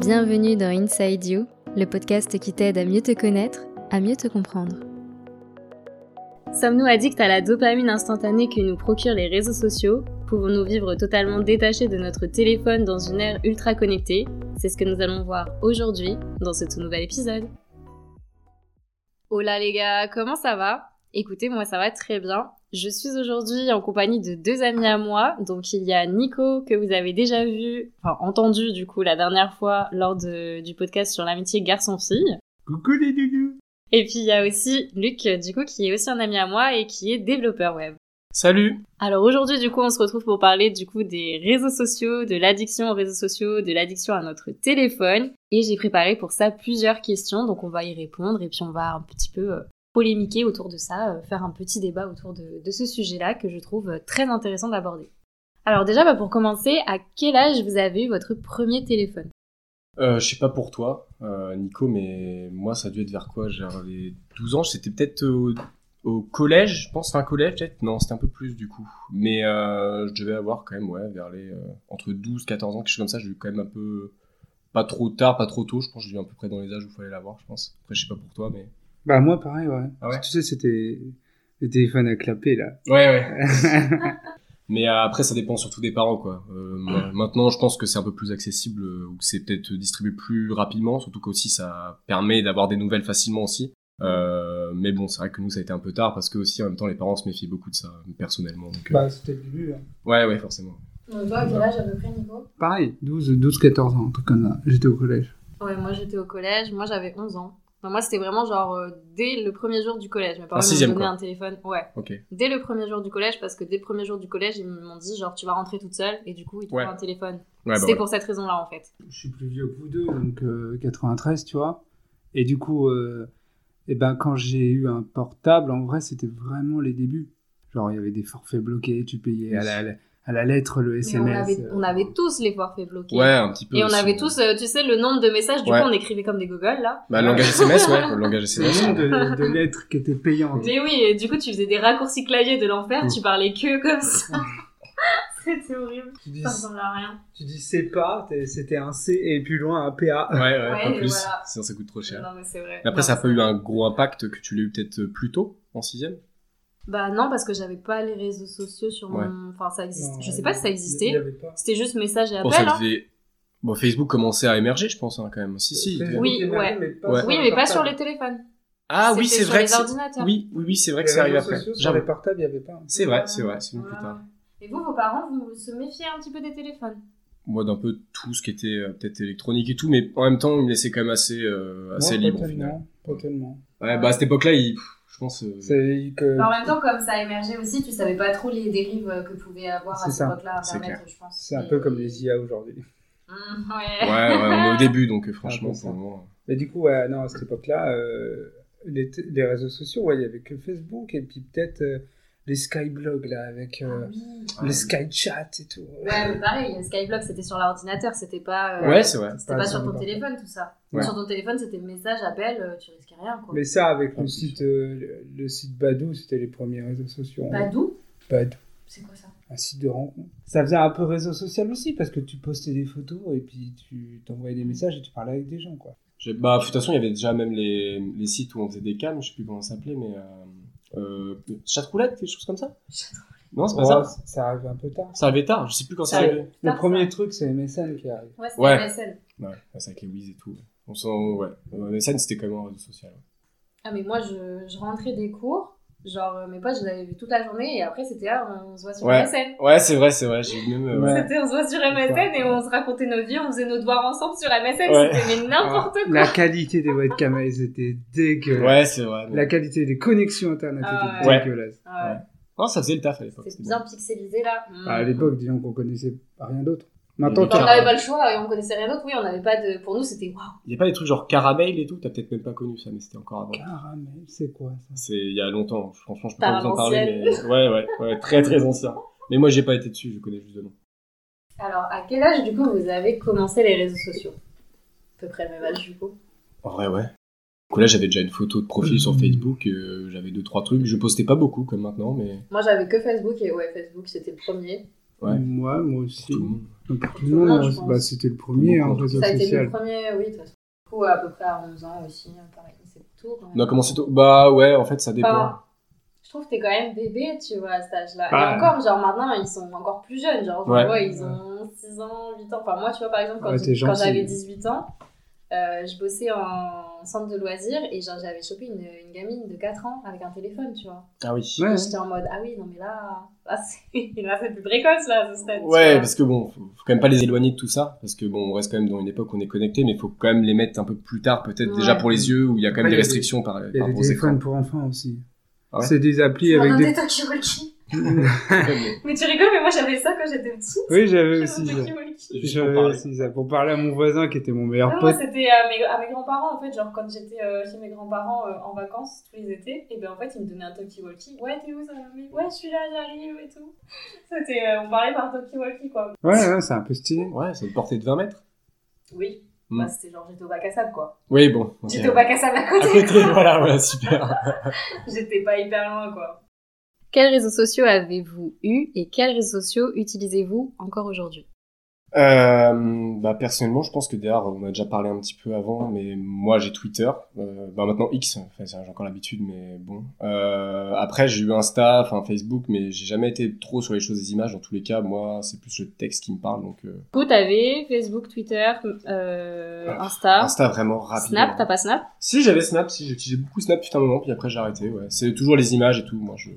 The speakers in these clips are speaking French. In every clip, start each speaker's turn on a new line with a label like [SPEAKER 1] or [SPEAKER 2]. [SPEAKER 1] Bienvenue dans Inside You, le podcast qui t'aide à mieux te connaître, à mieux te comprendre.
[SPEAKER 2] Sommes-nous addicts à la dopamine instantanée que nous procurent les réseaux sociaux Pouvons-nous vivre totalement détachés de notre téléphone dans une ère ultra connectée C'est ce que nous allons voir aujourd'hui dans ce tout nouvel épisode. Oh là les gars, comment ça va Écoutez, moi ça va très bien. Je suis aujourd'hui en compagnie de deux amis à moi. Donc il y a Nico que vous avez déjà vu, enfin entendu du coup la dernière fois lors de- du podcast sur l'amitié garçon-fille.
[SPEAKER 3] Coucou les doudous
[SPEAKER 2] Et puis il y a aussi Luc du coup qui est aussi un ami à moi et qui est développeur web.
[SPEAKER 3] Salut
[SPEAKER 2] Alors aujourd'hui, du coup, on se retrouve pour parler du coup des réseaux sociaux, de l'addiction aux réseaux sociaux, de l'addiction à notre téléphone. Et j'ai préparé pour ça plusieurs questions, donc on va y répondre et puis on va un petit peu euh, polémiquer autour de ça, euh, faire un petit débat autour de, de ce sujet-là que je trouve euh, très intéressant d'aborder. Alors déjà, bah, pour commencer, à quel âge vous avez eu votre premier téléphone
[SPEAKER 3] euh, Je sais pas pour toi, euh, Nico, mais moi ça a dû être vers quoi Genre les 12 ans, c'était peut-être au, au collège, je pense, Enfin, un collège peut-être Non, c'était un peu plus du coup. Mais euh, je devais avoir quand même, ouais, vers les... euh, entre 12, 14 ans, quelque chose comme ça, j'ai eu quand même un peu... Pas trop tard, pas trop tôt, je pense que j'ai eu à peu près dans les âges où il fallait l'avoir, je pense. Après, je sais pas pour toi, mais...
[SPEAKER 4] Bah moi pareil ouais.
[SPEAKER 3] Ah ouais
[SPEAKER 4] tu sais c'était le téléphone à clapper là.
[SPEAKER 3] Ouais, ouais. Mais euh, après, ça dépend surtout des parents, quoi. Euh, moi, maintenant, je pense que c'est un peu plus accessible, euh, ou que c'est peut-être distribué plus rapidement, surtout qu'aussi ça permet d'avoir des nouvelles facilement aussi. Euh, mais bon, c'est vrai que nous, ça a été un peu tard, parce que aussi, en même temps, les parents se méfient beaucoup de ça, personnellement. donc, euh,
[SPEAKER 4] Bah, c'était le début. hein.
[SPEAKER 3] Ouais, ouais, forcément.
[SPEAKER 2] Toi, à quel âge à peu près, Nico
[SPEAKER 4] Pareil, 12 12 14 ans, un truc comme ça. J'étais au collège.
[SPEAKER 2] Ouais, moi j'étais au collège, moi j'avais 11 ans. Enfin, moi, c'était vraiment genre euh, dès le premier jour du collège. Mes parents ils
[SPEAKER 3] sixième,
[SPEAKER 2] m'ont donné
[SPEAKER 3] quoi.
[SPEAKER 2] un téléphone. Ouais.
[SPEAKER 3] Ok.
[SPEAKER 2] dès le premier jour du collège parce que dès le premier jour du collège ils m'ont dit genre tu vas rentrer toute seule et du coup ils te
[SPEAKER 3] Ouais.
[SPEAKER 2] font un téléphone
[SPEAKER 3] Ouais, bah,
[SPEAKER 2] c'était
[SPEAKER 3] ouais.
[SPEAKER 2] pour cette raison là en fait
[SPEAKER 4] Je suis plus vieux que vous deux donc euh, 93 tu vois. Et du coup euh, eh ben quand j'ai eu un portable en vrai c'était vraiment les débuts. Genre il y avait des forfaits bloqués, tu payais à la, à la lettre le
[SPEAKER 2] mais on
[SPEAKER 4] SMS.
[SPEAKER 2] avait,
[SPEAKER 4] euh,
[SPEAKER 2] on avait tous les forfaits bloqués
[SPEAKER 3] Ouais, un petit peu.
[SPEAKER 2] et on
[SPEAKER 3] aussi,
[SPEAKER 2] avait
[SPEAKER 3] ouais.
[SPEAKER 2] tous euh, tu sais le nombre de messages du
[SPEAKER 3] Ouais.
[SPEAKER 2] coup on écrivait comme des gogoles là
[SPEAKER 3] Bah, le langage SMS, ouais, le langage
[SPEAKER 4] C'est le
[SPEAKER 3] SMS.
[SPEAKER 4] nombre de, de lettres qui étaient payantes.
[SPEAKER 2] mais oui et du coup tu faisais des raccourcis clavier de l'enfer
[SPEAKER 4] Mm.
[SPEAKER 2] tu parlais que comme ça c'était horrible
[SPEAKER 4] Tu dis,
[SPEAKER 2] ça ressemble à rien
[SPEAKER 4] tu dis c'est pas, c'était un C et plus loin un PA.
[SPEAKER 3] Ouais, ouais,
[SPEAKER 2] Ouais,
[SPEAKER 3] pas
[SPEAKER 2] et
[SPEAKER 3] plus,
[SPEAKER 2] voilà.
[SPEAKER 3] sinon ça coûte trop cher.
[SPEAKER 2] non mais c'est vrai
[SPEAKER 3] Mais
[SPEAKER 2] Non,
[SPEAKER 3] après, ça a pas
[SPEAKER 2] c'est-
[SPEAKER 3] eu un gros impact que tu l'aies eu peut-être plus tôt, en sixième
[SPEAKER 2] bah non parce que j'avais pas les réseaux sociaux sur
[SPEAKER 3] Ouais.
[SPEAKER 2] mon enfin ça existe
[SPEAKER 4] Non,
[SPEAKER 2] je sais pas si ça
[SPEAKER 4] Il y
[SPEAKER 2] existait
[SPEAKER 4] avait pas.
[SPEAKER 2] c'était juste message et
[SPEAKER 3] Bon,
[SPEAKER 2] appel
[SPEAKER 3] ça
[SPEAKER 2] hein.
[SPEAKER 3] devait- bon, Facebook commençait à émerger, je pense, hein, quand même. Si, si.
[SPEAKER 4] Facebook
[SPEAKER 2] Oui,
[SPEAKER 4] est marié,
[SPEAKER 2] ouais.
[SPEAKER 4] mais pas
[SPEAKER 3] Ouais.
[SPEAKER 4] sur
[SPEAKER 2] oui
[SPEAKER 4] les
[SPEAKER 2] mais pas sur
[SPEAKER 4] portables.
[SPEAKER 2] les téléphones
[SPEAKER 3] Ah oui,
[SPEAKER 2] C'était
[SPEAKER 3] c'est
[SPEAKER 2] sur
[SPEAKER 3] vrai.
[SPEAKER 2] les
[SPEAKER 3] que c'est-
[SPEAKER 2] ordinateurs
[SPEAKER 3] Oui, oui, oui, c'est vrai que
[SPEAKER 4] Les
[SPEAKER 3] ça arrive
[SPEAKER 4] réseaux
[SPEAKER 3] après.
[SPEAKER 4] sociaux, Sur
[SPEAKER 3] J'avoue.
[SPEAKER 4] les portables, il n'y avait pas.
[SPEAKER 3] C'est vrai, c'est vrai, c'est venu plus
[SPEAKER 2] Voilà.
[SPEAKER 3] tard.
[SPEAKER 2] Et vous, vos parents, vous se méfiez un petit peu des téléphones
[SPEAKER 3] Moi, d'un peu tout ce qui était euh, peut-être électronique et tout, mais en même temps, il me laissait quand même assez, euh, assez
[SPEAKER 4] Moi,
[SPEAKER 3] libre au
[SPEAKER 4] pas
[SPEAKER 3] final.
[SPEAKER 4] tellement, Pas tellement.
[SPEAKER 3] Ouais, bah à cette époque-là, il- pff, je pense. euh,
[SPEAKER 4] C'est que.
[SPEAKER 2] Bah, En même temps, comme ça a émergé aussi, tu savais pas trop les dérives euh, que pouvait avoir à
[SPEAKER 4] C'est
[SPEAKER 2] cette
[SPEAKER 4] ça.
[SPEAKER 2] époque-là
[SPEAKER 3] C'est
[SPEAKER 2] Internet, je pense.
[SPEAKER 4] C'est un
[SPEAKER 2] Et-
[SPEAKER 4] peu comme les IA aujourd'hui.
[SPEAKER 2] Mm,
[SPEAKER 3] Ouais,
[SPEAKER 2] ouais.
[SPEAKER 3] ouais, on est au début, donc euh, franchement,
[SPEAKER 4] Ah, c'est
[SPEAKER 3] pour
[SPEAKER 4] ça.
[SPEAKER 3] le moment.
[SPEAKER 4] Mais du coup, ouais, non, à cette époque-là, euh, les, t- les réseaux sociaux, ouais, il n'y avait que Facebook et puis peut-être euh, les Skyblogs, là, avec euh,
[SPEAKER 2] Oui.
[SPEAKER 3] Ah,
[SPEAKER 4] les
[SPEAKER 3] oui.
[SPEAKER 4] Skychat et tout.
[SPEAKER 2] Ouais, mais pareil, Skyblock c'était sur l'ordinateur, c'était pas, euh,
[SPEAKER 3] Ouais, c'est vrai.
[SPEAKER 2] c'était pas sur ton téléphone tout ça.
[SPEAKER 3] Ouais.
[SPEAKER 2] Sur ton téléphone c'était message, appel, euh, tu risquais rien quoi.
[SPEAKER 4] Mais ça, avec
[SPEAKER 3] En
[SPEAKER 4] le
[SPEAKER 3] plus.
[SPEAKER 4] site, euh, le- le site Badou, c'était les premiers réseaux sociaux. hein.
[SPEAKER 2] Badou,
[SPEAKER 4] Badou.
[SPEAKER 2] Bah, c'est quoi ça
[SPEAKER 4] un site de rencontre. Ça faisait un peu réseau social aussi parce que tu postais des photos et puis tu t'envoyais des messages et tu parlais avec des gens quoi.
[SPEAKER 3] J'ai- Bah, de toute façon, il y avait déjà même les, les sites où on faisait des cams, je sais plus comment ça s'appelait, mais. Euh, euh, chatroulette, quelque chose comme ça Non, c'est pas ça.
[SPEAKER 4] Ouais, c- ça arrivait un peu tard.
[SPEAKER 3] Ça arrivait tard, je sais plus quand ça
[SPEAKER 2] Ça-
[SPEAKER 3] arrivait.
[SPEAKER 4] Le
[SPEAKER 2] Tard,
[SPEAKER 4] premier
[SPEAKER 2] ça.
[SPEAKER 4] truc c'est MSN qui arrive.
[SPEAKER 2] Ouais, c'était
[SPEAKER 3] Ouais.
[SPEAKER 2] MSN.
[SPEAKER 3] Ouais, ouais, c'est avec les whiz et tout. On s'en... Ouais. Euh, MSN, c'était quand même un réseau social.
[SPEAKER 2] Ah mais moi je, je rentrais des cours, genre euh, mes potes je les avais vus toute la journée et après c'était ah, on se voit sur
[SPEAKER 3] Ouais.
[SPEAKER 2] MSN.
[SPEAKER 3] Ouais, c'est vrai, c'est vrai. J'ai eu même... euh,
[SPEAKER 4] Ouais.
[SPEAKER 2] C'était, on se voit sur MSN et on se racontait nos vies, on faisait nos devoirs ensemble sur MSN,
[SPEAKER 3] Ouais.
[SPEAKER 2] c'était mais n'importe quoi.
[SPEAKER 4] Ah, La qualité des webcams elles étaient
[SPEAKER 3] ouais.
[SPEAKER 4] dégueulasses.
[SPEAKER 3] c'est vrai. mais-
[SPEAKER 4] La qualité des connexions internet
[SPEAKER 2] Ah
[SPEAKER 4] était
[SPEAKER 3] ouais.
[SPEAKER 4] dégueulasse.
[SPEAKER 2] Ah ouais,
[SPEAKER 3] Non, ça faisait le taf à l'époque.
[SPEAKER 2] C'était
[SPEAKER 3] c'était
[SPEAKER 2] bien
[SPEAKER 3] bon.
[SPEAKER 2] pixelisé là. Mm.
[SPEAKER 4] Bah, À l'époque disons qu'on connaissait rien d'autre. Maintenant
[SPEAKER 3] Il y
[SPEAKER 2] Enfin, on
[SPEAKER 4] t'as-
[SPEAKER 2] n'avait pas le choix et on connaissait rien d'autre. Oui, on n'avait pas de. Pour nous, c'était waouh.
[SPEAKER 3] Il y a pas des trucs genre caramel et tout, t'as peut-être même pas connu ça, mais c'était encore avant.
[SPEAKER 4] Caramel, Ah, c'est quoi ça
[SPEAKER 3] C'est il y a longtemps, franchement, je peux pas
[SPEAKER 2] Par
[SPEAKER 3] vous en
[SPEAKER 2] l'ancienne.
[SPEAKER 3] parler, mais ouais, ouais, ouais, très très ancien. Mais moi, j'ai pas été dessus, je connais juste le nom.
[SPEAKER 2] Alors, à quel âge du coup vous avez commencé les réseaux sociaux À peu près le même âge du coup.
[SPEAKER 3] En vrai, ouais. Donc là, j'avais déjà une photo de profil sur Facebook, euh, j'avais deux trois trucs, je postais pas beaucoup comme maintenant, mais
[SPEAKER 2] Moi, j'avais que Facebook et ouais, Facebook c'était le premier.
[SPEAKER 3] Ouais.
[SPEAKER 4] Moi, moi aussi.
[SPEAKER 3] tout le monde.
[SPEAKER 4] Donc, non,
[SPEAKER 5] Moi, je
[SPEAKER 4] bah,
[SPEAKER 5] pense.
[SPEAKER 4] c'était le premier hein,
[SPEAKER 3] Ça
[SPEAKER 4] réseau
[SPEAKER 5] Ça a été
[SPEAKER 4] social.
[SPEAKER 5] le premier, oui, de toute façon. Du coup, à peu près à 11 ans aussi, hein, pareil, c'est tout.
[SPEAKER 3] On a commencé tôt. Bah ouais, en fait, ça dépend.
[SPEAKER 5] Enfin, je trouve que t'es quand même bébé, tu vois, à cet âge-là.
[SPEAKER 4] Ah.
[SPEAKER 5] Et encore, genre maintenant, ils sont encore plus jeunes. Genre,
[SPEAKER 3] Ouais.
[SPEAKER 5] je vois, ils ont 6 ans, 8 ans. Enfin, moi, tu vois, par exemple, quand,
[SPEAKER 4] Ouais, t'es
[SPEAKER 5] quand
[SPEAKER 4] gentil.
[SPEAKER 5] j'avais 18 ans, euh, je bossais en centre de loisirs et genre, j'avais chopé une, une gamine de 4 ans avec un téléphone, tu vois.
[SPEAKER 3] Ah oui.
[SPEAKER 4] Ouais,
[SPEAKER 5] Et J'étais en mode, ah oui, non, mais là, là c'est là, c'est plus précoce, là, à ce stade. tu
[SPEAKER 3] Ouais,
[SPEAKER 5] vois.
[SPEAKER 3] parce que bon, faut, faut quand même pas les éloigner de tout ça, parce que bon, on reste quand même dans une époque où on est connecté, mais faut quand même les mettre un peu plus tard, peut-être
[SPEAKER 5] Ouais.
[SPEAKER 3] déjà pour les yeux, où il y a quand même
[SPEAKER 4] Après,
[SPEAKER 3] des
[SPEAKER 4] il y a des-
[SPEAKER 3] restrictions par,
[SPEAKER 4] il y
[SPEAKER 3] par
[SPEAKER 4] a des
[SPEAKER 3] rapport aux écrans.
[SPEAKER 4] téléphones pour enfants aussi.
[SPEAKER 3] Ah ouais
[SPEAKER 4] C'est des applis
[SPEAKER 5] Je me
[SPEAKER 4] avec
[SPEAKER 5] demandais,
[SPEAKER 4] des.
[SPEAKER 5] toi, qui walkie.
[SPEAKER 3] Mais
[SPEAKER 5] Mais tu rigoles, mais moi, j'avais ça quand j'étais petite.
[SPEAKER 4] Oui, j'avais
[SPEAKER 5] J'avais
[SPEAKER 4] aussi
[SPEAKER 5] un
[SPEAKER 4] ça.
[SPEAKER 5] talkie-walkie.
[SPEAKER 3] Juste pour
[SPEAKER 4] J'avais
[SPEAKER 3] parler.
[SPEAKER 4] aussi ça. Pour parler à mon voisin qui était mon meilleur
[SPEAKER 5] Non,
[SPEAKER 2] Ah
[SPEAKER 5] moi,
[SPEAKER 4] pote.
[SPEAKER 5] c'était à mes, à mes grands-parents, en fait, genre quand j'étais euh, chez mes grands-parents euh, en vacances tous les étés, et ben en fait, ils me donnaient un talkie-walkie. Ouais, t'es où, ça va mieux Ouais, je suis là, j'arrive et tout. C'était, euh, on parlait par talkie-walkie, quoi.
[SPEAKER 4] Ouais, ouais, c'est un peu stylé.
[SPEAKER 3] Ouais, c'est une portée de 20 mètres.
[SPEAKER 5] Oui,
[SPEAKER 3] Hmm.
[SPEAKER 5] bah, c'était genre, j'étais au bac à sable, quoi.
[SPEAKER 3] Oui, bon. ok.
[SPEAKER 5] J'étais au bac à sable à
[SPEAKER 3] À
[SPEAKER 5] côté,
[SPEAKER 3] côté, voilà, voilà, super.
[SPEAKER 5] j'étais pas hyper loin, quoi.
[SPEAKER 2] Quels réseaux sociaux avez-vous eu et quels réseaux sociaux utilisez-vous encore aujourd'hui
[SPEAKER 3] Euh, bah, personnellement, je pense que derrière, on a déjà parlé un petit peu avant, mais moi j'ai Twitter, euh, bah, maintenant X, enfin, j'ai encore l'habitude, mais bon. Euh, après, j'ai eu Insta, enfin Facebook, mais j'ai jamais été trop sur les choses des images. Dans tous les cas, moi, c'est plus le texte qui me parle, donc euh,
[SPEAKER 2] Du coup, t'avais Facebook, Twitter, euh, Insta,
[SPEAKER 3] Ah, Insta vraiment rapide.
[SPEAKER 2] Snap, t'as pas Snap
[SPEAKER 3] Si j'avais Snap, si j'ai utilisé beaucoup Snap, putain, un moment, puis après j'ai arrêté, ouais. C'est toujours les images et tout, moi je.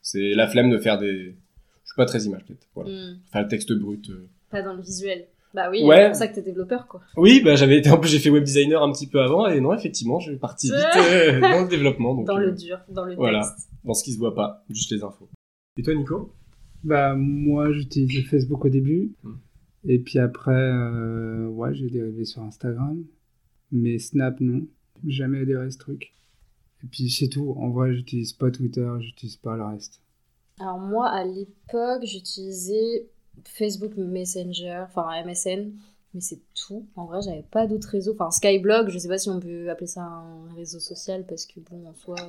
[SPEAKER 3] C'est la flemme de faire des. Je suis pas très image peut-être, voilà.
[SPEAKER 2] Hmm,
[SPEAKER 3] Faire le texte brut. euh.
[SPEAKER 2] Pas dans le visuel. Bah oui,
[SPEAKER 3] Ouais.
[SPEAKER 2] c'est pour ça que t'es développeur, quoi.
[SPEAKER 3] Oui, bah j'avais été. En plus, j'ai fait web designer un petit peu avant, et non, effectivement, je suis parti vite euh, dans le développement, donc.
[SPEAKER 2] dans
[SPEAKER 3] euh,
[SPEAKER 2] le dur, dans le
[SPEAKER 3] voilà.
[SPEAKER 2] texte.
[SPEAKER 3] dans ce qui se voit pas, juste les infos. Et toi, Nico
[SPEAKER 4] Bah, moi, j'utilisais Facebook au début.
[SPEAKER 3] Hmm.
[SPEAKER 4] Et puis après, euh, ouais, j'ai dérivé sur Instagram. Mais Snap, non. Jamais adhéré à ce truc. Et puis c'est tout. En vrai, j'utilise pas Twitter, j'utilise pas le reste.
[SPEAKER 2] Alors moi, à l'époque, j'utilisais Facebook Messenger, enfin MSN, mais c'est tout. En vrai, j'avais pas d'autres réseaux. Enfin, Skyblog, je sais pas si on peut appeler ça un réseau social, parce que bon, en soi, euh,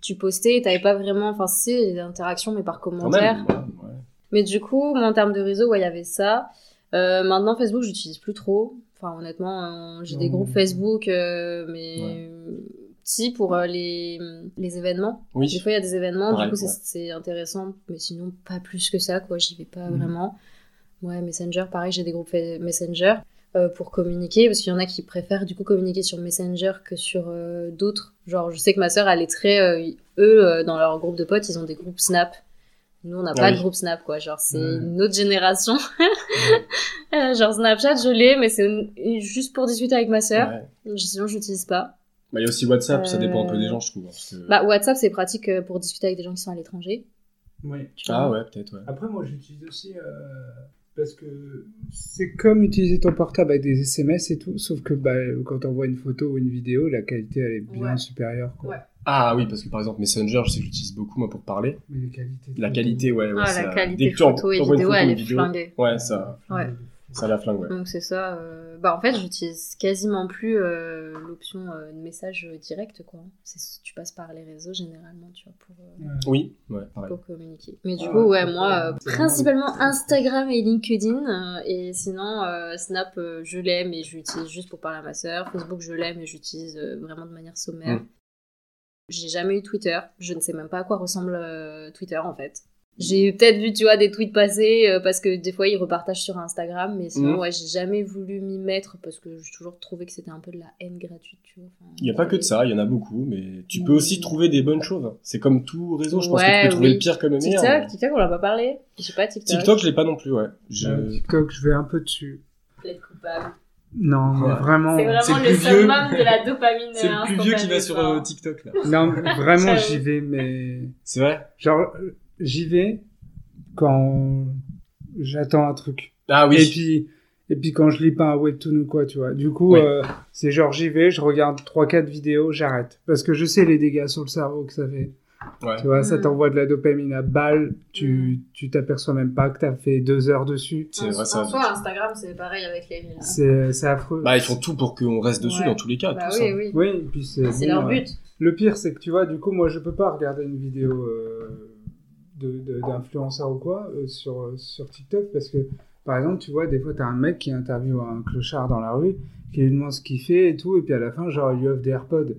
[SPEAKER 2] tu postais, et t'avais pas vraiment... Enfin, c'est des interactions, mais par
[SPEAKER 3] Quand
[SPEAKER 2] commentaire.
[SPEAKER 3] même ouais, ouais.
[SPEAKER 2] Mais du coup, moi, en termes de réseau, ouais, il y avait ça. Euh, maintenant, Facebook, j'utilise plus trop. Enfin, honnêtement, euh, j'ai des
[SPEAKER 4] Non.
[SPEAKER 2] groupes Facebook, euh, mais
[SPEAKER 3] Mmh. Ouais.
[SPEAKER 2] si pour euh, les, les événements. Des
[SPEAKER 3] Oui.
[SPEAKER 2] fois, il y a des événements,
[SPEAKER 3] Pareil,
[SPEAKER 2] du coup, c'est-
[SPEAKER 3] ouais.
[SPEAKER 2] c'est intéressant, mais sinon, pas plus que ça, quoi. J'y vais pas
[SPEAKER 3] Mm.
[SPEAKER 4] Mhm.
[SPEAKER 2] vraiment. Ouais, Messenger, pareil, j'ai des groupes fa- Messenger euh, pour communiquer, parce qu'il y en a qui préfèrent, du coup, communiquer sur Messenger que sur euh, d'autres. Genre, je sais que ma sœur, elle est très. euh, eux, euh, dans leur groupe de potes, ils ont des groupes Snap. Nous, on n'a
[SPEAKER 3] Ah
[SPEAKER 2] pas
[SPEAKER 3] oui. Mm.
[SPEAKER 2] de groupe Snap, quoi. Genre, c'est
[SPEAKER 4] Ouais.
[SPEAKER 2] une autre génération. Euh, Genre, Snapchat, je l'ai, mais c'est une- juste pour discuter avec ma sœur.
[SPEAKER 3] Ouais.
[SPEAKER 2] Sinon, j'utilise pas.
[SPEAKER 3] Bah, il y a aussi WhatsApp, ça dépend un peu
[SPEAKER 2] Euh,
[SPEAKER 3] des gens, je trouve. hein, parce que-
[SPEAKER 2] Bah, WhatsApp, c'est pratique euh, pour discuter avec des gens qui sont à l'étranger.
[SPEAKER 4] Ouais.
[SPEAKER 2] tu vois.
[SPEAKER 3] ah ouais, peut-être, ouais.
[SPEAKER 4] Après, moi, j'utilise aussi euh, parce que c'est comme utiliser ton portable avec des SMS et tout, sauf que bah, quand on voit une photo ou une vidéo, la qualité elle est bien
[SPEAKER 5] Ouais.
[SPEAKER 4] supérieure. Quoi.
[SPEAKER 5] Ouais.
[SPEAKER 3] Ah oui, parce que par exemple, Messenger, je sais que j'utilise beaucoup, moi, pour parler.
[SPEAKER 4] Mais la qualité.
[SPEAKER 3] La qualité, ouais. ouais
[SPEAKER 2] Ah,
[SPEAKER 3] ça-
[SPEAKER 2] la
[SPEAKER 3] dès
[SPEAKER 2] qualité
[SPEAKER 3] que tu en-
[SPEAKER 2] photo et
[SPEAKER 3] t'envoies une
[SPEAKER 2] vidéo,
[SPEAKER 3] photo,
[SPEAKER 2] elle
[SPEAKER 3] une
[SPEAKER 2] est flinguée.
[SPEAKER 3] Ouais, ça,
[SPEAKER 2] Ouais.
[SPEAKER 3] ça la flingue, ouais.
[SPEAKER 2] Donc c'est ça. euh, Bah en fait, j'utilise quasiment plus euh, l'option euh, de message direct quoi. C'est tu passes par les réseaux généralement, tu vois, pour, euh,
[SPEAKER 3] Oui, ouais, pareil.
[SPEAKER 2] pour communiquer. Mais du
[SPEAKER 4] Ah,
[SPEAKER 2] coup, ouais,
[SPEAKER 4] ouais,
[SPEAKER 2] moi, euh,
[SPEAKER 4] c'est vraiment-
[SPEAKER 2] principalement Instagram et LinkedIn, euh, et sinon euh, Snap, euh, je l'aime et j'utilise juste pour parler à ma sœur. Facebook, je l'aime et j'utilise euh, vraiment de manière sommaire.
[SPEAKER 3] Mm.
[SPEAKER 2] J'ai jamais eu Twitter. Je ne sais même pas à quoi ressemble euh, Twitter en fait. J'ai peut-être vu, tu vois, des tweets passer euh, parce que des fois ils repartagent sur Instagram, mais sinon,
[SPEAKER 3] Mhm.
[SPEAKER 2] ouais, j'ai jamais voulu m'y mettre parce que j'ai toujours trouvé que c'était un peu de la haine gratuite, tu vois. Enfin, euh,
[SPEAKER 3] Il n'y a pas que de ça, il y en a beaucoup, mais tu peux
[SPEAKER 2] Mm.
[SPEAKER 3] aussi trouver des bonnes choses. hein. C'est comme tout réseau, je pense
[SPEAKER 2] Ouais,
[SPEAKER 3] que tu peux trouver
[SPEAKER 2] oui.
[SPEAKER 3] le pire comme le meilleur.
[SPEAKER 2] TikTok, TikTok, on l'a pas parlé. Je sais pas TikTok.
[SPEAKER 3] TikTok, je l'ai pas non plus, ouais. Je-
[SPEAKER 4] Euh, TikTok, je vais un peu dessus.
[SPEAKER 5] Plaide coupable.
[SPEAKER 4] Non, mais
[SPEAKER 3] Ouais.
[SPEAKER 4] vraiment.
[SPEAKER 5] C'est
[SPEAKER 3] c'est
[SPEAKER 5] vraiment
[SPEAKER 3] le
[SPEAKER 5] le
[SPEAKER 3] plus vieux.
[SPEAKER 5] summum de la dopamine.
[SPEAKER 3] C'est
[SPEAKER 2] hein,
[SPEAKER 3] le plus vieux qui
[SPEAKER 5] instantanée,
[SPEAKER 3] va sur
[SPEAKER 5] quoi.
[SPEAKER 3] euh, TikTok, là.
[SPEAKER 4] Non, vraiment,
[SPEAKER 5] J'avoue.
[SPEAKER 4] j'y vais, mais.
[SPEAKER 3] C'est vrai
[SPEAKER 4] Genre, euh, j'y vais quand j'attends un truc.
[SPEAKER 3] Ah
[SPEAKER 4] Et
[SPEAKER 3] oui.
[SPEAKER 4] puis, et puis quand je lis pas un webtoon ou quoi, tu vois. Du coup,
[SPEAKER 3] Oui.
[SPEAKER 4] euh, c'est genre, j'y vais, je regarde 3-4 vidéos, j'arrête. Parce que je sais les dégâts sur le cerveau que ça fait.
[SPEAKER 3] Ouais.
[SPEAKER 4] Tu vois, ça
[SPEAKER 5] Mm.
[SPEAKER 4] t'envoie de la dopamine à balle, tu tu t'aperçois même pas que t'as fait deux heures dessus.
[SPEAKER 3] C'est vrai, ça.
[SPEAKER 5] En soi, Instagram, c'est pareil avec les reels.
[SPEAKER 4] C'est c'est affreux.
[SPEAKER 3] Bah, ils font tout pour qu'on reste dessus
[SPEAKER 5] Ouais.
[SPEAKER 3] dans tous les cas.
[SPEAKER 2] Bah
[SPEAKER 3] tout
[SPEAKER 2] oui,
[SPEAKER 3] ça.
[SPEAKER 2] oui.
[SPEAKER 4] Oui, et puis c'est.
[SPEAKER 2] C'est
[SPEAKER 4] bon,
[SPEAKER 2] leur
[SPEAKER 4] euh,
[SPEAKER 2] but.
[SPEAKER 4] Le pire, c'est que tu vois, du coup, moi, je peux pas regarder une vidéo euh, de- de- d'influenceur ou quoi euh, sur, euh, sur TikTok parce que Par exemple, tu vois, des fois, t'as un mec qui interviewe un clochard dans la rue, qui lui demande ce qu'il fait et tout, et puis à la fin, genre, il lui offre des AirPods.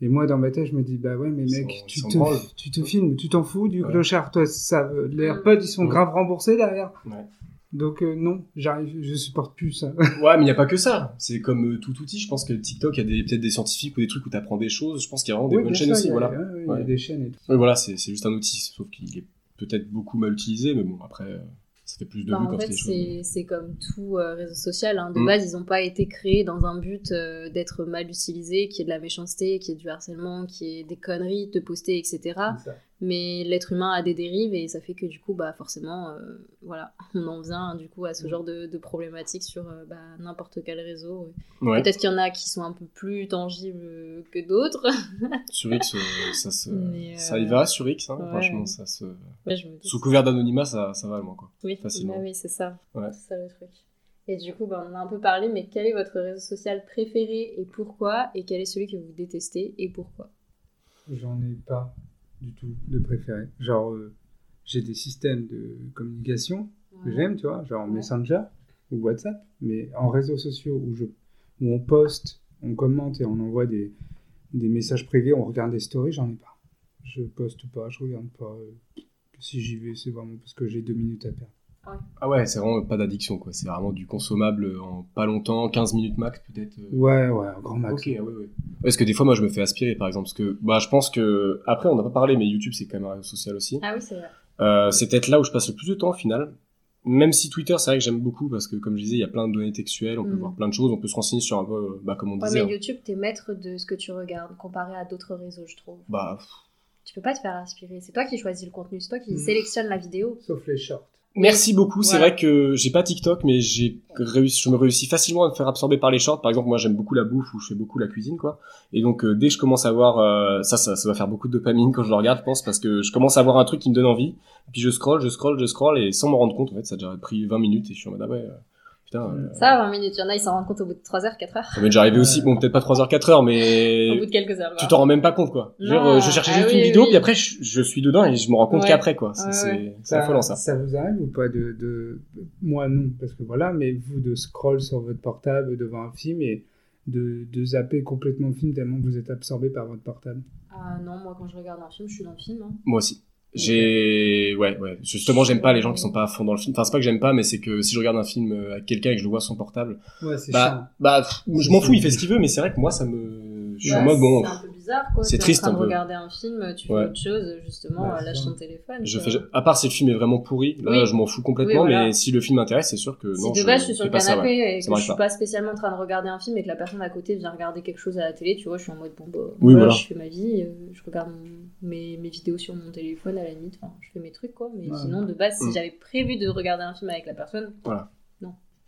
[SPEAKER 4] Et moi, dans ma tête, je me dis, bah ouais, mais
[SPEAKER 3] Ils
[SPEAKER 4] mec,
[SPEAKER 3] sont-
[SPEAKER 4] tu
[SPEAKER 3] ils sont
[SPEAKER 4] te,
[SPEAKER 3] branlés.
[SPEAKER 4] tu te filmes, tu t'en fous du
[SPEAKER 3] Ouais.
[SPEAKER 4] clochard, toi, ça, les
[SPEAKER 2] Mm.
[SPEAKER 4] AirPods, ils sont
[SPEAKER 3] Ouais.
[SPEAKER 4] grave remboursés derrière.
[SPEAKER 3] Ouais.
[SPEAKER 4] Donc, euh, non, j'arrive, je supporte plus ça.
[SPEAKER 3] Ouais, mais il n'y a pas que ça. C'est comme euh, tout outil. Je pense que TikTok, il y a des- peut-être des scientifiques ou des trucs où tu apprends des choses. Je pense qu'il y a vraiment des
[SPEAKER 4] Oui,
[SPEAKER 3] bonnes
[SPEAKER 4] bien
[SPEAKER 3] chaînes
[SPEAKER 4] sûr,
[SPEAKER 3] aussi.
[SPEAKER 4] il y a-
[SPEAKER 3] Voilà.
[SPEAKER 4] ouais, ouais, Il y
[SPEAKER 3] Ouais.
[SPEAKER 4] a des chaînes et tout.
[SPEAKER 3] Oui, voilà, c'est c'est juste un outil. Sauf qu'il est peut-être beaucoup mal utilisé. Mais bon, après, euh, ça fait plus de
[SPEAKER 2] Bah,
[SPEAKER 3] vues
[SPEAKER 2] en
[SPEAKER 3] quand c'est
[SPEAKER 2] fait,
[SPEAKER 3] des choses.
[SPEAKER 2] c'est c'est comme tout euh, réseau social. hein. De
[SPEAKER 3] Mm.
[SPEAKER 2] base, ils n'ont pas été créés dans un but euh, d'être mal utilisés, qu'il y ait de la méchanceté, qu'il y ait du harcèlement, qu'il y ait des conneries, de poster, etc.
[SPEAKER 4] C'est ça.
[SPEAKER 2] Mais l'être humain a des dérives et ça fait que du coup, bah, forcément, euh, voilà, on en vient du coup à ce genre de, de problématiques sur euh, bah, n'importe quel réseau.
[SPEAKER 3] Ouais.
[SPEAKER 2] Peut-être qu'il y en a qui sont un peu plus tangibles que d'autres.
[SPEAKER 3] Sur X, euh, ça, se-
[SPEAKER 2] Mais, euh,
[SPEAKER 3] ça y va. Sur X, hein,
[SPEAKER 2] ouais.
[SPEAKER 3] franchement, ça se.
[SPEAKER 2] Ouais, je me doute.
[SPEAKER 3] Sous couvert d'anonymat, ça, ça va loin, quoi.
[SPEAKER 2] Oui,
[SPEAKER 3] facilement.
[SPEAKER 2] bah oui, c'est ça.
[SPEAKER 3] Ouais.
[SPEAKER 2] C'est ça le truc. Et du coup, bah, on en a un peu parlé, mais quel est votre réseau social préféré et pourquoi Et quel est celui que vous détestez et pourquoi
[SPEAKER 4] J'en ai pas du tout de préféré. Genre, euh, j'ai des systèmes de communication que j'aime, tu vois, genre
[SPEAKER 2] Ouais.
[SPEAKER 4] Messenger ou WhatsApp, mais en réseaux sociaux où, je, où on poste, on commente et on envoie des, des messages privés, on regarde des stories, j'en ai pas. Je poste pas, je regarde pas. euh, si j'y vais, c'est vraiment parce que j'ai deux minutes à perdre.
[SPEAKER 3] Ah ouais, c'est vraiment pas d'addiction, quoi. C'est vraiment du consommable en pas longtemps, 15 minutes max, peut-être. euh,
[SPEAKER 4] Ouais, ouais, un grand max.
[SPEAKER 3] Ok, ah ouais, ouais. Parce que des fois, moi, je me fais aspirer, par exemple, parce que, bah, je pense que, après, on n'a pas parlé, mais YouTube, c'est quand même un réseau social aussi.
[SPEAKER 2] Ah oui, c'est vrai.
[SPEAKER 3] Euh, c'est peut-être là où je passe le plus de temps, au final. Même si Twitter, c'est vrai que j'aime beaucoup, parce que, comme je disais, il y a plein de données textuelles, on peut
[SPEAKER 2] Mhm.
[SPEAKER 3] voir plein de choses, on peut se renseigner sur un peu, euh, bah, comme on
[SPEAKER 2] Ouais,
[SPEAKER 3] disait.
[SPEAKER 2] mais
[SPEAKER 3] hein.
[SPEAKER 2] YouTube, t'es maître de ce que tu regardes comparé à d'autres réseaux, je trouve.
[SPEAKER 3] Bah, pff,
[SPEAKER 2] Tu peux pas te faire inspirer. C'est toi qui choisis le contenu, c'est toi qui
[SPEAKER 3] Hmm.
[SPEAKER 4] Mm.
[SPEAKER 2] sélectionne la vidéo.
[SPEAKER 4] Sauf les shorts.
[SPEAKER 3] merci beaucoup. C'est
[SPEAKER 2] Voilà.
[SPEAKER 3] vrai que j'ai pas TikTok, mais j'ai réussi, je me réussis facilement à me faire absorber par les shorts. Par exemple, moi, j'aime beaucoup la bouffe ou je fais beaucoup la cuisine, quoi. Et donc, euh, dès que je commence à voir, euh, ça, ça, ça va faire beaucoup de dopamine quand je le regarde, je pense, parce que je commence à voir un truc qui me donne envie. Puis je scroll, je scroll, je scroll, et sans me rendre compte, en fait, ça a déjà pris 20 minutes et je suis en mode, ah ouais, euh, putain. euh,
[SPEAKER 2] Ça, 20 minutes, il y en a, ils s'en rendent compte au bout de 3 heures, 4 heures,
[SPEAKER 3] Ça m'est déjà arrivé aussi, bon, peut-être pas 3h, 4h,
[SPEAKER 2] au bout
[SPEAKER 3] mais
[SPEAKER 2] de quelques heures.
[SPEAKER 3] tu
[SPEAKER 2] voilà.
[SPEAKER 3] t'en rends même pas compte, quoi. Genre,
[SPEAKER 2] Non,
[SPEAKER 3] euh, je cherchais
[SPEAKER 2] ah
[SPEAKER 3] juste
[SPEAKER 2] oui,
[SPEAKER 3] une vidéo,
[SPEAKER 2] oui.
[SPEAKER 3] puis après, je, je suis dedans et je me rends compte
[SPEAKER 2] Ouais.
[SPEAKER 3] qu'après, quoi. Ça,
[SPEAKER 2] Ouais,
[SPEAKER 3] c'est
[SPEAKER 2] ouais.
[SPEAKER 3] c'est affolant, ça.
[SPEAKER 4] vous arrive ou pas de, de- Moi, non, parce que voilà, mais vous de scroll sur votre portable devant un film et de, de zapper complètement le film tellement que vous êtes absorbé par votre portable.
[SPEAKER 2] Ah non, moi, quand je regarde un film, je suis dans le film. hein.
[SPEAKER 3] Moi aussi. J'ai, ouais, ouais. Justement, j'aime pas les gens qui sont pas à fond dans le film. Enfin, c'est pas que j'aime pas, mais c'est que si je regarde un film euh, avec quelqu'un et que je le vois sur son portable,
[SPEAKER 4] Ouais, c'est
[SPEAKER 3] bah, bah, pff, je m'en
[SPEAKER 4] C'est
[SPEAKER 3] fous, il
[SPEAKER 4] chiant.
[SPEAKER 3] fait ce qu'il veut, mais c'est vrai que moi, ça me, je suis
[SPEAKER 2] Bah,
[SPEAKER 3] en mode, bon,
[SPEAKER 2] C'est un peu bizarre, quoi.
[SPEAKER 3] c'est
[SPEAKER 2] T'es
[SPEAKER 3] triste,
[SPEAKER 2] en
[SPEAKER 3] un
[SPEAKER 2] train de
[SPEAKER 3] peu.
[SPEAKER 2] regarder un film, tu fais
[SPEAKER 3] Ouais.
[SPEAKER 2] autre chose, justement,
[SPEAKER 4] Ouais,
[SPEAKER 2] euh,
[SPEAKER 4] c'est
[SPEAKER 2] lâche
[SPEAKER 4] ça.
[SPEAKER 2] ton téléphone. euh,
[SPEAKER 3] je
[SPEAKER 2] quoi.
[SPEAKER 3] fais, à part si le film est vraiment pourri, là,
[SPEAKER 2] Oui.
[SPEAKER 3] je m'en fous complètement,
[SPEAKER 2] Oui, voilà.
[SPEAKER 3] mais si le film m'intéresse, c'est sûr que
[SPEAKER 2] Si
[SPEAKER 3] non,
[SPEAKER 2] de base je
[SPEAKER 3] fais
[SPEAKER 2] suis sur le
[SPEAKER 3] pas ça,
[SPEAKER 2] canapé
[SPEAKER 3] ouais.
[SPEAKER 2] et que
[SPEAKER 3] Ça
[SPEAKER 2] je
[SPEAKER 3] marche
[SPEAKER 2] suis
[SPEAKER 3] pas.
[SPEAKER 2] pas spécialement en train de regarder un film et que la personne à côté vient regarder quelque chose à la télé, tu vois, je suis en mode bon, bah,
[SPEAKER 3] Oui, voilà.
[SPEAKER 2] je fais ma vie, euh, je regarde mon- mes, mes vidéos sur mon téléphone à la limite, enfin, je fais mes trucs quoi, mais
[SPEAKER 4] Ouais.
[SPEAKER 2] sinon de base, si
[SPEAKER 3] Mm.
[SPEAKER 2] j'avais prévu de regarder un film avec la personne,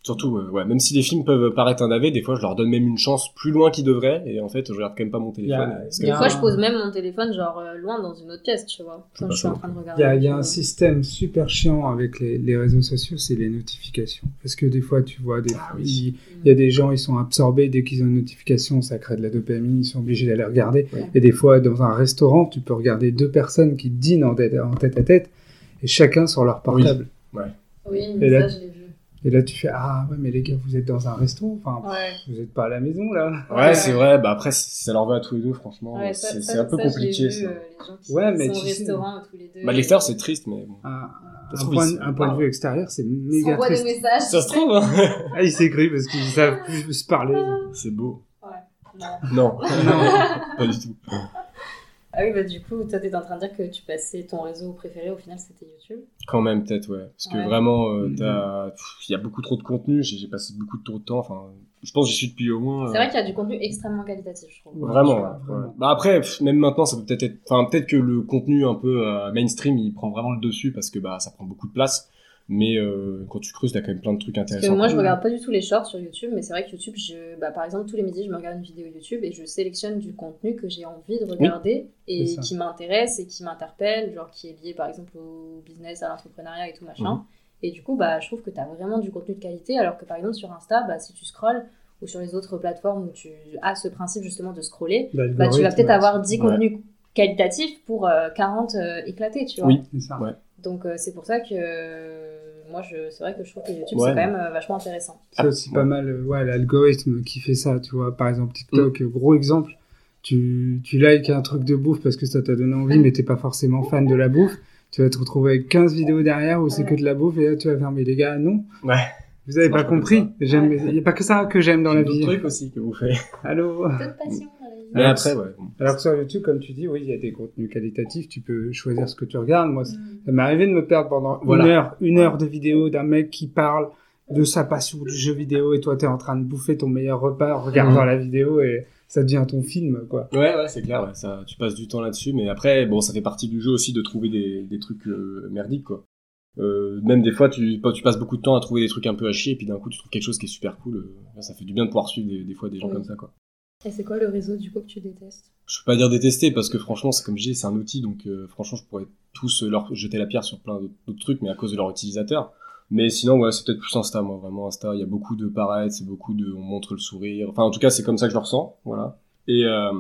[SPEAKER 3] Surtout, euh, ouais, même si les films peuvent paraître un navet, des fois, je leur donne même une chance plus loin qu'ils devraient, et en fait, je regarde quand même pas mon téléphone.
[SPEAKER 4] Il y a-
[SPEAKER 3] parce que-
[SPEAKER 2] des
[SPEAKER 4] y a
[SPEAKER 2] fois
[SPEAKER 4] un-
[SPEAKER 2] je pose même mon téléphone genre euh, loin dans une autre pièce, tu vois,
[SPEAKER 3] C'est
[SPEAKER 2] quand
[SPEAKER 3] pas
[SPEAKER 2] je suis en
[SPEAKER 3] ça,
[SPEAKER 2] train de
[SPEAKER 4] Il
[SPEAKER 2] regarder.
[SPEAKER 4] y a, il y a
[SPEAKER 2] film.
[SPEAKER 4] un système super chiant avec les, les réseaux sociaux, c'est les notifications. Parce que des fois, tu vois, des,
[SPEAKER 3] Ah oui.
[SPEAKER 4] il, il y a des gens, ils sont absorbés dès qu'ils ont une notification, ça crée de la dopamine, ils sont obligés d'aller regarder.
[SPEAKER 3] Ouais.
[SPEAKER 4] Et des fois, dans un restaurant, tu peux regarder deux personnes qui dînent en tête, en tête à tête, et chacun sur leur portable.
[SPEAKER 5] Oui,
[SPEAKER 4] Et là-
[SPEAKER 5] je l'ai vu.
[SPEAKER 4] Et là, tu fais Ah ouais, mais les gars, vous êtes dans un resto, enfin,
[SPEAKER 2] Ouais.
[SPEAKER 4] vous n'êtes pas à la maison là.
[SPEAKER 3] Ouais, c'est vrai, bah après, si ça leur va à tous les deux, franchement,
[SPEAKER 2] Ouais, ça-
[SPEAKER 3] c'est
[SPEAKER 2] ça-
[SPEAKER 3] c'est un peu
[SPEAKER 2] ça, je l'ai
[SPEAKER 3] compliqué,
[SPEAKER 2] vu,
[SPEAKER 3] ça.
[SPEAKER 2] euh, les gens qui
[SPEAKER 4] Ouais, mais
[SPEAKER 2] sont au
[SPEAKER 4] tu sais-
[SPEAKER 2] restaurant euh, tous les deux.
[SPEAKER 3] Bah, l'extérieur, c'est triste, mais bon.
[SPEAKER 4] Un,
[SPEAKER 3] Ça
[SPEAKER 4] un
[SPEAKER 3] se trouve,
[SPEAKER 4] point,
[SPEAKER 3] ils-
[SPEAKER 4] un point de vue extérieur, c'est
[SPEAKER 2] Ils
[SPEAKER 4] méga
[SPEAKER 2] s'envoient des
[SPEAKER 4] triste.
[SPEAKER 2] messages.
[SPEAKER 3] Ça se trouve, hein
[SPEAKER 4] Ah, ils s'écrivent parce qu'ils savent plus se parler.
[SPEAKER 2] Ah.
[SPEAKER 3] C'est beau.
[SPEAKER 2] Non.
[SPEAKER 3] Non,
[SPEAKER 4] Non.
[SPEAKER 3] pas du tout.
[SPEAKER 2] Ah oui, bah du coup, toi, t'es en train de dire que tu passais ton réseau préféré, au final, c'était YouTube.
[SPEAKER 3] Quand même, peut-être, ouais. Parce que
[SPEAKER 2] Ouais.
[SPEAKER 3] vraiment, euh,
[SPEAKER 4] Mhm.
[SPEAKER 3] il y a beaucoup trop de contenu, j'ai j'ai passé beaucoup trop de temps, enfin, je pense que j'y suis depuis au moins... euh,
[SPEAKER 2] C'est vrai qu'il y a du contenu extrêmement qualitatif, je trouve.
[SPEAKER 4] Ouais,
[SPEAKER 3] Vraiment,
[SPEAKER 4] je sais pas,
[SPEAKER 3] ouais.
[SPEAKER 4] vraiment.
[SPEAKER 3] Bah après, pff, même maintenant, ça peut peut-être être. Enfin, peut-être que le contenu un peu euh, mainstream, il prend vraiment le dessus parce que bah, ça prend beaucoup de place. Mais euh, quand tu creuses, t'as quand même plein de trucs
[SPEAKER 2] Parce que
[SPEAKER 3] intéressants.
[SPEAKER 2] moi, je regarde pas du tout les shorts sur YouTube, mais c'est vrai que YouTube, je... bah, par exemple, tous les midis, je me regarde une vidéo YouTube et je sélectionne du contenu que j'ai envie de regarder
[SPEAKER 4] c'est
[SPEAKER 2] et
[SPEAKER 4] ça.
[SPEAKER 2] qui m'intéresse et qui m'interpelle, genre qui est lié, par exemple, au business, à l'entrepreneuriat et tout machin.
[SPEAKER 3] Mhm.
[SPEAKER 2] Et du coup, bah, je trouve que t'as vraiment du contenu de qualité, alors que par exemple, sur Insta, bah, si tu scrolles ou sur les autres plateformes où tu as ce principe justement de scroller, bah, tu vas peut-être avoir 10
[SPEAKER 3] Ouais.
[SPEAKER 2] contenus qualitatifs pour euh, 40 euh, éclatés, tu vois.
[SPEAKER 3] Oui.
[SPEAKER 4] C'est ça.
[SPEAKER 3] Ouais.
[SPEAKER 2] Donc euh, c'est pour ça que euh, moi, je, c'est vrai que je trouve que YouTube,
[SPEAKER 3] Ouais.
[SPEAKER 2] c'est quand même euh, vachement intéressant.
[SPEAKER 4] C'est aussi pas mal, euh, ouais, l'algorithme qui fait ça, tu vois. Par exemple,
[SPEAKER 3] Mm.
[SPEAKER 4] TikTok, euh, gros exemple, tu, tu likes un truc de bouffe parce que ça t'a donné
[SPEAKER 2] Mm.
[SPEAKER 4] envie, mais t'es pas forcément fan de la bouffe. Tu vas te retrouver avec 15 vidéos derrière où c'est que de la bouffe, et là, tu vas faire, mais les gars, non.
[SPEAKER 3] Ouais.
[SPEAKER 4] Vous avez
[SPEAKER 3] Ça
[SPEAKER 4] pas
[SPEAKER 3] marche comme
[SPEAKER 4] compris.
[SPEAKER 3] ça.
[SPEAKER 4] J'aime, il y a pas que ça que j'aime dans la
[SPEAKER 3] D'autres
[SPEAKER 4] vie.
[SPEAKER 3] trucs aussi que vous faites.
[SPEAKER 4] Allô?
[SPEAKER 5] D'autres passions dans la vie.
[SPEAKER 3] Mais après, ouais.
[SPEAKER 4] Alors que sur YouTube, comme tu dis, oui, il y a des contenus qualitatifs, tu peux choisir ce que tu regardes. Moi,
[SPEAKER 5] Mm.
[SPEAKER 4] Ça m'est arrivé de me perdre pendant
[SPEAKER 3] Voilà.
[SPEAKER 4] une heure, une heure de vidéo d'un mec qui parle de sa passion du jeu vidéo et toi t'es en train de bouffer ton meilleur repas en
[SPEAKER 3] Mhm.
[SPEAKER 4] regardant la vidéo et ça devient ton film quoi.
[SPEAKER 3] Ouais, ouais, c'est clair, ouais, ça, tu passes du temps là-dessus, mais après, bon, ça fait partie du jeu aussi de trouver des, des trucs euh, merdiques, quoi. Euh, même des fois, tu, tu passes beaucoup de temps à trouver des trucs un peu à chier, et puis d'un coup, tu trouves quelque chose qui est super cool. euh, là, ça fait du bien de pouvoir suivre des, des fois des gens
[SPEAKER 2] Oui.
[SPEAKER 3] comme ça, quoi.
[SPEAKER 2] Et c'est quoi le réseau du coup que tu détestes
[SPEAKER 3] Je peux pas dire détester, parce que franchement, c'est comme je dis, c'est un outil, donc euh, franchement, je pourrais tous euh, leur jeter la pierre sur plein d'autres d'autres trucs, mais à cause de leur utilisateur. Mais sinon, ouais, c'est peut-être plus Insta, moi, vraiment Insta. Il y a beaucoup de paraître, c'est beaucoup de. On montre le sourire. Enfin, en tout cas, c'est comme ça que je le ressens, voilà. Et euh,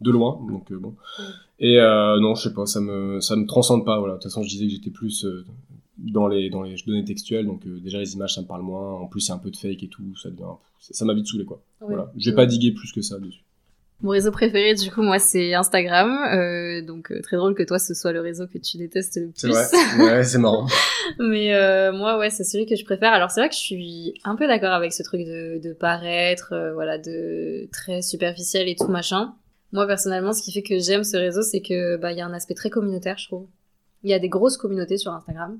[SPEAKER 3] de loin, donc euh, bon. Et euh, non, je sais pas, ça me, ça me transcende pas, voilà. De toute façon, je disais que j'étais plus euh, dans, les, dans les données textuelles, donc euh, déjà les images, ça me parle moins. En plus, il y a un peu de fake et tout, ça devient. Ça, ça m'a vite saoulé, quoi. Voilà. Je vais pas diguer plus que ça dessus.
[SPEAKER 2] Mon réseau préféré, du coup, moi, c'est Instagram. Euh, donc, euh, très drôle que toi, ce soit le réseau que tu détestes le plus.
[SPEAKER 3] ouais, c'est marrant.
[SPEAKER 2] Mais euh, moi, ouais, c'est celui que je préfère. Alors, c'est vrai que je suis un peu d'accord avec ce truc de, de paraître, euh, voilà, de très superficiel et tout machin. Moi, personnellement, ce qui fait que j'aime ce réseau, c'est que bah, il y a un aspect très communautaire, je trouve. Il y a des grosses communautés sur Instagram.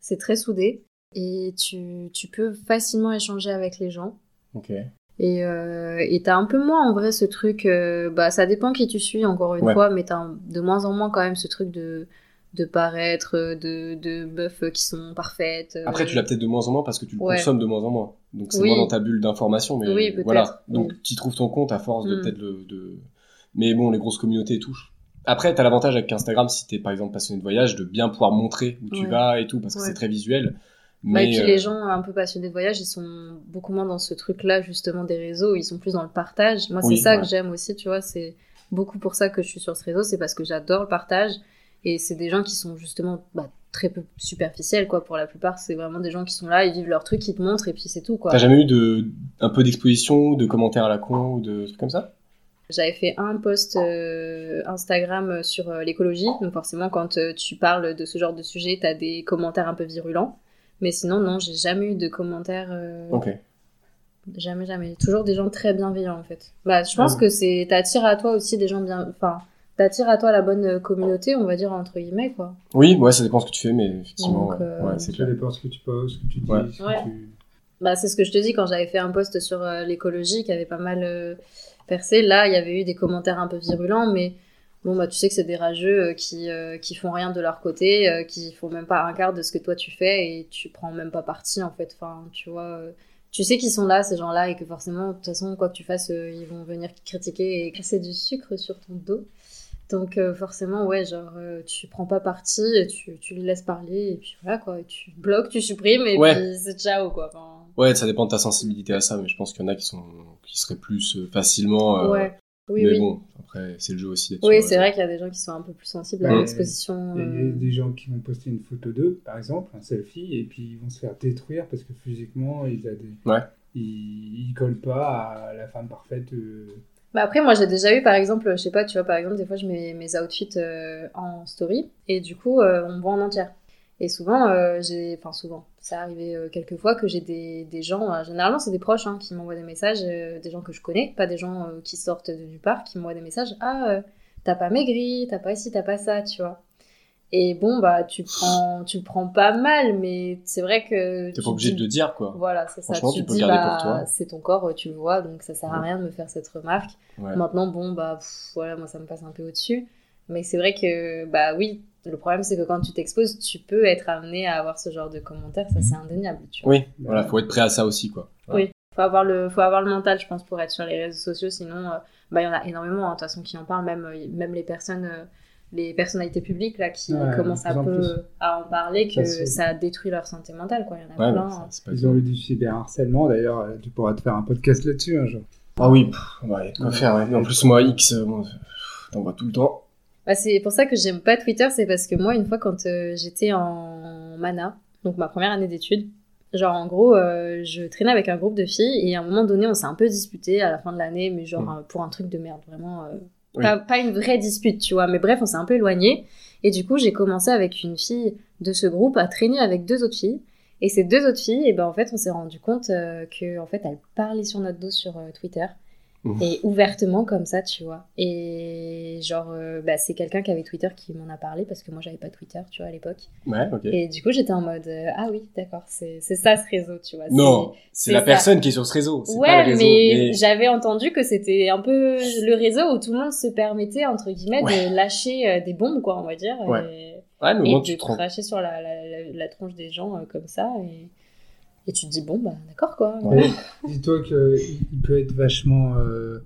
[SPEAKER 2] C'est très soudé. Et tu, tu peux facilement échanger avec les gens.
[SPEAKER 3] Ok.
[SPEAKER 2] Et euh, et t'as un peu moins en vrai ce truc, euh, bah ça dépend qui tu suis encore une
[SPEAKER 3] Ouais.
[SPEAKER 2] fois, mais t'as un- de moins en moins quand même ce truc de, de paraître, euh, de, de meufs euh, qui sont parfaites. euh.
[SPEAKER 3] Après, tu l'as peut-être de moins en moins parce que tu le
[SPEAKER 2] Ouais.
[SPEAKER 3] consommes de moins en moins. Donc, c'est
[SPEAKER 2] Oui.
[SPEAKER 3] moins dans ta bulle d'information. Mais
[SPEAKER 2] Oui, peut-être.
[SPEAKER 3] voilà. Donc,
[SPEAKER 2] Oui.
[SPEAKER 3] tu trouves ton compte à force de
[SPEAKER 2] Mm.
[SPEAKER 3] peut-être le- de. Mais bon, les grosses communautés touchent. Après, t'as l'avantage avec Instagram, si t'es par exemple passionné de voyage, de bien pouvoir montrer où tu
[SPEAKER 2] Ouais.
[SPEAKER 3] vas et tout, parce que
[SPEAKER 2] Ouais.
[SPEAKER 3] c'est très visuel. Mais,
[SPEAKER 2] Bah, et puis
[SPEAKER 3] euh,
[SPEAKER 2] les gens un peu passionnés de voyage, ils sont beaucoup moins dans ce truc-là justement des réseaux, ils sont plus dans le partage. Moi, c'est
[SPEAKER 3] Oui,
[SPEAKER 2] ça
[SPEAKER 3] ouais.
[SPEAKER 2] que j'aime aussi, tu vois, c'est beaucoup pour ça que je suis sur ce réseau, c'est parce que j'adore le partage. Et c'est des gens qui sont justement bah, très peu superficiels, quoi. Pour la plupart, c'est vraiment des gens qui sont là, ils vivent leur truc, ils te montrent et puis c'est tout, quoi.
[SPEAKER 3] T'as jamais eu de, un peu d'exposition, de commentaires à la con ou de trucs comme ça
[SPEAKER 2] J'avais fait un post euh, Instagram sur euh, l'écologie, donc forcément quand euh, tu parles de ce genre de sujet, t'as des commentaires un peu virulents. Mais sinon, non, j'ai jamais eu de commentaires. euh,
[SPEAKER 3] Ok.
[SPEAKER 2] Jamais, jamais. Toujours des gens très bienveillants en fait. Bah, je pense
[SPEAKER 3] Ah oui.
[SPEAKER 2] que c'est t'attires à toi aussi des gens bien. Enfin, t'attires à toi la bonne euh, communauté, on va dire entre guillemets quoi.
[SPEAKER 3] Oui, ouais, ça dépend ce que tu fais, mais effectivement,
[SPEAKER 2] Donc,
[SPEAKER 3] ouais,
[SPEAKER 2] euh,
[SPEAKER 3] ouais, c'est
[SPEAKER 4] Ça
[SPEAKER 3] clair.
[SPEAKER 4] dépend ce que tu poses, ce que tu dis,
[SPEAKER 3] Ouais.
[SPEAKER 4] ce que
[SPEAKER 2] Ouais.
[SPEAKER 4] tu-
[SPEAKER 2] Bah, c'est ce que je te dis quand j'avais fait un post sur euh, l'écologie qui avait pas mal euh, percé. Là, il y avait eu des commentaires un peu virulents, mais bon, bah, tu sais que c'est des rageux euh, qui, euh, qui font rien de leur côté, euh, qui font même pas un quart de ce que toi tu fais et tu prends même pas parti en fait. Enfin, tu vois, euh, tu sais qu'ils sont là, ces gens-là, et que forcément, de toute façon, quoi que tu fasses, euh, ils vont venir critiquer et casser du sucre sur ton dos. Donc, euh, forcément, ouais, genre, euh, tu prends pas parti, et tu, tu les laisses parler, et puis voilà quoi, et tu bloques, tu supprimes, et
[SPEAKER 3] Ouais.
[SPEAKER 2] puis c'est ciao quoi. Enfin,
[SPEAKER 3] Ouais, ça dépend de ta sensibilité à ça, mais je pense qu'il y en a qui sont qui seraient plus euh, facilement. euh,
[SPEAKER 2] Ouais. Oui,
[SPEAKER 3] mais
[SPEAKER 2] oui.
[SPEAKER 3] bon, après, c'est le jeu aussi d'être
[SPEAKER 2] oui,
[SPEAKER 3] sur- euh,
[SPEAKER 2] c'est vrai qu'il y a des gens qui sont un peu plus sensibles à
[SPEAKER 4] Ouais.
[SPEAKER 2] l'exposition.
[SPEAKER 4] Il y a
[SPEAKER 2] euh,
[SPEAKER 4] des gens qui vont poster une photo d'eux, par exemple, un selfie, et puis ils vont se faire détruire parce que physiquement, ils, a des...
[SPEAKER 3] Ouais.
[SPEAKER 4] ils, ils collent pas à la femme parfaite. euh.
[SPEAKER 2] Bah après, moi, j'ai déjà eu, par exemple, je sais pas, tu vois, par exemple, des fois, je mets mes outfits euh, en story et du coup, euh, on me voit en entière. Et souvent, euh, j'ai, enfin souvent, ça arrivait euh, quelques fois que j'ai des, des gens, euh, généralement, c'est des proches hein, qui m'envoient des messages, euh, des gens que je connais, pas des gens euh, qui sortent de nulle part, qui m'envoient des messages. Ah, euh, t'as pas maigri, t'as pas ci, t'as pas ça, tu vois. Et bon, bah, tu le prends, tu le prends pas mal, mais c'est vrai que.
[SPEAKER 3] T'es
[SPEAKER 2] tu
[SPEAKER 3] pas obligé
[SPEAKER 2] te
[SPEAKER 3] de
[SPEAKER 2] dis-
[SPEAKER 3] le dire, quoi.
[SPEAKER 2] Voilà, c'est ça.
[SPEAKER 3] Franchement,
[SPEAKER 2] Tu,
[SPEAKER 3] tu
[SPEAKER 2] te
[SPEAKER 3] peux
[SPEAKER 2] dis,
[SPEAKER 3] le garder
[SPEAKER 2] bah,
[SPEAKER 3] pour toi.
[SPEAKER 2] c'est ton corps, tu le vois, donc ça sert à
[SPEAKER 3] Ouais.
[SPEAKER 2] rien de me faire cette remarque.
[SPEAKER 3] Ouais.
[SPEAKER 2] Maintenant, bon, bah pff, voilà, moi ça me passe un peu au-dessus. Mais c'est vrai que, bah oui, le problème c'est que quand tu t'exposes, tu peux être amené à avoir ce genre de commentaires, ça c'est indéniable, tu vois.
[SPEAKER 3] Oui, voilà, faut être prêt à ça aussi, quoi. Voilà.
[SPEAKER 2] Oui. Faut avoir le, faut avoir le mental, je pense, pour être sur les réseaux sociaux. Sinon, euh, bah, il y en a énormément, hein, de toute façon, qui en parlent, même, euh, même les personnes, euh, les personnalités publiques, là, qui
[SPEAKER 4] Ouais,
[SPEAKER 2] commencent
[SPEAKER 4] de plus
[SPEAKER 2] un
[SPEAKER 4] en
[SPEAKER 2] peu
[SPEAKER 4] plus.
[SPEAKER 2] euh, à en parler, que
[SPEAKER 4] Ça, c'est-
[SPEAKER 2] ça détruit leur santé mentale, quoi. Il y en a
[SPEAKER 3] Ouais,
[SPEAKER 2] plein. hein.
[SPEAKER 3] mais ça, c'est pas
[SPEAKER 4] Ils ont eu du cyberharcèlement, d'ailleurs, euh, tu pourras te faire un podcast là-dessus hein, un jour.
[SPEAKER 3] Ah oui, il y a de quoi faire, ouais. En plus, moi, X, euh, bon, pff, t'en vois tout le temps.
[SPEAKER 2] Bah, c'est pour ça que j'aime pas Twitter, c'est parce que moi, une fois, quand euh, j'étais en Mana, donc ma première année d'études. Genre, en gros, euh, je traînais avec un groupe de filles et à un moment donné, on s'est un peu disputé à la fin de l'année, mais genre
[SPEAKER 3] Mm.
[SPEAKER 2] un- pour un truc de merde, vraiment. euh,
[SPEAKER 3] Oui.
[SPEAKER 2] pas, pas une vraie dispute, tu vois, mais bref, on s'est un peu éloigné. Et du coup, j'ai commencé avec une fille de ce groupe à traîner avec deux autres filles. Et ces deux autres filles, et ben en fait, on s'est rendu compte euh, que en fait, elles parlaient sur notre dos sur euh, Twitter
[SPEAKER 3] Ouf.
[SPEAKER 2] et ouvertement comme ça, tu vois. Et genre, euh, bah, c'est quelqu'un qui avait Twitter qui m'en a parlé parce que moi, j'avais pas Twitter, tu vois, à l'époque.
[SPEAKER 3] Ouais, ok.
[SPEAKER 2] Et du coup, j'étais en mode euh, ah oui, d'accord, c'est c'est ça ce réseau, tu vois.
[SPEAKER 3] Non, c'est
[SPEAKER 2] c'est
[SPEAKER 3] la
[SPEAKER 2] ça.
[SPEAKER 3] personne qui est sur ce réseau. c'est
[SPEAKER 2] Ouais,
[SPEAKER 3] pas le réseau,
[SPEAKER 2] mais,
[SPEAKER 3] mais-
[SPEAKER 2] j'avais entendu que c'était un peu le réseau où tout le monde se permettait, entre guillemets,
[SPEAKER 3] Ouais.
[SPEAKER 2] de lâcher euh, des bombes, quoi, on va dire.
[SPEAKER 3] Ouais.
[SPEAKER 2] Et,
[SPEAKER 3] Ouais, mais au
[SPEAKER 2] et
[SPEAKER 3] moins
[SPEAKER 2] de
[SPEAKER 3] tu te rends
[SPEAKER 2] cracher sur la, la, la- la tronche des gens euh, comme ça. Et, et tu te dis, bon, bah, d'accord, quoi.
[SPEAKER 3] Ouais.
[SPEAKER 4] Dis-toi qu'il peut être vachement, euh,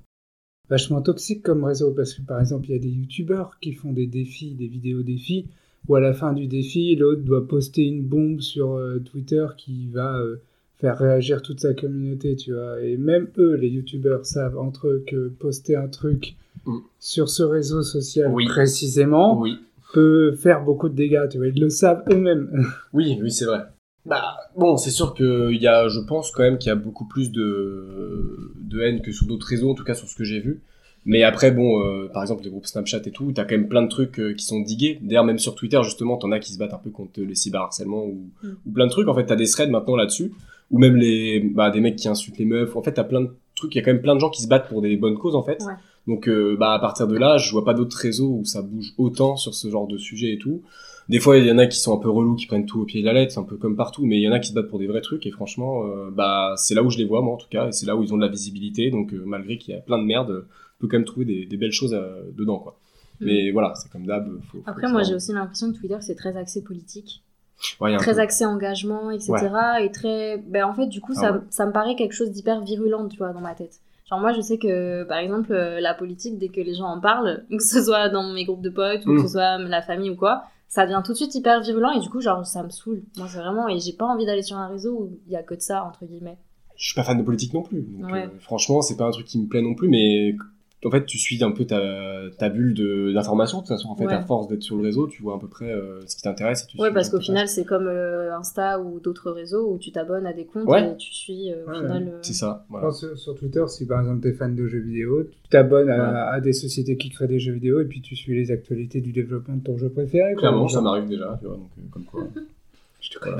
[SPEAKER 4] vachement toxique comme réseau, parce que par exemple, il y a des youtubeurs qui font des défis, des vidéos défis, où à la fin du défi, l'autre doit poster une bombe sur euh, Twitter qui va euh, faire réagir toute sa communauté, tu vois. Et même eux, les youtubeurs, savent entre eux que poster un truc
[SPEAKER 3] Mm.
[SPEAKER 4] sur ce réseau social
[SPEAKER 3] Oui.
[SPEAKER 4] précisément
[SPEAKER 3] Oui,
[SPEAKER 4] peut faire beaucoup de dégâts, tu vois. Ils le savent eux-mêmes.
[SPEAKER 3] oui, oui, c'est vrai. Bah, bon, c'est sûr que il y a, je pense quand même qu'il y a beaucoup plus de, de haine que sur d'autres réseaux, en tout cas sur ce que j'ai vu. Mais après, bon, euh, par exemple, les groupes Snapchat et tout, t'as quand même plein de trucs euh, qui sont digués. D'ailleurs, même sur Twitter, justement, t'en as qui se battent un peu contre les cyberharcèlements ou,
[SPEAKER 2] Mm.
[SPEAKER 3] ou plein de trucs. En fait, t'as des threads maintenant là-dessus, ou même les, bah, des mecs qui insultent les meufs. En fait, t'as plein de trucs. Il y a quand même plein de gens qui se battent pour des bonnes causes, en fait.
[SPEAKER 2] Ouais.
[SPEAKER 3] Donc, euh, bah, à partir de là, je vois pas d'autres réseaux où ça bouge autant sur ce genre de sujet et tout. Des fois, il y en a qui sont un peu relous, qui prennent tout au pied de la lettre, c'est un peu comme partout, mais il y en a qui se battent pour des vrais trucs, et franchement, euh, bah, c'est là où je les vois, moi, en tout cas, et c'est là où ils ont de la visibilité, donc euh, malgré qu'il y a plein de merde, euh, on peut quand même trouver des, des belles choses euh, dedans, quoi.
[SPEAKER 2] Mm.
[SPEAKER 3] Mais voilà, c'est comme d'hab. faut- faut
[SPEAKER 2] Après,
[SPEAKER 3] faire-
[SPEAKER 2] moi, j'ai aussi l'impression que Twitter, c'est très axé politique,
[SPEAKER 3] Ouais, il y a un
[SPEAKER 2] très
[SPEAKER 3] peu-
[SPEAKER 2] axé engagement, etc. Et très. Ben, en fait, du coup,
[SPEAKER 3] Ah
[SPEAKER 2] ça,
[SPEAKER 3] ouais.
[SPEAKER 2] ça me paraît quelque chose d'hyper virulent, tu vois, dans ma tête. Genre, moi, je sais que, par exemple, euh, la politique, dès que les gens en parlent, que ce soit dans mes groupes de potes, ou
[SPEAKER 3] Mm.
[SPEAKER 2] que ce soit la famille ou quoi, ça devient tout de suite hyper virulent, et du coup, genre, ça me saoule. Moi, c'est vraiment. Et j'ai pas envie d'aller sur un réseau où il y a que de ça, entre guillemets.
[SPEAKER 3] je suis pas fan de politique non plus. Donc,
[SPEAKER 2] Ouais.
[SPEAKER 3] euh, franchement, c'est pas un truc qui me plaît non plus, mais en fait, tu suis un peu ta, ta bulle de- d'information. De toute façon, en fait,
[SPEAKER 2] Ouais.
[SPEAKER 3] à force d'être sur le réseau, tu vois à peu près euh, ce qui t'intéresse. et tu
[SPEAKER 2] Ouais,
[SPEAKER 3] suis
[SPEAKER 2] parce
[SPEAKER 3] un
[SPEAKER 2] qu'au
[SPEAKER 3] peu
[SPEAKER 2] final, c'est comme euh, Insta ou d'autres réseaux où tu t'abonnes à des comptes
[SPEAKER 3] Ouais.
[SPEAKER 2] et tu suis, euh, au
[SPEAKER 4] Ouais,
[SPEAKER 2] final. euh,
[SPEAKER 3] ça. C'est ça,
[SPEAKER 4] Je
[SPEAKER 3] voilà.
[SPEAKER 4] pense Sur, sur Twitter, si par exemple t'es fan de jeux vidéo, tu t'abonnes à,
[SPEAKER 3] Ouais.
[SPEAKER 4] à des sociétés qui créent des jeux vidéo et puis tu suis les actualités du développement de ton jeu préféré. quoi.
[SPEAKER 3] Clairement, ça
[SPEAKER 4] Genre,
[SPEAKER 3] m'arrive déjà, tu vois, donc euh, comme quoi.
[SPEAKER 4] Je te connais.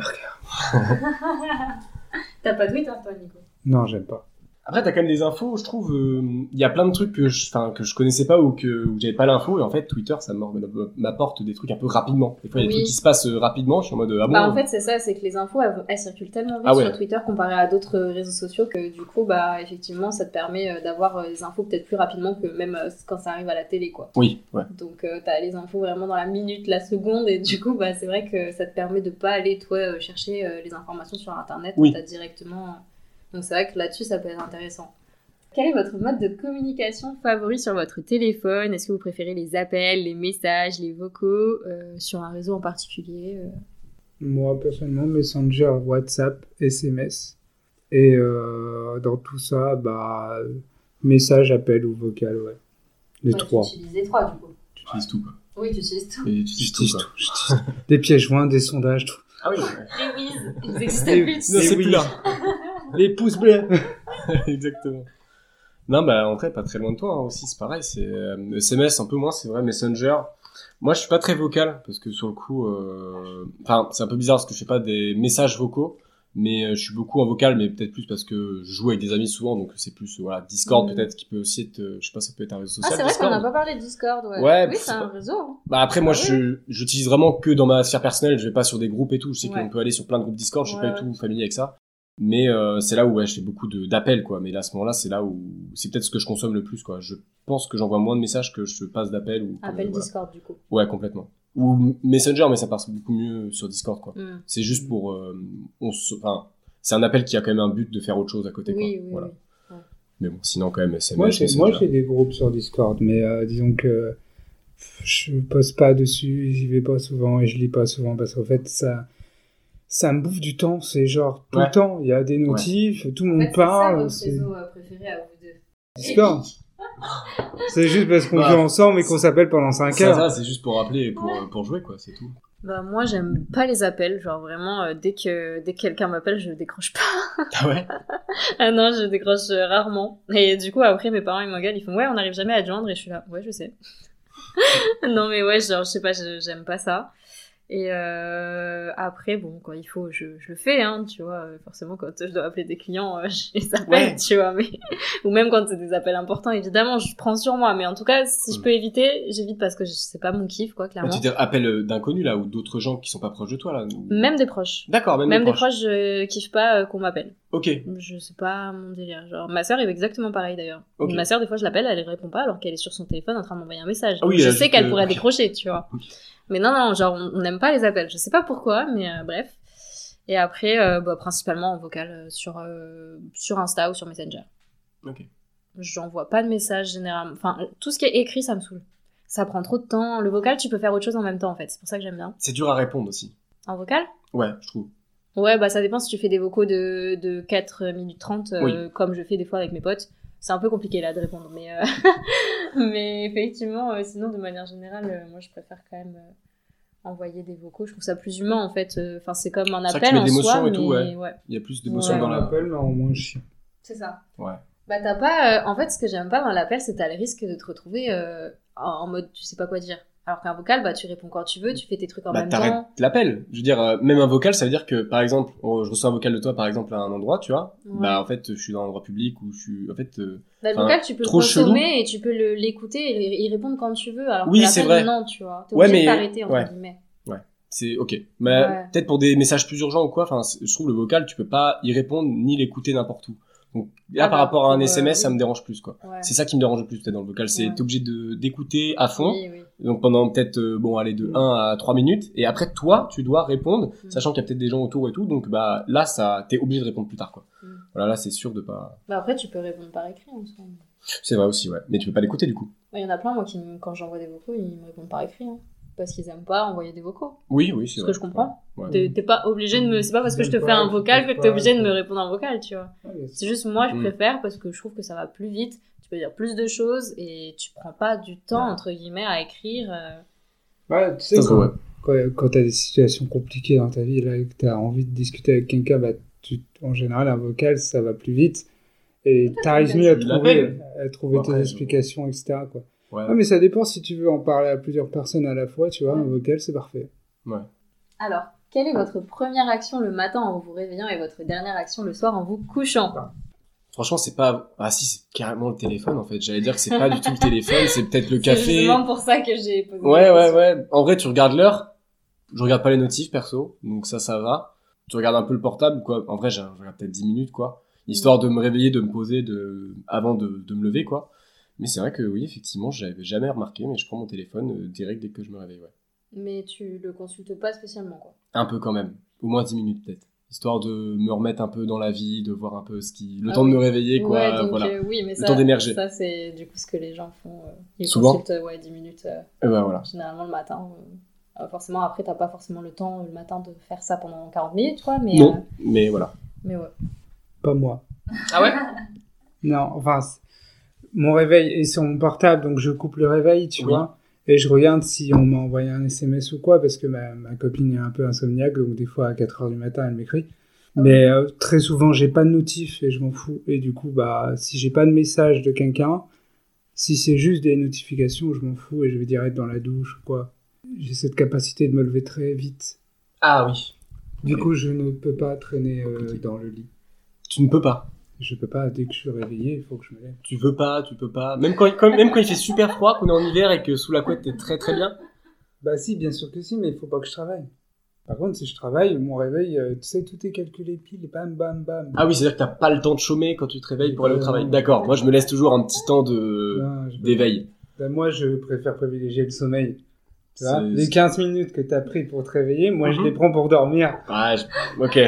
[SPEAKER 5] T'as pas de Twitter, toi, Nico
[SPEAKER 4] Non, j'aime pas.
[SPEAKER 3] Après, t'as quand même des infos, je trouve. euh, Il y a plein de trucs que je, enfin, que je connaissais pas ou que où j'avais pas l'info. Et en fait, Twitter, ça m'or- m'apporte des trucs un peu rapidement. Des fois, il y a des
[SPEAKER 2] Oui.
[SPEAKER 3] trucs qui se passent euh, rapidement. Je suis en mode, ah bon
[SPEAKER 2] Bah, en fait, c'est ça, c'est que les infos, elles, elles circulent tellement vite
[SPEAKER 3] Ah ouais.
[SPEAKER 2] sur Twitter comparé à d'autres réseaux sociaux que du coup, bah, effectivement, ça te permet euh, d'avoir euh, les infos peut-être plus rapidement que même euh, quand ça arrive à la télé, quoi.
[SPEAKER 3] Oui, ouais.
[SPEAKER 2] Donc, euh, t'as les infos vraiment dans la minute, la seconde, et du coup, bah, c'est vrai que ça te permet de pas aller, toi, euh, chercher euh, les informations sur Internet,
[SPEAKER 3] Oui.
[SPEAKER 2] t'as directement... euh, Donc, c'est vrai que là-dessus, ça peut être intéressant. Quel est votre mode de communication favori sur votre téléphone Est-ce que vous préférez les appels, les messages, les vocaux, euh, sur un réseau en particulier euh
[SPEAKER 4] Moi, personnellement, Messenger, WhatsApp, SMS. Et euh, dans tout ça, bah, euh, message, appel ou vocal, ouais. Les
[SPEAKER 5] Ouais,
[SPEAKER 4] trois.
[SPEAKER 5] Tu utilises les trois, du coup.
[SPEAKER 3] Tu utilises tout, quoi.
[SPEAKER 5] Oui, tu utilises tout.
[SPEAKER 3] Et tu utilises tout, quoi.
[SPEAKER 4] Des pièges joints, des sondages, tout.
[SPEAKER 3] Ah oui, ouais.
[SPEAKER 5] Les whiz, ils existent
[SPEAKER 4] Les-
[SPEAKER 5] plus.
[SPEAKER 3] Non,
[SPEAKER 4] Et
[SPEAKER 3] c'est
[SPEAKER 4] oui.
[SPEAKER 3] plus là. Les pouces bleus. Exactement. Non, bah en vrai, pas très loin de toi hein, aussi, c'est pareil. C'est euh, SMS un peu moins, c'est vrai, Messenger. Moi, je suis pas très vocal parce que sur le coup, euh, enfin, c'est un peu bizarre parce que je fais pas des messages vocaux, mais euh, je suis beaucoup en vocal, mais peut-être plus parce que je joue avec des amis souvent, donc c'est plus euh, voilà Discord
[SPEAKER 2] Mm.
[SPEAKER 3] peut-être qui peut aussi être, euh, je sais pas, ça peut être un réseau
[SPEAKER 2] Ah,
[SPEAKER 3] social.
[SPEAKER 2] c'est vrai qu'on
[SPEAKER 3] Discord.
[SPEAKER 2] n'a pas parlé de Discord, ouais.
[SPEAKER 3] Ouais,
[SPEAKER 2] oui,
[SPEAKER 3] pff,
[SPEAKER 2] c'est un réseau. hein.
[SPEAKER 3] Bah après moi
[SPEAKER 2] Ah
[SPEAKER 3] je j'utilise vraiment que dans ma sphère personnelle, je vais pas sur des groupes et tout, je sais
[SPEAKER 2] Ouais.
[SPEAKER 3] qu'on peut aller sur plein de groupes Discord, je suis
[SPEAKER 2] Ouais,
[SPEAKER 3] pas du tout familier avec ça. Mais euh, c'est là où ouais, je fais beaucoup de- d'appels quoi, mais là à ce moment-là, c'est là où c'est peut-être ce que je consomme le plus quoi. Je pense que j'envoie moins de messages que je passe d'appels ou
[SPEAKER 2] Appel
[SPEAKER 3] voilà.
[SPEAKER 2] Discord, du coup.
[SPEAKER 3] Ouais, complètement. Ou M- Messenger mais ça passe beaucoup mieux sur Discord quoi.
[SPEAKER 2] Mm.
[SPEAKER 3] C'est juste pour euh, on se enfin c'est un appel qui a quand même un but de faire autre chose à côté quoi.
[SPEAKER 2] Oui, oui,
[SPEAKER 3] voilà.
[SPEAKER 2] oui.
[SPEAKER 3] Mais bon, sinon quand même SMS
[SPEAKER 4] Moi, j'ai, moi,
[SPEAKER 3] Messenger.
[SPEAKER 4] j'ai des groupes sur Discord, mais euh, disons que je poste pas dessus, j'y vais pas souvent et je lis pas souvent parce qu'en fait, ça, ça me bouffe du temps. C'est genre tout
[SPEAKER 3] Ouais.
[SPEAKER 4] le temps, il y a des notifs, tout le
[SPEAKER 5] En
[SPEAKER 4] monde
[SPEAKER 5] fait, c'est ça
[SPEAKER 4] parle.
[SPEAKER 5] votre
[SPEAKER 4] C'est
[SPEAKER 5] réseau euh, préféré à vous deux.
[SPEAKER 4] Discord. c'est juste parce qu'on
[SPEAKER 3] Bah,
[SPEAKER 4] vit ensemble et qu'on s'appelle pendant 5
[SPEAKER 3] Ça,
[SPEAKER 4] heures.
[SPEAKER 3] ça, c'est juste pour rappeler et pour, euh, pour jouer quoi, c'est tout.
[SPEAKER 2] Bah moi j'aime pas les appels, genre vraiment euh, dès que dès que quelqu'un m'appelle je décroche pas.
[SPEAKER 3] Ah ouais
[SPEAKER 2] ah non je décroche euh, rarement. Et du coup après mes parents ils m'engueulent, ils font ouais on n'arrive jamais à te joindre et je suis là ouais je sais. non mais ouais genre je sais pas je- j'aime pas ça. Et euh, après bon quand il faut je, je le fais hein tu vois euh, forcément quand je dois appeler des clients euh, je les appelle
[SPEAKER 3] Ouais.
[SPEAKER 2] tu vois mais ou même quand c'est des appels importants évidemment je prends sur moi mais en tout cas si je peux éviter j'évite parce que je sais pas mon kiff quoi
[SPEAKER 3] Mm. Quand
[SPEAKER 2] clairement.
[SPEAKER 3] tu dis appel euh, d'inconnus là ou d'autres gens qui sont pas proches de toi là. ou-
[SPEAKER 2] Même des proches.
[SPEAKER 3] D'accord, même,
[SPEAKER 2] Même
[SPEAKER 3] des
[SPEAKER 2] des
[SPEAKER 3] proches.
[SPEAKER 2] fois, je kiffe pas euh, qu'on m'appelle.
[SPEAKER 3] Ok.
[SPEAKER 2] Je sais pas mon délire. Genre, ma soeur est exactement pareil d'ailleurs.
[SPEAKER 3] Ok.
[SPEAKER 2] Ma soeur, des fois, je l'appelle, elle répond pas alors qu'elle est sur son téléphone en train de m'envoyer un message.
[SPEAKER 3] Ah oui,
[SPEAKER 2] Donc, je
[SPEAKER 3] elle a
[SPEAKER 2] sais
[SPEAKER 3] juste
[SPEAKER 2] qu'elle
[SPEAKER 3] le-
[SPEAKER 2] pourrait
[SPEAKER 3] ok.
[SPEAKER 2] décrocher, tu vois.
[SPEAKER 3] Ok.
[SPEAKER 2] Mais non, non, genre, on on n'aime pas les appels. Je sais pas pourquoi, mais euh, bref. Et après, euh, bah, principalement en vocal euh, sur, euh, sur Insta ou sur Messenger.
[SPEAKER 3] Ok.
[SPEAKER 2] J'envoie pas de message généralement. Enfin, tout ce qui est écrit, ça me saoule. Ça prend trop de temps. Le vocal, tu peux faire autre chose en même temps en fait. C'est pour ça que j'aime bien.
[SPEAKER 3] C'est dur à répondre aussi.
[SPEAKER 2] En vocal
[SPEAKER 3] Ouais, je trouve.
[SPEAKER 2] Ouais, bah ça dépend si tu fais des vocaux de, de 4 minutes 30, euh,
[SPEAKER 3] Oui.
[SPEAKER 2] comme je fais des fois avec mes potes. C'est un peu compliqué là de répondre, mais, euh, mais effectivement, euh, sinon de manière générale, euh, moi je préfère quand même euh, envoyer des vocaux. Je trouve ça plus humain en fait. euh, Enfin, c'est comme un
[SPEAKER 3] C'est vrai que
[SPEAKER 2] appel
[SPEAKER 3] tu mets
[SPEAKER 2] en
[SPEAKER 3] de l'émotion
[SPEAKER 2] soi,
[SPEAKER 3] et tout,
[SPEAKER 2] mais ouais.
[SPEAKER 3] Il y a plus d'émotion
[SPEAKER 2] Ouais.
[SPEAKER 3] dans
[SPEAKER 4] on
[SPEAKER 3] la.
[SPEAKER 4] l'appelle, mais au moins je
[SPEAKER 5] C'est ça.
[SPEAKER 2] Bah t'as pas... euh, en fait, ce que j'aime pas dans l'appel, c'est que t'as le risque de te retrouver euh, en, en mode tu sais pas quoi dire. Alors qu'un vocal, bah tu réponds quand tu veux, tu fais tes trucs en
[SPEAKER 3] Bah,
[SPEAKER 2] même
[SPEAKER 3] t'arrêtes
[SPEAKER 2] temps.
[SPEAKER 3] l'appel. Je veux dire, euh, même un vocal, ça veut dire que, par exemple, oh, je reçois un vocal de toi, par exemple, à un endroit, tu vois.
[SPEAKER 2] Ouais.
[SPEAKER 3] Bah, en fait, je suis dans un endroit public où je suis. En fait, euh,
[SPEAKER 2] Bah, le
[SPEAKER 3] Enfin,
[SPEAKER 2] vocal, tu peux le
[SPEAKER 3] trop chelou.
[SPEAKER 2] consommer et tu peux le- l'écouter et y répondre quand tu veux. Alors que
[SPEAKER 3] Oui,
[SPEAKER 2] l'appel,
[SPEAKER 3] c'est vrai.
[SPEAKER 2] Non, tu vois. T'es
[SPEAKER 3] Ouais,
[SPEAKER 2] obligé de
[SPEAKER 3] mais-
[SPEAKER 2] t'arrêter, entre
[SPEAKER 3] ouais.
[SPEAKER 2] guillemets.
[SPEAKER 3] c'est ok. Mais
[SPEAKER 2] Ouais.
[SPEAKER 3] peut-être pour des messages plus urgents ou quoi, enfin, c'est- je trouve le vocal, tu peux pas y répondre ni l'écouter n'importe où. Donc, là,
[SPEAKER 2] Ah
[SPEAKER 3] par
[SPEAKER 2] bah,
[SPEAKER 3] rapport à un
[SPEAKER 2] pour, euh,
[SPEAKER 3] SMS, ça
[SPEAKER 2] oui.
[SPEAKER 3] me dérange plus, quoi.
[SPEAKER 2] Ouais.
[SPEAKER 3] C'est ça qui me dérange le plus, peut-être, dans le vocal. C'est
[SPEAKER 2] Ouais.
[SPEAKER 3] t'es obligé de- d'écouter à fond.
[SPEAKER 2] Oui, oui.
[SPEAKER 3] Donc pendant peut-être, euh, bon, allez, de 1 à 3 minutes. Et après, toi, tu dois répondre,
[SPEAKER 2] Mm.
[SPEAKER 3] sachant qu'il y a peut-être des gens autour et tout. Donc bah là, ça, t'es obligé de répondre plus tard, quoi.
[SPEAKER 2] Mm.
[SPEAKER 3] Voilà, là, c'est sûr de pas.
[SPEAKER 2] Bah, après, tu peux répondre par écrit en soi. Ouais,
[SPEAKER 3] C'est vrai aussi, ouais. Mais tu peux pas l'écouter, du coup.
[SPEAKER 2] Il y en a plein, moi, qui, me- quand j'envoie des vocaux, ils me répondent par écrit. hein. Parce qu'ils aiment pas envoyer des vocaux.
[SPEAKER 3] Oui, oui, c'est
[SPEAKER 2] Ce
[SPEAKER 3] vrai.
[SPEAKER 2] que je comprends.
[SPEAKER 3] Ouais.
[SPEAKER 2] T'es t'es pas obligé de me. C'est pas parce que je te
[SPEAKER 4] Ils
[SPEAKER 2] fais un
[SPEAKER 4] aiment pas,
[SPEAKER 2] vocal
[SPEAKER 4] ils
[SPEAKER 2] que
[SPEAKER 4] peuvent
[SPEAKER 2] t'es
[SPEAKER 4] pas,
[SPEAKER 2] obligé de
[SPEAKER 4] ils
[SPEAKER 2] me
[SPEAKER 4] peuvent-
[SPEAKER 2] répondre en vocal, tu vois.
[SPEAKER 4] suis.
[SPEAKER 2] C'est juste, moi, je
[SPEAKER 3] Mm.
[SPEAKER 2] préfère parce que je trouve que ça va plus vite. Tu peux dire plus de choses et tu prends pas du temps,
[SPEAKER 3] Ouais.
[SPEAKER 2] entre guillemets, à écrire. euh.
[SPEAKER 4] Ouais, tu sais,
[SPEAKER 3] Ça, c'est
[SPEAKER 4] quand,
[SPEAKER 3] vrai.
[SPEAKER 4] quand, quand t'as des situations compliquées dans ta vie, là, et que t'as envie de discuter avec quelqu'un, bah, tu, en général, un vocal, ça va plus vite. Et t'arrives mieux à
[SPEAKER 3] tu
[SPEAKER 4] trouver,
[SPEAKER 3] l'appelles.
[SPEAKER 4] à trouver
[SPEAKER 3] Après,
[SPEAKER 4] tes
[SPEAKER 3] je-
[SPEAKER 4] explications, etc. Quoi.
[SPEAKER 3] Ouais.
[SPEAKER 4] Ouais, mais ça dépend si tu veux en parler à plusieurs personnes à la fois, tu vois, un vocal, c'est parfait.
[SPEAKER 2] Alors, quelle est votre première action le matin en vous réveillant et votre dernière action le soir en vous couchant
[SPEAKER 3] Franchement, c'est pas. Ah si, c'est carrément le téléphone, en fait. J'allais dire que c'est pas du tout le téléphone, c'est peut-être le
[SPEAKER 2] C'est
[SPEAKER 3] café.
[SPEAKER 2] justement pour ça que j'ai posé.
[SPEAKER 3] Ouais,
[SPEAKER 2] la
[SPEAKER 3] ouais,
[SPEAKER 2] question.
[SPEAKER 3] ouais. En vrai, tu regardes l'heure. Je regarde pas les notifs, perso. Donc ça, ça va. Tu regardes un peu le portable, quoi. En vrai, je je regarde peut-être 10 minutes, quoi. Histoire de me réveiller, de me poser, de... avant de, de me lever, quoi. Mais c'est vrai que oui, effectivement, j'avais jamais remarqué, mais je prends mon téléphone euh, direct dès que je me réveille, ouais.
[SPEAKER 2] Mais tu le consultes pas spécialement, quoi.
[SPEAKER 3] Un peu quand même. Au moins 10 minutes, peut-être. Histoire de me remettre un peu dans la vie, de voir un peu ce qui. Le
[SPEAKER 2] Ah
[SPEAKER 3] temps de
[SPEAKER 2] oui.
[SPEAKER 3] me réveiller, quoi.
[SPEAKER 2] ouais, donc
[SPEAKER 3] voilà.
[SPEAKER 2] euh, oui, mais
[SPEAKER 3] Le
[SPEAKER 2] ça,
[SPEAKER 3] temps d'émerger.
[SPEAKER 2] ça c'est du coup ce que les gens font. euh, Ils
[SPEAKER 3] Souvent.
[SPEAKER 2] consultent euh, ouais, 10 minutes, euh,
[SPEAKER 3] Et ben voilà.
[SPEAKER 2] généralement le matin. euh. Euh, forcément, après, t'as pas forcément le temps euh, le matin de faire ça pendant 40 minutes, quoi. Mais, euh,
[SPEAKER 3] Non, mais voilà.
[SPEAKER 2] mais ouais.
[SPEAKER 4] Pas moi.
[SPEAKER 3] Ah ouais
[SPEAKER 4] Non, enfin, c- mon réveil est sur mon portable, donc je coupe le réveil, tu
[SPEAKER 3] Oui.
[SPEAKER 4] vois, et je regarde si on m'a envoyé un SMS ou quoi, parce que ma, ma copine est un peu insomniaque, donc des fois à 4 heures du matin, elle m'écrit.
[SPEAKER 3] Ah
[SPEAKER 4] Mais euh, très souvent, j'ai pas de notif et je m'en fous. Et du coup, bah, si j'ai pas de message de quelqu'un, si c'est juste des notifications, je m'en fous et je vais dire être dans la douche ou quoi. J'ai cette capacité de me lever très vite.
[SPEAKER 3] Ah oui.
[SPEAKER 4] Du
[SPEAKER 3] Ok.
[SPEAKER 4] coup, je ne peux pas traîner euh,
[SPEAKER 3] Compliqué.
[SPEAKER 4] dans le lit.
[SPEAKER 3] Tu ne peux pas.
[SPEAKER 4] Je peux pas, dès que je suis réveillé, il faut que je me lève.
[SPEAKER 3] tu veux pas, tu peux pas. Même quand, quand- même quand il fait super froid, qu'on est en hiver et que sous la couette t'es très très bien.
[SPEAKER 4] Bah si, bien sûr que si, mais il faut pas que je travaille. Par contre, si je travaille, mon réveil, euh, tu sais, tout est calculé pile, bam, bam, bam.
[SPEAKER 3] Ah oui, c'est-à-dire que t'as pas le temps de chômer quand tu te réveilles pour aller au travail.
[SPEAKER 4] Euh,
[SPEAKER 3] D'accord, moi je me laisse toujours un petit temps de
[SPEAKER 4] Non, je-
[SPEAKER 3] d'éveil.
[SPEAKER 4] Bah, moi, je préfère privilégier le sommeil. Tu vois
[SPEAKER 3] C'est-
[SPEAKER 4] les 15 minutes que t'as pris pour te réveiller, moi, je
[SPEAKER 3] Mhm.
[SPEAKER 4] les prends pour dormir.
[SPEAKER 3] Ah, je- ok.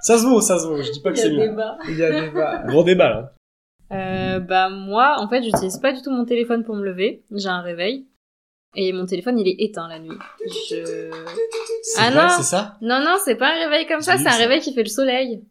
[SPEAKER 3] Ça se vaut, ça se vaut, je dis pas que c'est mieux.
[SPEAKER 4] Il y a des va-
[SPEAKER 3] Gros débat hein. là.
[SPEAKER 2] Euh, bah moi, en fait, j'utilise pas du tout mon téléphone pour me lever. J'ai un réveil et mon téléphone il est éteint la nuit. Je...
[SPEAKER 3] C'est
[SPEAKER 2] Ah
[SPEAKER 3] vrai,
[SPEAKER 2] non.
[SPEAKER 3] c'est ça
[SPEAKER 2] Non non, c'est pas un réveil comme ça.
[SPEAKER 3] J'ai
[SPEAKER 2] C'est
[SPEAKER 3] vu
[SPEAKER 2] un
[SPEAKER 3] ça.
[SPEAKER 2] réveil qui fait le soleil.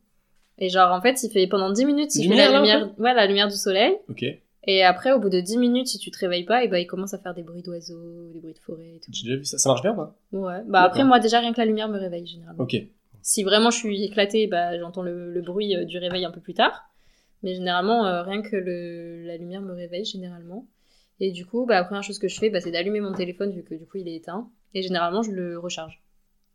[SPEAKER 2] Et genre en fait, il fait pendant 10 minutes, il
[SPEAKER 3] Lumière,
[SPEAKER 2] fait la
[SPEAKER 3] là, un
[SPEAKER 2] lumière, ouais, la lumière du soleil.
[SPEAKER 3] Ok.
[SPEAKER 2] Et après, au bout de 10 minutes, si tu te réveilles pas, et ben, il commence à faire des bruits d'oiseaux, des bruits de forêt et tout.
[SPEAKER 3] J'ai déjà vu ça. Ça marche bien ou pas
[SPEAKER 2] Ouais. Bah après,
[SPEAKER 3] D'accord.
[SPEAKER 2] moi, déjà, rien que la lumière me réveille généralement.
[SPEAKER 3] Ok.
[SPEAKER 2] Si vraiment je suis éclatée, bah, j'entends le, le bruit euh, du réveil un peu plus tard. Mais généralement, euh, rien que le, la lumière me réveille généralement. Et du coup, bah, la première chose que je fais, bah, c'est d'allumer mon téléphone vu que du coup il est éteint. Et généralement, je le recharge.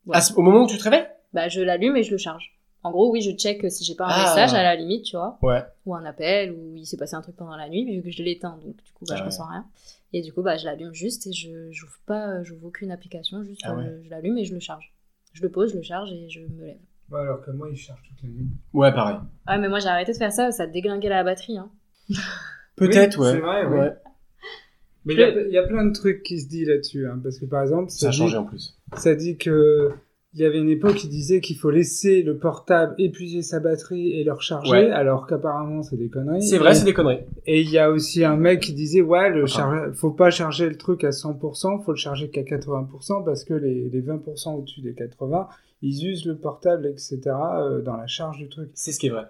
[SPEAKER 2] Ouais.
[SPEAKER 3] Ah, c'est au moment où tu te réveilles
[SPEAKER 2] Bah, je l'allume et je le charge. En gros, oui, je check si j'ai pas un
[SPEAKER 3] Ah.
[SPEAKER 2] message à la limite, tu vois,
[SPEAKER 3] Ouais.
[SPEAKER 2] ou un appel, ou il s'est passé un truc pendant la nuit, mais vu que je l'ai éteint, donc du coup, bah,
[SPEAKER 3] Ah
[SPEAKER 2] je
[SPEAKER 3] ouais.
[SPEAKER 2] ressens rien. Et du coup, bah, je l'allume juste et je j'ouvre pas, euh, j'ouvre aucune application, juste
[SPEAKER 3] Ah
[SPEAKER 2] euh, je l'allume et je le charge. Je le pose, je le charge et je me lève.
[SPEAKER 4] Ouais, alors que moi, il cherche toute la nuit.
[SPEAKER 3] Ouais, pareil.
[SPEAKER 2] Ah mais moi j'ai arrêté de faire ça, ça déglinguait la batterie. Hein.
[SPEAKER 3] Peut-être,
[SPEAKER 4] Oui,
[SPEAKER 3] ouais.
[SPEAKER 4] c'est vrai, oui.
[SPEAKER 3] ouais.
[SPEAKER 4] Mais il y a- il y, a plein de trucs qui se disent là-dessus. hein, parce que par exemple,
[SPEAKER 3] Ça
[SPEAKER 4] ça,
[SPEAKER 3] a
[SPEAKER 4] dit,
[SPEAKER 3] changé en plus.
[SPEAKER 4] ça dit que il y avait une époque qui disait qu'il faut laisser le portable épuiser sa batterie et le recharger,
[SPEAKER 3] Ouais.
[SPEAKER 4] alors qu'apparemment, c'est des conneries.
[SPEAKER 3] C'est vrai,
[SPEAKER 4] Et-
[SPEAKER 3] c'est des conneries.
[SPEAKER 4] Et il y a aussi un mec qui disait ouais, le
[SPEAKER 3] Ah.
[SPEAKER 4] charge- faut pas charger le truc à 100%, faut le charger qu'à 80% parce que les, les 20% au-dessus des 80, ils usent le portable etc euh, dans la charge du truc.
[SPEAKER 3] C'est ce qui est vrai.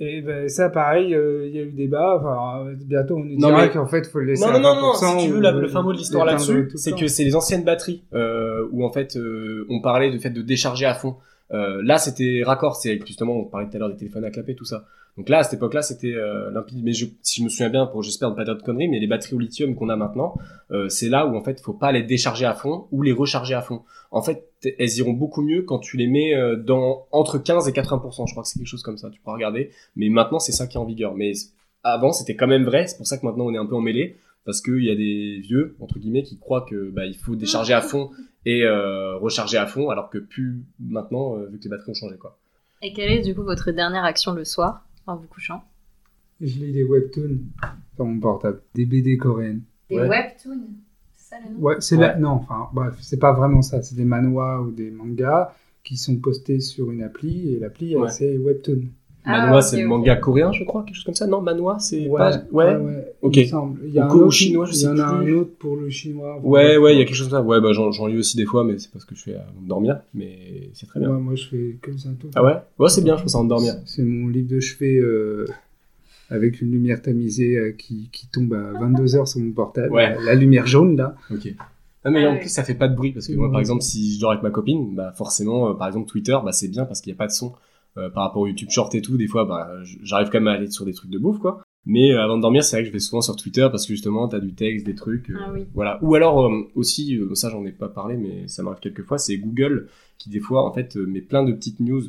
[SPEAKER 4] Et ben ça pareil, euh, il y a eu débat. Enfin, euh, bientôt on nous
[SPEAKER 3] Non,
[SPEAKER 4] dira
[SPEAKER 3] mais-
[SPEAKER 4] qu'en fait faut le laisser
[SPEAKER 3] Non,
[SPEAKER 4] à
[SPEAKER 3] non, non, non,
[SPEAKER 4] 20%
[SPEAKER 3] si tu
[SPEAKER 4] ou
[SPEAKER 3] veux, la- le fin mot de l'histoire
[SPEAKER 4] l'éteindre
[SPEAKER 3] là-dessus,
[SPEAKER 4] tout le
[SPEAKER 3] c'est
[SPEAKER 4] temps.
[SPEAKER 3] que c'est les anciennes batteries euh, où en fait euh, on parlait du fait de décharger à fond. Euh, là, c'était raccord, c'est justement, on parlait tout à l'heure des téléphones à clapet, tout ça. Donc là, à cette époque-là, c'était euh, limpide. Mais je, si je me souviens bien, pour j'espère ne pas dire de conneries, mais les batteries au lithium qu'on a maintenant, euh, c'est là où en fait, faut pas les décharger à fond ou les recharger à fond. En fait, t- elles iront beaucoup mieux quand tu les mets euh, dans entre 15 et 80 Je crois que c'est quelque chose comme ça. Tu pourras regarder. Mais maintenant, c'est ça qui est en vigueur. Mais c- avant, c'était quand même vrai. C'est pour ça que maintenant, on est un peu emmêlé parce qu'il y a des vieux entre guillemets qui croient que bah, il faut décharger à fond et euh, recharger à fond alors que plus maintenant euh, vu que les batteries ont changé quoi
[SPEAKER 2] Et quelle est du coup votre dernière action le soir en vous couchant
[SPEAKER 4] Je lis des webtoons sur mon portable, des BD coréennes.
[SPEAKER 5] Des
[SPEAKER 3] Ouais.
[SPEAKER 5] webtoons. C'est ça le nom
[SPEAKER 4] Ouais, c'est
[SPEAKER 3] Ouais.
[SPEAKER 4] là. Non, enfin, bref, c'est pas vraiment ça. C'est des manhwa ou des mangas qui sont postés sur une appli et l'appli, elle,
[SPEAKER 3] Ouais.
[SPEAKER 4] c'est Webtoon.
[SPEAKER 5] Ah,
[SPEAKER 3] Manoa
[SPEAKER 5] ok,
[SPEAKER 3] c'est le
[SPEAKER 5] ok.
[SPEAKER 3] manga coréen je crois quelque chose comme ça non Manoa c'est pas ouais ouais ok.
[SPEAKER 4] Il, me semble. Il y a
[SPEAKER 3] Ou
[SPEAKER 4] un
[SPEAKER 3] co- ou
[SPEAKER 4] autre
[SPEAKER 3] chinois, je
[SPEAKER 4] il y
[SPEAKER 3] sais
[SPEAKER 4] en a
[SPEAKER 3] plus. Ah
[SPEAKER 4] un autre pour le chinois. Enfin,
[SPEAKER 3] ouais
[SPEAKER 4] bref.
[SPEAKER 3] il y a quelque chose comme ça ouais bah j'en j'en lis aussi des fois mais c'est parce que je suis à dormir mais c'est très bien
[SPEAKER 4] Moi, moi, je fais comme ça tout.
[SPEAKER 3] ah ouais ouais c'est bien je pense à endormir
[SPEAKER 4] C'est mon livre de chevet euh, avec une lumière tamisée euh, qui, qui tombe à 22h sur mon portable.
[SPEAKER 3] Ouais.
[SPEAKER 4] La lumière jaune, là.
[SPEAKER 3] ok non mais
[SPEAKER 5] Ah
[SPEAKER 3] en
[SPEAKER 5] oui.
[SPEAKER 3] plus ça fait pas de bruit parce que moi par
[SPEAKER 4] Ouais.
[SPEAKER 3] exemple si je dors avec ma copine bah forcément euh, par exemple Twitter bah c'est bien parce qu'il y a pas de son Euh, par rapport au YouTube Short et tout des fois bah j- j'arrive quand même à aller sur des trucs de bouffe quoi mais euh, avant de dormir c'est vrai que je vais souvent sur Twitter parce que justement t'as du texte des trucs euh,
[SPEAKER 2] Ah oui.
[SPEAKER 3] Voilà. Ou alors euh, aussi, euh, ça j'en ai pas parlé, mais ça m'arrive quelques fois, c'est Google qui des fois en fait euh, met plein de petites news.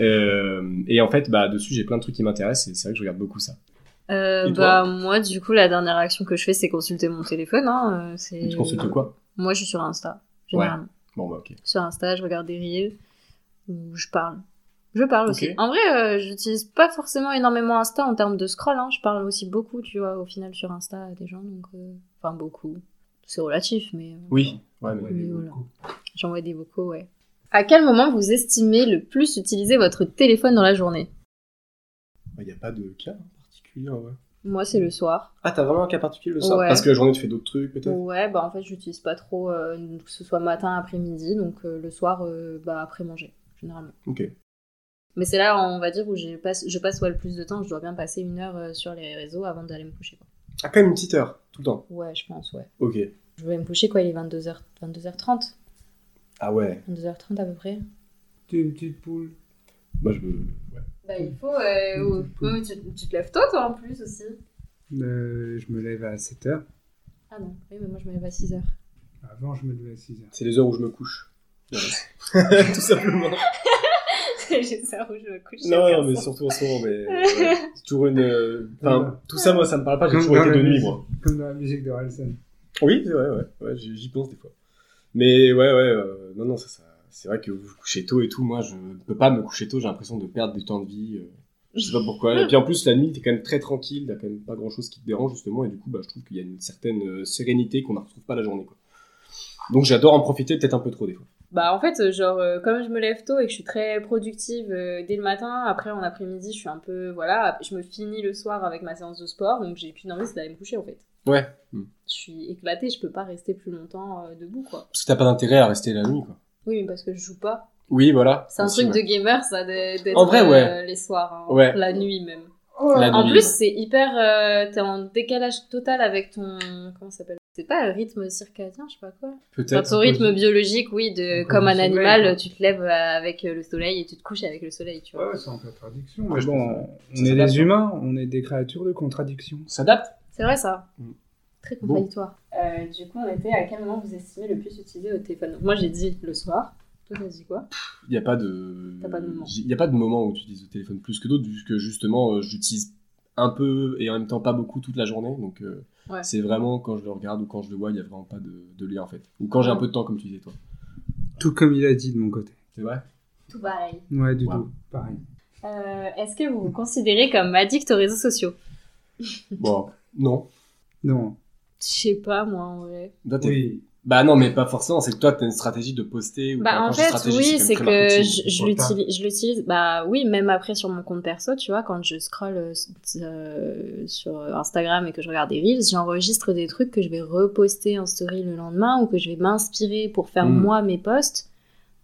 [SPEAKER 3] Euh, et en fait, bah dessus j'ai plein de trucs qui m'intéressent et c'est vrai que je regarde beaucoup ça.
[SPEAKER 2] Euh,
[SPEAKER 3] Et
[SPEAKER 2] bah moi du coup la dernière action que je fais c'est consulter mon téléphone. Hein, euh, c'est...
[SPEAKER 3] Tu consultes quoi
[SPEAKER 2] Moi je suis sur Insta généralement.
[SPEAKER 3] Bon bah ok.
[SPEAKER 2] Sur Insta je regarde des reels où je parle. Je parle
[SPEAKER 3] Ok.
[SPEAKER 2] aussi. En vrai euh, j'utilise pas forcément énormément Insta en termes de scroll. Hein. Je parle aussi beaucoup tu vois au final sur Insta à des gens donc euh, enfin beaucoup. C'est relatif mais. euh,
[SPEAKER 3] Oui. Ouais, mais-
[SPEAKER 2] Mais voilà. J'envoie des vocaux, ouais. À quel moment vous estimez le plus utiliser votre téléphone dans la journée
[SPEAKER 3] Il n'y Bah, a pas de cas particulier. Ouais.
[SPEAKER 2] Moi, c'est le soir.
[SPEAKER 3] Ah, t'as vraiment un cas particulier le
[SPEAKER 2] Ouais.
[SPEAKER 3] Parce que la journée tu fais d'autres trucs peut-être
[SPEAKER 2] Ouais, bah en fait, j'utilise pas trop, euh, que ce soit matin, après-midi, donc euh, le soir, euh, bah après manger, généralement.
[SPEAKER 3] Ok.
[SPEAKER 2] Mais c'est là, on va dire, où j'ai passe- je passe ouais, le plus de temps. Je dois bien passer une heure euh, sur les réseaux avant d'aller me coucher. quoi.
[SPEAKER 3] Ah, quand même une petite heure, tout le temps.
[SPEAKER 2] Ouais, je pense, ouais.
[SPEAKER 3] Ok.
[SPEAKER 2] Je vais me coucher, quoi, il est 22h, 22h30
[SPEAKER 3] Ah ouais.
[SPEAKER 2] 22h30 à peu près.
[SPEAKER 4] T'es une petite poule.
[SPEAKER 3] Moi je veux. ouais.
[SPEAKER 5] Bah, il faut. euh,
[SPEAKER 2] oh,
[SPEAKER 5] ou- ou tu, tu te lèves tôt, toi, en plus aussi.
[SPEAKER 4] Euh, je me lève à 7h.
[SPEAKER 2] Ah non, oui, mais moi, je me lève à 6h.
[SPEAKER 4] Avant, je me levais à 6h.
[SPEAKER 3] C'est les heures où je me couche. Voilà. tout simplement.
[SPEAKER 2] j'ai ça où je me couche.
[SPEAKER 3] Non, non, mais surtout en ce moment, mais ouais. c'est toujours une. euh, Enfin, tout ça, moi, ça me parle pas. J'ai
[SPEAKER 4] Comme
[SPEAKER 3] toujours
[SPEAKER 4] dans
[SPEAKER 3] été
[SPEAKER 4] la
[SPEAKER 3] de nuit,
[SPEAKER 4] musique.
[SPEAKER 3] moi.
[SPEAKER 4] Comme dans la musique de Ralston.
[SPEAKER 3] Oui, c'est vrai, ouais, ouais, j'y j'y pense des fois. Mais ouais, ouais, euh, non, non, ça, ça- c'est vrai que vous vous couchez tôt et tout. Moi, je ne peux pas me coucher tôt. J'ai l'impression de perdre du temps de vie. euh, je sais pas pourquoi. Et puis en plus, la nuit, t'es quand même très tranquille. T'as quand même pas grand chose qui te dérange justement. Et du coup, bah, je trouve qu'il y a une certaine euh, sérénité qu'on ne retrouve pas la journée, quoi. Donc j'adore en profiter peut-être un peu trop des fois.
[SPEAKER 2] Bah en fait, euh, genre, euh, comme je me lève tôt et que je suis très productive euh, dès le matin, après en après-midi, je suis un peu, voilà, je me finis le soir avec ma séance de sport, donc j'ai qu'une envie, c'est d'aller me coucher en fait.
[SPEAKER 3] Ouais.
[SPEAKER 2] Je
[SPEAKER 3] Mm.
[SPEAKER 2] suis éclatée, je peux pas rester plus longtemps euh, debout, quoi.
[SPEAKER 3] Parce que t'as pas d'intérêt à rester la nuit, quoi.
[SPEAKER 2] Oui, mais parce que je joue pas.
[SPEAKER 3] Oui, voilà.
[SPEAKER 2] C'est un
[SPEAKER 3] Aussi,
[SPEAKER 2] truc
[SPEAKER 3] ouais.
[SPEAKER 2] de gamer, ça, d'être
[SPEAKER 3] En vrai,
[SPEAKER 2] euh,
[SPEAKER 3] ouais.
[SPEAKER 2] les soirs, hein,
[SPEAKER 3] Ouais.
[SPEAKER 2] la nuit même.
[SPEAKER 3] Là, dans
[SPEAKER 2] En
[SPEAKER 3] l'île.
[SPEAKER 2] plus, c'est hyper. euh, T'es en décalage total avec ton. Comment ça s'appelle C'est pas le rythme circadien, je sais pas quoi. Enfin,
[SPEAKER 3] peut-être.
[SPEAKER 2] ton rythme biologique, oui, de,
[SPEAKER 4] Comme
[SPEAKER 2] comme
[SPEAKER 4] le
[SPEAKER 2] un
[SPEAKER 4] soleil,
[SPEAKER 2] animal,
[SPEAKER 4] quoi.
[SPEAKER 2] tu te lèves avec euh, le soleil et tu te couches avec le soleil, tu vois.
[SPEAKER 4] Ouais, c'est en contradiction.
[SPEAKER 3] Ouais,
[SPEAKER 4] Mais
[SPEAKER 3] je
[SPEAKER 4] Ah bon,
[SPEAKER 3] pense,
[SPEAKER 4] on
[SPEAKER 3] Ça
[SPEAKER 4] est
[SPEAKER 3] s'adapte,
[SPEAKER 4] des humains, on est des créatures de contradiction.
[SPEAKER 3] S'adapte
[SPEAKER 2] C'est vrai, ça.
[SPEAKER 3] Mm.
[SPEAKER 2] Très
[SPEAKER 3] Bon.
[SPEAKER 2] contradictoire.
[SPEAKER 5] Euh, du coup, on était à quel moment vous estimez le plus utilisé votre téléphone Donc, Moi, j'ai dit le soir.
[SPEAKER 2] Toi, t'as dit quoi
[SPEAKER 3] Il n'y a pas de.
[SPEAKER 5] T'as pas de moment.
[SPEAKER 3] Il y a pas de moment où tu utilises le téléphone plus que d'autres, vu que justement, euh, j'utilise un peu et en même temps pas beaucoup toute la journée. Donc, euh,
[SPEAKER 2] Ouais.
[SPEAKER 3] c'est vraiment quand je le regarde ou quand je le vois, il n'y a vraiment pas de, de lien en fait. Ou quand j'ai un peu de temps, comme tu disais toi.
[SPEAKER 4] Tout comme il a dit de mon côté.
[SPEAKER 3] C'est vrai
[SPEAKER 5] Tout pareil.
[SPEAKER 4] Ouais, du
[SPEAKER 3] Wow.
[SPEAKER 4] tout. Pareil.
[SPEAKER 2] Euh, Est-ce que vous vous considérez comme addict aux réseaux sociaux
[SPEAKER 3] Bon, non.
[SPEAKER 4] Non.
[SPEAKER 2] Je sais pas, moi, en vrai.
[SPEAKER 3] Toi, t'es-
[SPEAKER 4] Oui.
[SPEAKER 3] Bah non, mais pas forcément, c'est que toi, t'as une stratégie de poster. Ou
[SPEAKER 2] Bah,
[SPEAKER 3] t'as-
[SPEAKER 2] en
[SPEAKER 3] quand je dis
[SPEAKER 2] fait,
[SPEAKER 3] stratégie,
[SPEAKER 2] oui,
[SPEAKER 3] quand
[SPEAKER 2] c'est
[SPEAKER 3] même
[SPEAKER 2] que
[SPEAKER 3] très
[SPEAKER 2] je,
[SPEAKER 3] marketing.
[SPEAKER 2] je l'utilise, je l'utilise, bah oui, même après sur mon compte perso, tu vois, quand je scroll euh, s- euh, sur Instagram et que je regarde des reels, j'enregistre des trucs que je vais reposter en story le lendemain ou que je vais m'inspirer pour faire
[SPEAKER 3] Mm.
[SPEAKER 2] moi mes posts.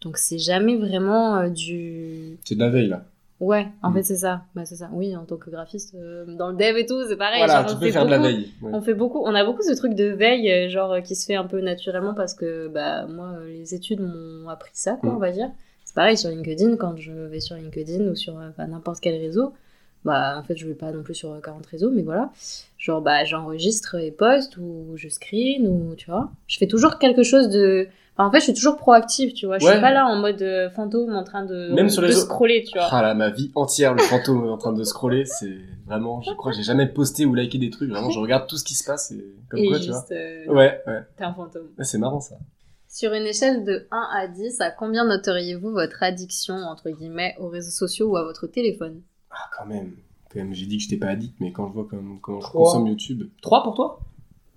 [SPEAKER 2] Donc c'est jamais vraiment euh, du.
[SPEAKER 3] C'est de la veille là.
[SPEAKER 2] Ouais, en
[SPEAKER 3] Mm.
[SPEAKER 2] fait c'est ça. Bah, c'est ça. Oui, en tant que graphiste, euh, dans le dev et tout, c'est pareil.
[SPEAKER 3] voilà,
[SPEAKER 2] genre,
[SPEAKER 3] tu
[SPEAKER 2] on
[SPEAKER 3] peux
[SPEAKER 2] fait
[SPEAKER 3] faire de la
[SPEAKER 2] beaucoup-
[SPEAKER 3] veille. ouais.
[SPEAKER 2] on fait beaucoup, on a beaucoup ce truc de veille, euh, genre euh, qui se fait un peu naturellement parce que bah moi euh, les études m'ont appris ça, quoi,
[SPEAKER 3] Mm.
[SPEAKER 2] on va dire. C'est pareil sur LinkedIn quand je vais sur LinkedIn ou sur euh, bah, n'importe quel réseau. Bah en fait je vais pas non plus sur euh, 40 réseaux, mais voilà. Genre bah j'enregistre et poste ou je screen ou tu vois. Je fais toujours quelque chose de. enfin, en fait je suis toujours proactive, tu vois. Je
[SPEAKER 3] Ouais.
[SPEAKER 2] suis pas là en mode euh, fantôme en train de,
[SPEAKER 3] Même sur
[SPEAKER 2] de
[SPEAKER 3] les autres-
[SPEAKER 2] scroller, tu vois.
[SPEAKER 3] Ah là, ma vie entière, le fantôme est en train de scroller, c'est vraiment, je crois, que j'ai jamais posté ou liké des trucs, vraiment, je regarde tout ce qui se passe, et comme
[SPEAKER 2] et
[SPEAKER 3] quoi, tu vois.
[SPEAKER 2] juste euh,
[SPEAKER 3] Ouais, ouais,
[SPEAKER 2] t'es un fantôme.
[SPEAKER 3] Ouais, c'est marrant ça.
[SPEAKER 2] Sur une échelle de 1 à 10, à combien noteriez-vous votre addiction, entre guillemets, aux réseaux sociaux ou à votre téléphone
[SPEAKER 3] Ah, quand même, quand même, j'ai dit que j'étais pas addict, mais quand je vois quand même comment je
[SPEAKER 4] Trois.
[SPEAKER 3] consomme YouTube. 3 pour toi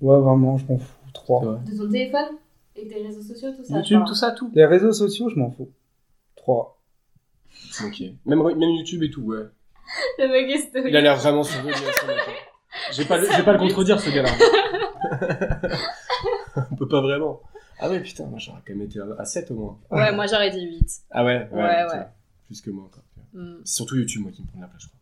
[SPEAKER 4] Ouais, vraiment, je m'en fous. Trois.
[SPEAKER 3] Ouais.
[SPEAKER 5] De ton téléphone et tes réseaux sociaux, tout ça.
[SPEAKER 3] YouTube,
[SPEAKER 5] enfin,
[SPEAKER 3] tout ça, tout.
[SPEAKER 4] Les réseaux sociaux, je m'en fous. Trois.
[SPEAKER 3] Ok. Même, même YouTube et tout, ouais.
[SPEAKER 2] Le mec est stoïque.
[SPEAKER 3] Il a l'air vraiment survolé à son matin. Je vais pas, le- je vais pas le contredire, ce gars-là. On peut pas vraiment. Ah ouais, putain, moi j'aurais quand même été à 7 au moins.
[SPEAKER 2] Ouais, moi j'aurais dit 8.
[SPEAKER 3] Ah ouais, ouais,
[SPEAKER 2] Ouais,
[SPEAKER 3] putain.
[SPEAKER 2] ouais.
[SPEAKER 3] Plus que moi encore. tu vois.
[SPEAKER 2] Hmm.
[SPEAKER 3] C'est surtout YouTube, moi, qui me prend de la place, je crois.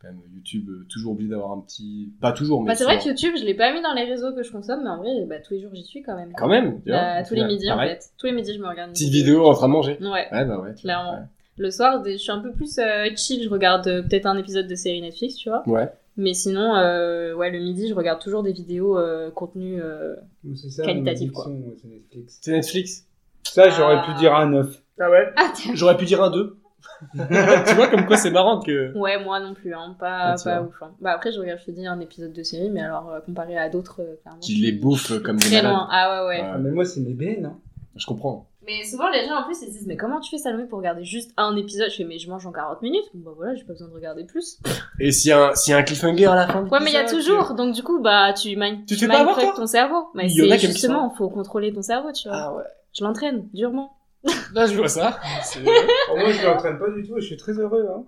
[SPEAKER 3] Quand même, YouTube, euh, toujours obligé d'avoir un petit. Pas toujours, mais.
[SPEAKER 2] Bah, c'est vrai que
[SPEAKER 3] souvent.
[SPEAKER 2] YouTube, je l'ai pas mis dans les réseaux que je consomme, mais en vrai, bah, tous les jours j'y suis quand même.
[SPEAKER 3] Quand même, tu vois,
[SPEAKER 2] Bah,
[SPEAKER 3] au
[SPEAKER 2] tous les
[SPEAKER 3] final,
[SPEAKER 2] midis
[SPEAKER 3] pareil.
[SPEAKER 2] en fait. Tous les midis, je me regarde. une
[SPEAKER 3] Petite vidéo en train de manger.
[SPEAKER 2] Ouais.
[SPEAKER 3] Ouais, bah ouais. tu vois,
[SPEAKER 2] Clairement. Le soir, des- je suis un peu plus euh, chill, je regarde euh, peut-être un épisode de série Netflix, tu vois.
[SPEAKER 3] Ouais. Ouais.
[SPEAKER 2] Mais sinon, euh, ouais, le midi, je regarde toujours des vidéos euh, contenu. euh,
[SPEAKER 4] C'est ça,
[SPEAKER 2] Qualitatif,
[SPEAKER 4] mon addiction, ouais, c'est Netflix.
[SPEAKER 3] C'est Netflix.
[SPEAKER 4] Ça, j'aurais
[SPEAKER 2] Ah.
[SPEAKER 4] pu dire un neuf.
[SPEAKER 3] Ah ouais
[SPEAKER 2] Ah, t'es-
[SPEAKER 3] J'aurais pu dire un 2. tu vois, comme quoi c'est marrant que.
[SPEAKER 2] Ouais, moi non plus, hein, pas,
[SPEAKER 3] Ah, tu
[SPEAKER 2] pas
[SPEAKER 3] vois.
[SPEAKER 2] ouf. hein. Bah après, je regarde, je te dis, un épisode de série, mais alors euh, comparé à d'autres, euh, clairement.
[SPEAKER 3] Qui les bouffe comme des
[SPEAKER 2] Très loin.
[SPEAKER 3] malades.
[SPEAKER 2] Ah ouais, ouais.
[SPEAKER 3] Ouais,
[SPEAKER 4] Ah, mais moi, c'est mes BN, hein.
[SPEAKER 3] Je comprends.
[SPEAKER 2] Mais souvent, les gens en plus, ils se disent, mais comment tu fais Salomé pour regarder juste un épisode Je fais, mais je mange en 40 minutes. Bon, bah voilà, j'ai pas besoin de regarder plus.
[SPEAKER 3] Et s'il y, a un- s'il y a un cliffhanger à la fin. du
[SPEAKER 2] Ouais, mais il y a
[SPEAKER 3] épisode, euh.
[SPEAKER 2] toujours. Donc du coup, bah tu, mind-
[SPEAKER 3] Tu te fais pas avoir,
[SPEAKER 2] mindfuck
[SPEAKER 3] toi
[SPEAKER 2] ton cerveau. Mais
[SPEAKER 3] Il y en a
[SPEAKER 2] c'est
[SPEAKER 3] qui aiment ça.
[SPEAKER 2] justement, faut contrôler ton cerveau, tu vois.
[SPEAKER 3] Ah ouais.
[SPEAKER 2] Je l'entraîne durement.
[SPEAKER 3] euh, Là, je vois ça. C'est- euh,
[SPEAKER 4] Oh, moi, je l'entraîne pas du tout et je suis très heureux, hein.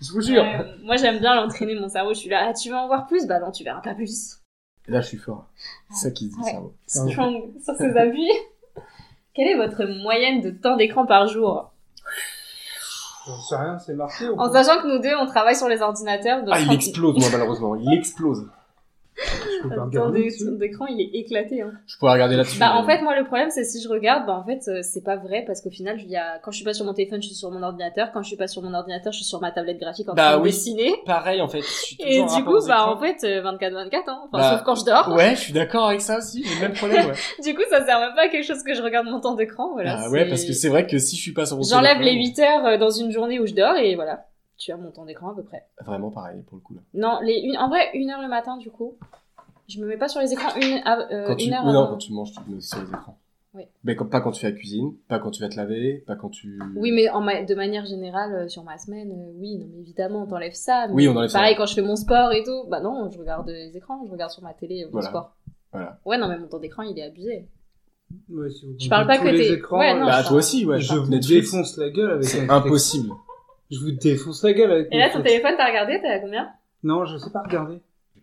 [SPEAKER 3] je vous jure.
[SPEAKER 2] Ouais, moi, j'aime bien l'entraîner, mon cerveau. Je suis là, ah, tu veux en voir plus Bah non, tu verras pas plus.
[SPEAKER 3] Là, je suis fort. C'est ça qui se dit,
[SPEAKER 2] Ouais.
[SPEAKER 3] cerveau.
[SPEAKER 2] strong sur ses appuis. Quelle est votre moyenne de temps d'écran par jour
[SPEAKER 4] J'en sais rien, c'est marqué ou
[SPEAKER 2] En
[SPEAKER 4] pas
[SPEAKER 2] sachant que nous deux, on travaille sur les ordinateurs, donc
[SPEAKER 3] Ah, il explose, moi, malheureusement. Il explose.
[SPEAKER 4] Je peux pas
[SPEAKER 2] le temps
[SPEAKER 4] regarder.
[SPEAKER 2] d'é-
[SPEAKER 4] dessus.
[SPEAKER 2] d'écran, il est éclaté. hein.
[SPEAKER 3] Je pourrais regarder là-dessus.
[SPEAKER 2] Bah, en
[SPEAKER 3] mais-
[SPEAKER 2] fait, moi, le problème, c'est si je regarde, bah, en fait, euh, c'est pas vrai parce qu'au final, il y a... quand je suis pas sur mon téléphone, je suis sur mon ordinateur. Quand je suis pas sur mon ordinateur, je suis sur ma tablette graphique en
[SPEAKER 3] Bah
[SPEAKER 2] train de
[SPEAKER 3] oui.
[SPEAKER 2] dessiner.
[SPEAKER 3] Pareil, en fait. je suis
[SPEAKER 2] Et
[SPEAKER 3] toujours en
[SPEAKER 2] du
[SPEAKER 3] rapport
[SPEAKER 2] coup,
[SPEAKER 3] aux
[SPEAKER 2] bah,
[SPEAKER 3] écrans.
[SPEAKER 2] en fait, euh, 24-24, hein. Enfin,
[SPEAKER 3] Bah,
[SPEAKER 2] sauf quand je dors.
[SPEAKER 3] Ouais, je suis d'accord avec ça aussi, j'ai le même problème. Ouais,
[SPEAKER 2] Du coup, ça sert même pas à quelque chose que je regarde mon temps d'écran. Voilà,
[SPEAKER 3] Ah ouais
[SPEAKER 2] c'est-
[SPEAKER 3] parce que c'est vrai que si je suis pas sur mon
[SPEAKER 2] J'enlève les
[SPEAKER 3] téléphone,
[SPEAKER 2] 8 heures euh, dans une journée où je dors et voilà. Tu as mon temps d'écran à peu près.
[SPEAKER 3] Vraiment pareil pour le coup. Là.
[SPEAKER 2] Non, les une... en vrai, une heure le matin, du coup. Je me mets pas sur les écrans une, ah, euh,
[SPEAKER 3] Quand tu...
[SPEAKER 2] une heure
[SPEAKER 3] non,
[SPEAKER 2] avant.
[SPEAKER 3] quand tu manges, tu te mets aussi sur les écrans.
[SPEAKER 2] Oui.
[SPEAKER 3] Mais quand- pas quand tu fais la cuisine, pas quand tu vas te laver, pas quand tu.
[SPEAKER 2] Oui, mais en ma- de manière générale, euh, sur ma semaine, euh, oui, non, mais évidemment, t'enlèves ça. mais
[SPEAKER 3] Oui, on enlève ça.
[SPEAKER 2] Pareil, quand je fais mon sport et tout, bah non, je regarde les écrans, je regarde sur ma télé euh, mon
[SPEAKER 3] Voilà.
[SPEAKER 2] sport.
[SPEAKER 3] Voilà.
[SPEAKER 2] Ouais, non, mais mon temps d'écran, il est abusé.
[SPEAKER 4] Ouais, si vous
[SPEAKER 2] Je parle pas
[SPEAKER 4] comptez
[SPEAKER 2] que
[SPEAKER 4] tous les
[SPEAKER 2] t'es-
[SPEAKER 4] écrans, euh,
[SPEAKER 2] Ouais, non,
[SPEAKER 3] Bah
[SPEAKER 2] je-
[SPEAKER 3] toi aussi, ouais.
[SPEAKER 4] je vous
[SPEAKER 3] Netflix,
[SPEAKER 4] défonce la gueule avec
[SPEAKER 3] c'est
[SPEAKER 4] Netflix.
[SPEAKER 3] impossible.
[SPEAKER 4] Je vous défonce la gueule avec
[SPEAKER 2] Et là, ton
[SPEAKER 4] Netflix.
[SPEAKER 2] téléphone, t'as regardé, t'as combien
[SPEAKER 4] Non, je sais pas regarder.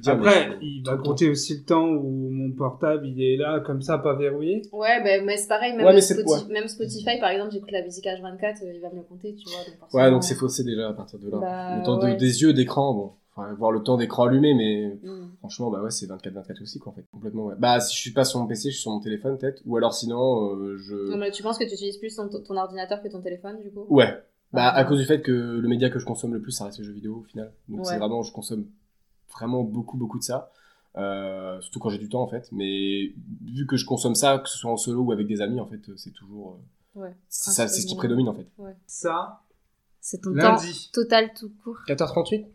[SPEAKER 3] Ah,
[SPEAKER 4] Après, il va compter aussi le temps où mon portable il est là, comme ça, pas verrouillé.
[SPEAKER 5] Ouais,
[SPEAKER 2] ben,
[SPEAKER 5] bah, mais c'est pareil, même,
[SPEAKER 3] Ouais, mais c'est-
[SPEAKER 5] Spotify, même Spotify, par exemple, j'écoute la musique H24, euh, il va me le compter, tu vois. Donc
[SPEAKER 3] Ouais, donc c'est
[SPEAKER 5] forcément-
[SPEAKER 3] faussé déjà à partir de là.
[SPEAKER 5] Bah,
[SPEAKER 3] le temps de-
[SPEAKER 5] ouais.
[SPEAKER 3] des yeux, d'écran, bon. Enfin, voir le temps d'écran allumé, mais
[SPEAKER 2] Hmm.
[SPEAKER 5] Mm.
[SPEAKER 3] franchement, bah ouais, c'est 24-24 aussi, quoi, en fait. Complètement, ouais. Bah, si je suis pas sur mon PC, je suis sur mon téléphone, peut-être. Ou alors, sinon, euh,
[SPEAKER 5] Non,
[SPEAKER 3] je.
[SPEAKER 5] mais tu penses que tu utilises plus ton, ton ordinateur que ton téléphone, du coup
[SPEAKER 3] Ouais. Bah, à cause du fait que le média que je consomme le plus, ça reste les jeux vidéo, au final. Donc, c'est
[SPEAKER 5] Ouais.
[SPEAKER 3] vraiment, je consomme vraiment beaucoup, beaucoup de ça. Euh, surtout quand j'ai du temps, en fait. Mais vu que je consomme ça, que ce soit en solo ou avec des amis, en fait, c'est toujours. euh,
[SPEAKER 5] Ouais.
[SPEAKER 3] c'est ça, c'est ce qui
[SPEAKER 5] Principalement.
[SPEAKER 3] prédomine, en fait.
[SPEAKER 4] Ça,
[SPEAKER 2] C'est ton temps
[SPEAKER 4] lundi.
[SPEAKER 2] total tout court.
[SPEAKER 3] 14h38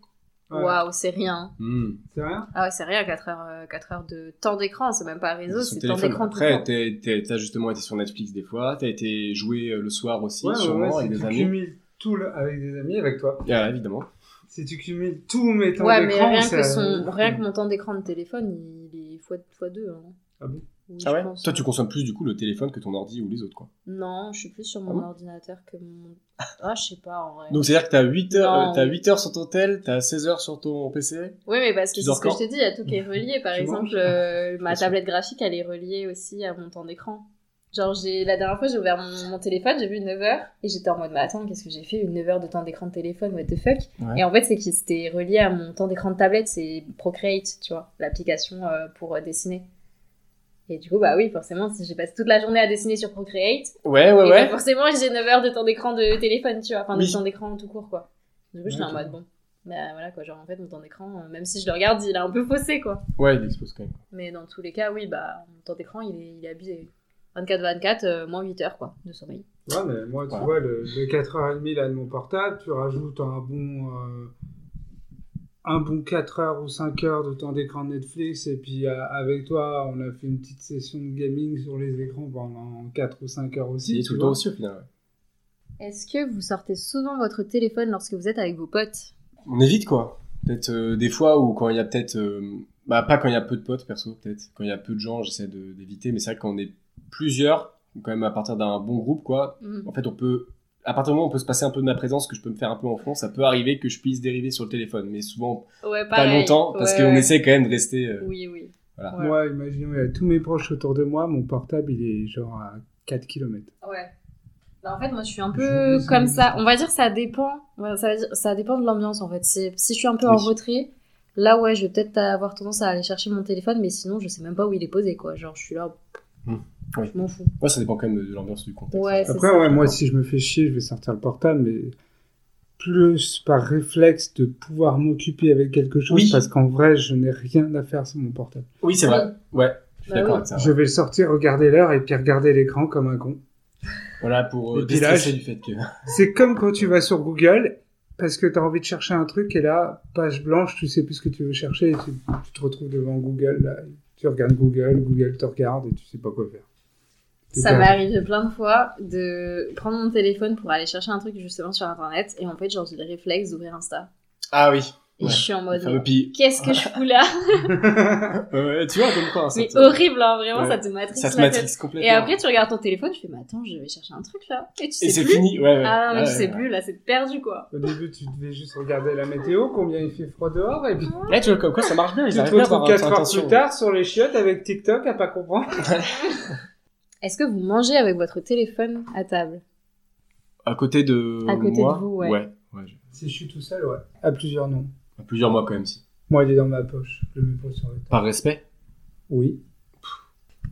[SPEAKER 4] Ouais.
[SPEAKER 2] Waouh, c'est rien.
[SPEAKER 3] Hmm.
[SPEAKER 4] C'est rien
[SPEAKER 2] Ah ouais, c'est rien, 4 heures, euh, quatre heures de temps d'écran, c'est même pas réseau,
[SPEAKER 3] Sur
[SPEAKER 2] c'est temps
[SPEAKER 3] téléphone.
[SPEAKER 2] d'écran tout
[SPEAKER 3] Après,
[SPEAKER 2] court.
[SPEAKER 3] t'es- t'es- t'as justement été sur Netflix des fois, t'as été joué euh, le soir aussi,
[SPEAKER 4] Ouais, ouais,
[SPEAKER 3] sûrement,
[SPEAKER 4] ouais,
[SPEAKER 3] avec
[SPEAKER 4] si
[SPEAKER 3] des
[SPEAKER 4] tu
[SPEAKER 3] amis.
[SPEAKER 4] cumules tout le- avec des amis, avec toi.
[SPEAKER 3] Ah, évidemment.
[SPEAKER 4] Si tu cumules tous mes temps
[SPEAKER 2] Ouais, mais
[SPEAKER 4] d'écran,
[SPEAKER 2] rien
[SPEAKER 4] c'est euh, mm.
[SPEAKER 2] que,
[SPEAKER 4] à-
[SPEAKER 2] son, rien que mon temps d'écran de téléphone, il est fois, fois deux. Hein.
[SPEAKER 4] Ah bon
[SPEAKER 2] Oui,
[SPEAKER 3] Ah
[SPEAKER 2] je
[SPEAKER 3] ouais
[SPEAKER 2] pense. hein.
[SPEAKER 3] Toi, tu consommes plus du coup le téléphone que ton ordi ou les autres, quoi.
[SPEAKER 2] Non, je suis plus sur mon
[SPEAKER 3] Ah bon
[SPEAKER 2] ordinateur que mon. Ah, je sais pas en vrai.
[SPEAKER 3] Donc, c'est-à-dire que t'as 8 heures,
[SPEAKER 2] Non.
[SPEAKER 3] euh, t'as 8 heures sur ton tel, t'as 16 heures sur ton PC.
[SPEAKER 2] Oui, mais parce que
[SPEAKER 3] Tu
[SPEAKER 2] c'est
[SPEAKER 3] dors
[SPEAKER 2] ce que
[SPEAKER 3] quand
[SPEAKER 2] je te dis, il y a tout qui est relié. Par
[SPEAKER 4] Tu
[SPEAKER 2] exemple,
[SPEAKER 4] manges
[SPEAKER 2] euh, ma
[SPEAKER 3] Bien sûr.
[SPEAKER 2] tablette graphique, elle est reliée aussi à mon temps d'écran. Genre, j'ai la dernière fois, j'ai ouvert mon, mon téléphone, j'ai vu 9h, et j'étais en mode, mais attends, qu'est-ce que j'ai fait Une 9h de temps d'écran de téléphone, what the fuck
[SPEAKER 3] Ouais.
[SPEAKER 2] Et en fait, c'est que c'était relié à mon temps d'écran de tablette, c'est Procreate, tu vois, l'application euh, pour euh, dessiner. Et du coup, bah oui, forcément, si j'ai passé toute la journée à dessiner sur Procreate,
[SPEAKER 3] Ouais,
[SPEAKER 2] Et
[SPEAKER 3] ouais,
[SPEAKER 2] bah
[SPEAKER 3] ouais.
[SPEAKER 2] forcément, j'ai 9 heures de temps d'écran de téléphone, tu vois. Enfin,
[SPEAKER 3] Oui.
[SPEAKER 2] de temps d'écran tout court, quoi. Du coup, j'étais en
[SPEAKER 4] Ouais,
[SPEAKER 2] mode, bon, bah voilà, quoi. Genre, en fait, mon temps d'écran, euh, même si je le regarde, il est un peu faussé, quoi.
[SPEAKER 3] Ouais, il explose quand même.
[SPEAKER 2] Mais dans tous les cas, oui, bah, mon temps d'écran, il est, il est abusé. 24-24, euh, moins 8 heures, quoi, de sommeil.
[SPEAKER 4] Ouais, mais moi, tu
[SPEAKER 3] Voilà.
[SPEAKER 4] vois, le, le 4h30 là de mon portable, tu rajoutes un bon, euh, un bon 4h ou 5h de temps d'écran de Netflix, et puis euh, avec toi, on a fait une petite session de gaming sur les écrans pendant 4 ou 5 heures
[SPEAKER 3] Il
[SPEAKER 4] aussi.
[SPEAKER 3] est
[SPEAKER 4] tu
[SPEAKER 3] tout le
[SPEAKER 4] vois.
[SPEAKER 3] temps aussi, au final. ouais.
[SPEAKER 2] Est-ce que vous sortez souvent votre téléphone lorsque vous êtes avec vos potes
[SPEAKER 3] On évite, quoi. Peut-être euh, des fois ou quand il y a peut-être. euh, bah, pas quand il y a peu de potes, perso, peut-être. Quand il y a peu de gens, j'essaie de- d'éviter, mais c'est vrai qu'on est plusieurs, quand même à partir d'un bon groupe, quoi,
[SPEAKER 2] Mhm.
[SPEAKER 3] En fait, on peut. À partir du moment où on peut se passer un peu de ma présence, que je peux me faire un peu en fond, ça peut arriver que je puisse dériver sur le téléphone, mais souvent
[SPEAKER 2] Ouais, pareil.
[SPEAKER 3] pas longtemps, parce
[SPEAKER 2] Ouais,
[SPEAKER 3] qu'on
[SPEAKER 2] ouais.
[SPEAKER 3] essaie quand même de rester. euh,
[SPEAKER 2] Oui, oui.
[SPEAKER 3] Voilà.
[SPEAKER 2] Ouais.
[SPEAKER 4] Moi, imaginons, il y a tous mes proches autour de moi, mon portable, il est genre à 4 km.
[SPEAKER 2] Ouais. Bah, en fait, moi, je suis un
[SPEAKER 4] Je
[SPEAKER 2] peu
[SPEAKER 4] vous
[SPEAKER 2] comme
[SPEAKER 4] aime.
[SPEAKER 2] ça. On va dire que ça dépend. Ouais, ça, va dire- ça dépend de l'ambiance, en fait. C'est- Si je suis un peu en
[SPEAKER 3] Oui.
[SPEAKER 2] retrait, là, ouais, je vais peut-être avoir tendance à aller chercher mon téléphone, mais sinon, je sais même pas où il est posé, quoi. Genre, je suis là.
[SPEAKER 3] Hmm. Oui.
[SPEAKER 2] Je m'en fous.
[SPEAKER 3] Moi, ça dépend quand même de, de l'ambiance du contexte.
[SPEAKER 2] Ouais, c'est
[SPEAKER 4] Après,
[SPEAKER 2] ça.
[SPEAKER 4] ouais, moi, si je me fais chier, je vais sortir le portable, mais plus par réflexe de pouvoir m'occuper avec quelque chose,
[SPEAKER 3] Oui.
[SPEAKER 4] parce qu'en vrai, je n'ai rien à faire sur mon portable.
[SPEAKER 3] Oui, c'est vrai. Ouais, je suis
[SPEAKER 2] Bah
[SPEAKER 3] d'accord
[SPEAKER 2] oui.
[SPEAKER 3] avec ça.
[SPEAKER 4] Je vais le sortir, regarder l'heure, et puis regarder l'écran comme un con.
[SPEAKER 3] Voilà, pour
[SPEAKER 4] Et
[SPEAKER 3] euh,
[SPEAKER 4] puis là,
[SPEAKER 3] déstresser
[SPEAKER 4] je-
[SPEAKER 3] du fait que.
[SPEAKER 4] C'est comme quand tu vas sur Google, parce que tu as envie de chercher un truc, et là, page blanche, tu sais plus ce que tu veux chercher, et tu, tu te retrouves devant Google, là, tu regardes Google, Google te regarde, et tu sais pas quoi faire. T'es
[SPEAKER 2] Ça
[SPEAKER 4] perdu.
[SPEAKER 2] m'est arrivé plein de fois de prendre mon téléphone pour aller chercher un truc justement sur internet et en fait genre j'ai le réflexe d'ouvrir Insta
[SPEAKER 3] Ah oui.
[SPEAKER 2] et
[SPEAKER 3] Ouais.
[SPEAKER 2] je suis en
[SPEAKER 3] Le
[SPEAKER 2] mode
[SPEAKER 3] fameux pi.
[SPEAKER 2] qu'est-ce que je fous là
[SPEAKER 3] Ouais, tu vois, comme quoi. ça
[SPEAKER 2] mais
[SPEAKER 3] te-
[SPEAKER 2] horrible hein, vraiment
[SPEAKER 3] Ouais.
[SPEAKER 2] ça te matrice
[SPEAKER 3] Ça se
[SPEAKER 2] la tête.
[SPEAKER 3] matrixe
[SPEAKER 2] et
[SPEAKER 3] complètement.
[SPEAKER 2] après tu regardes ton téléphone tu fais mais attends je vais chercher un truc là et tu sais
[SPEAKER 3] Et c'est
[SPEAKER 2] plus
[SPEAKER 3] fini. Ouais, ouais.
[SPEAKER 2] Ah non, mais
[SPEAKER 3] Ouais,
[SPEAKER 2] je sais
[SPEAKER 3] ouais.
[SPEAKER 2] plus, là, c'est perdu, quoi.
[SPEAKER 4] Au début, tu devais juste regarder la météo, combien il fait froid dehors, et puis
[SPEAKER 3] Ouais, tu vois, comme quoi ça marche bien,
[SPEAKER 4] tu
[SPEAKER 3] ils
[SPEAKER 4] te
[SPEAKER 3] arrivent bien à
[SPEAKER 4] retrouves
[SPEAKER 3] avoir
[SPEAKER 4] 4 heures
[SPEAKER 3] attention.
[SPEAKER 4] plus tard sur les chiottes avec TikTok à pas comprendre.
[SPEAKER 2] Est-ce que vous mangez avec votre téléphone à table
[SPEAKER 3] À côté de.
[SPEAKER 2] À côté de
[SPEAKER 3] moi,
[SPEAKER 2] vous, ouais.
[SPEAKER 3] Ouais, ouais, je-
[SPEAKER 4] Si je suis tout seul, ouais. À plusieurs noms.
[SPEAKER 3] à plusieurs mois quand même, si.
[SPEAKER 4] Moi, il est dans ma poche. Je le mets pas sur le temps.
[SPEAKER 3] Par respect.
[SPEAKER 4] Oui.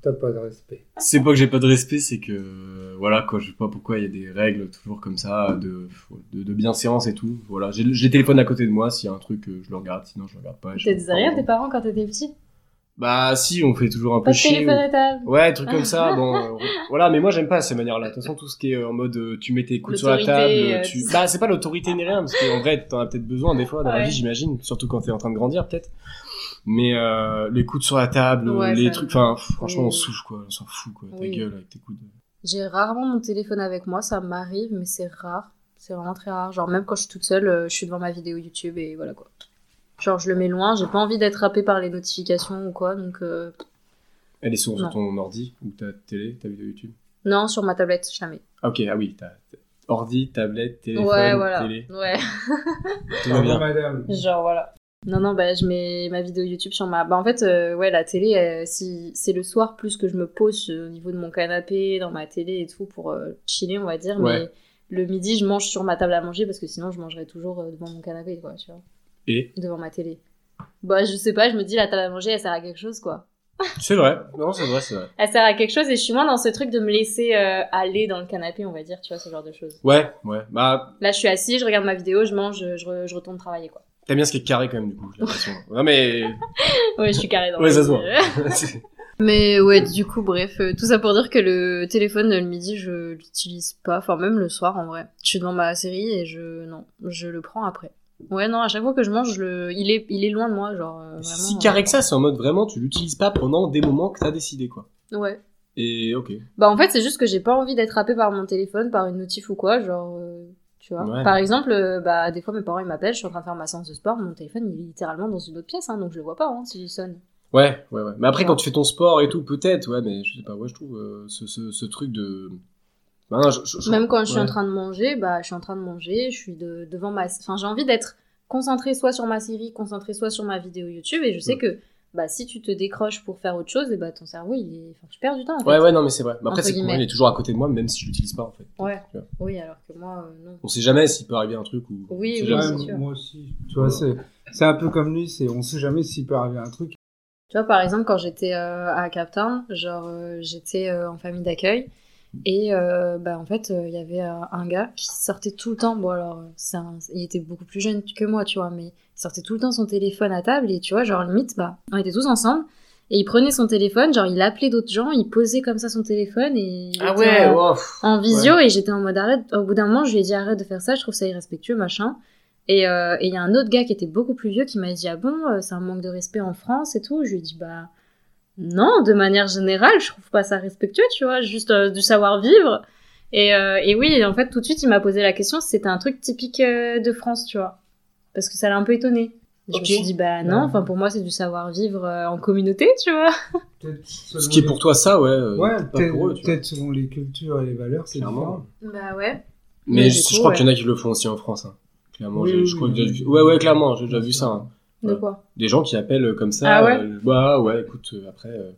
[SPEAKER 4] T'as pas de respect.
[SPEAKER 3] C'est pas que j'ai pas de respect, c'est que euh, voilà quoi, je sais pas pourquoi il y a des règles toujours comme ça de de, de bienséance et tout. Voilà, j'ai j'ai le téléphone à côté de moi, s'il y a un truc euh, je le regarde, sinon je le regarde pas. et je
[SPEAKER 2] T'as
[SPEAKER 3] fais
[SPEAKER 2] des rien
[SPEAKER 3] pas
[SPEAKER 2] tes parents quand t'étais petit
[SPEAKER 3] Bah si, on fait toujours un peu
[SPEAKER 2] Pas de
[SPEAKER 3] chier.
[SPEAKER 2] téléphone
[SPEAKER 3] ou-
[SPEAKER 2] à table
[SPEAKER 3] Ouais, truc comme ça. bon, euh, voilà, mais moi j'aime pas ces manières-là. De toute façon, tout ce qui est euh, en mode euh, tu mets tes coudes sur la table,
[SPEAKER 2] L'autorité,
[SPEAKER 3] euh,
[SPEAKER 2] euh,
[SPEAKER 3] tu.
[SPEAKER 2] tout ça.
[SPEAKER 3] Bah c'est pas l'autorité ni rien, parce qu'en vrai t'en as peut-être besoin des fois dans la
[SPEAKER 2] Ouais.
[SPEAKER 3] vie, j'imagine, surtout quand t'es en train de grandir peut-être. Mais euh, les coudes sur la table,
[SPEAKER 2] Ouais,
[SPEAKER 3] les
[SPEAKER 2] ça-
[SPEAKER 3] trucs, enfin pff, franchement
[SPEAKER 2] Oui.
[SPEAKER 3] on souffle quoi, on s'en fout quoi. Ta
[SPEAKER 2] Oui.
[SPEAKER 3] gueule avec tes coudes.
[SPEAKER 2] J'ai rarement mon téléphone avec moi, ça m'arrive, mais c'est rare. C'est vraiment très rare. Genre, même quand je suis toute seule, euh, je suis devant ma vidéo YouTube et voilà, quoi. Genre, je le mets loin, j'ai pas envie d'être happée par les notifications ou quoi, donc... euh,
[SPEAKER 3] Elle est souvent sur
[SPEAKER 2] Non.
[SPEAKER 3] ton ordi ou ta télé, ta vidéo YouTube
[SPEAKER 2] Non, sur ma tablette, jamais.
[SPEAKER 3] Ah, Ok, ah oui, t'as t'as- ordi, tablette, téléphone,
[SPEAKER 2] ouais, voilà.
[SPEAKER 3] télé,
[SPEAKER 2] Ouais,
[SPEAKER 3] tout va bien.
[SPEAKER 4] madame.
[SPEAKER 2] genre, voilà. Non, non, bah, je mets ma vidéo YouTube sur ma. Bah, en fait, euh, ouais, la télé, euh, si... c'est le soir plus que je me pose euh, au niveau de mon canapé, dans ma télé et tout, pour euh, chiller, on va dire.
[SPEAKER 3] Ouais.
[SPEAKER 2] Mais le midi, je mange sur ma table à manger parce que sinon, je mangerais toujours euh, devant mon canapé, quoi, tu vois,
[SPEAKER 3] Et
[SPEAKER 2] devant ma télé. Bah, je sais pas, je me dis, la table à manger, elle sert à quelque chose, quoi.
[SPEAKER 3] c'est vrai. Non, c'est vrai, c'est vrai.
[SPEAKER 2] Elle sert à quelque chose et je suis moins dans ce truc de me laisser euh, aller dans le canapé, on va dire, tu vois, ce genre de choses.
[SPEAKER 3] Ouais, ouais. Bah,
[SPEAKER 2] Là, je suis assis, je regarde ma vidéo, je mange, je, re- je retourne travailler, quoi.
[SPEAKER 3] t'aimes bien ce qui est carré quand même, du coup, j'ai l'impression. Non, mais.
[SPEAKER 2] Ouais, je suis carré dans
[SPEAKER 3] Ouais,
[SPEAKER 2] le-
[SPEAKER 3] ça se voit.
[SPEAKER 2] Mais ouais, du coup, bref, euh, tout ça pour dire que le téléphone euh, le midi, je l'utilise pas, enfin même le soir en vrai. Je suis devant ma série et je non, je le prends après. Ouais, non, à chaque fois que je mange, je le... il est il est loin de moi, genre euh, vraiment.
[SPEAKER 3] si
[SPEAKER 2] euh,
[SPEAKER 3] carré que ça, c'est en mode vraiment, tu l'utilises pas pendant des moments que t'as décidé, quoi.
[SPEAKER 2] euh, Ouais.
[SPEAKER 3] Et ok.
[SPEAKER 2] Bah en fait, c'est juste que j'ai pas envie d'être happée par mon téléphone, par une notif ou quoi, genre euh, tu vois.
[SPEAKER 3] Ouais.
[SPEAKER 2] Par exemple, euh, bah des fois mes parents ils m'appellent, je suis en train de faire ma séance de sport, mon téléphone il est littéralement dans une autre pièce hein, donc je le vois pas hein, s'il sonne.
[SPEAKER 3] Ouais, ouais, ouais. Mais après,
[SPEAKER 2] Ouais.
[SPEAKER 3] quand tu fais ton sport et tout, peut-être, ouais, mais je sais pas, ouais, je trouve euh, ce, ce, ce truc de. Ben, je- je- je-
[SPEAKER 2] Même quand je suis
[SPEAKER 3] ouais.
[SPEAKER 2] en train de manger, bah, je suis en train de manger, je suis de- devant ma... Enfin, j'ai envie d'être concentrée soit sur ma série, concentrée soit sur ma vidéo YouTube, et je sais
[SPEAKER 3] Ouais.
[SPEAKER 2] que bah, si tu te décroches pour faire autre chose, et bah, ton cerveau, il est... enfin, tu perds du temps, en fait.
[SPEAKER 3] Ouais, ouais, non, mais c'est vrai. Mais
[SPEAKER 2] Entre
[SPEAKER 3] après, c'est que moi, il
[SPEAKER 2] guillemets.
[SPEAKER 3] est toujours à côté de moi, même si je l'utilise pas, en fait.
[SPEAKER 2] Ouais.
[SPEAKER 3] Tu vois.
[SPEAKER 2] Oui, alors que moi, euh, non.
[SPEAKER 3] On sait jamais s'il peut arriver un truc ou.
[SPEAKER 2] Oui,
[SPEAKER 3] on sait
[SPEAKER 2] oui,
[SPEAKER 3] jamais.
[SPEAKER 2] c'est
[SPEAKER 4] Ouais,
[SPEAKER 2] sûr.
[SPEAKER 4] moi aussi. Tu vois, c'est c'est un peu comme lui, c'est on sait jamais s'il peut arriver un truc.
[SPEAKER 2] Tu vois, par exemple, quand j'étais euh, à Cap Town, genre, euh, j'étais euh, en famille d'accueil, et euh, bah, en fait, euh, il y avait euh, un gars qui sortait tout le temps. Bon, alors, euh, c'est un- il était beaucoup plus jeune que moi, tu vois, mais il sortait tout le temps son téléphone à table, et tu vois, genre, limite, bah, on était tous ensemble, et il prenait son téléphone, genre, il appelait d'autres gens, il posait comme ça son téléphone, et. il
[SPEAKER 3] Ah
[SPEAKER 2] était
[SPEAKER 3] ouais,
[SPEAKER 2] en-
[SPEAKER 4] oh,
[SPEAKER 3] wow, pff.
[SPEAKER 2] en visio et j'étais en mode arrête. Au bout d'un moment, je lui ai dit arrête de faire ça, je trouve ça irrespectueux, machin. Et euh, et il y a un autre gars qui était beaucoup plus vieux qui m'a dit ah bon, euh, c'est un manque de respect en France et tout. Je lui ai dit bah non, de manière générale, je trouve pas ça respectueux, tu vois, juste euh, du savoir-vivre. Et, euh, et oui, en fait, tout de suite, il m'a posé la question si c'était un truc typique euh, de France, tu vois. Parce que ça l'a un peu étonné. Je
[SPEAKER 3] Ok.
[SPEAKER 2] me suis dit, bah non,
[SPEAKER 4] Ouais.
[SPEAKER 2] enfin pour moi, c'est du savoir-vivre euh, en communauté, tu vois.
[SPEAKER 3] Ce qui est pour toi, ça, ouais. euh,
[SPEAKER 4] Ouais,
[SPEAKER 3] peut-être pas
[SPEAKER 4] peut-être
[SPEAKER 3] pour eux, tu vois.
[SPEAKER 4] peut-être selon les cultures et les valeurs, c'est
[SPEAKER 3] Clairement.
[SPEAKER 4] différent.
[SPEAKER 2] Bah ouais.
[SPEAKER 3] Mais,
[SPEAKER 2] Mais
[SPEAKER 3] je,
[SPEAKER 2] du
[SPEAKER 3] je
[SPEAKER 2] coup,
[SPEAKER 3] crois
[SPEAKER 2] ouais.
[SPEAKER 3] qu'il y en a qui le font aussi en France. hein. Clairement,
[SPEAKER 4] Oui,
[SPEAKER 3] j'ai- je
[SPEAKER 4] oui,
[SPEAKER 3] crois que
[SPEAKER 4] oui.
[SPEAKER 3] j'ai déjà vu. Ouais, ouais, clairement, j'ai déjà
[SPEAKER 4] Bien
[SPEAKER 3] vu
[SPEAKER 4] sûr.
[SPEAKER 3] ça. hein.
[SPEAKER 2] De
[SPEAKER 3] Ouais.
[SPEAKER 2] quoi
[SPEAKER 3] Des gens qui appellent comme ça.
[SPEAKER 2] Ah ouais
[SPEAKER 3] euh, bah ouais, écoute, euh, après. euh,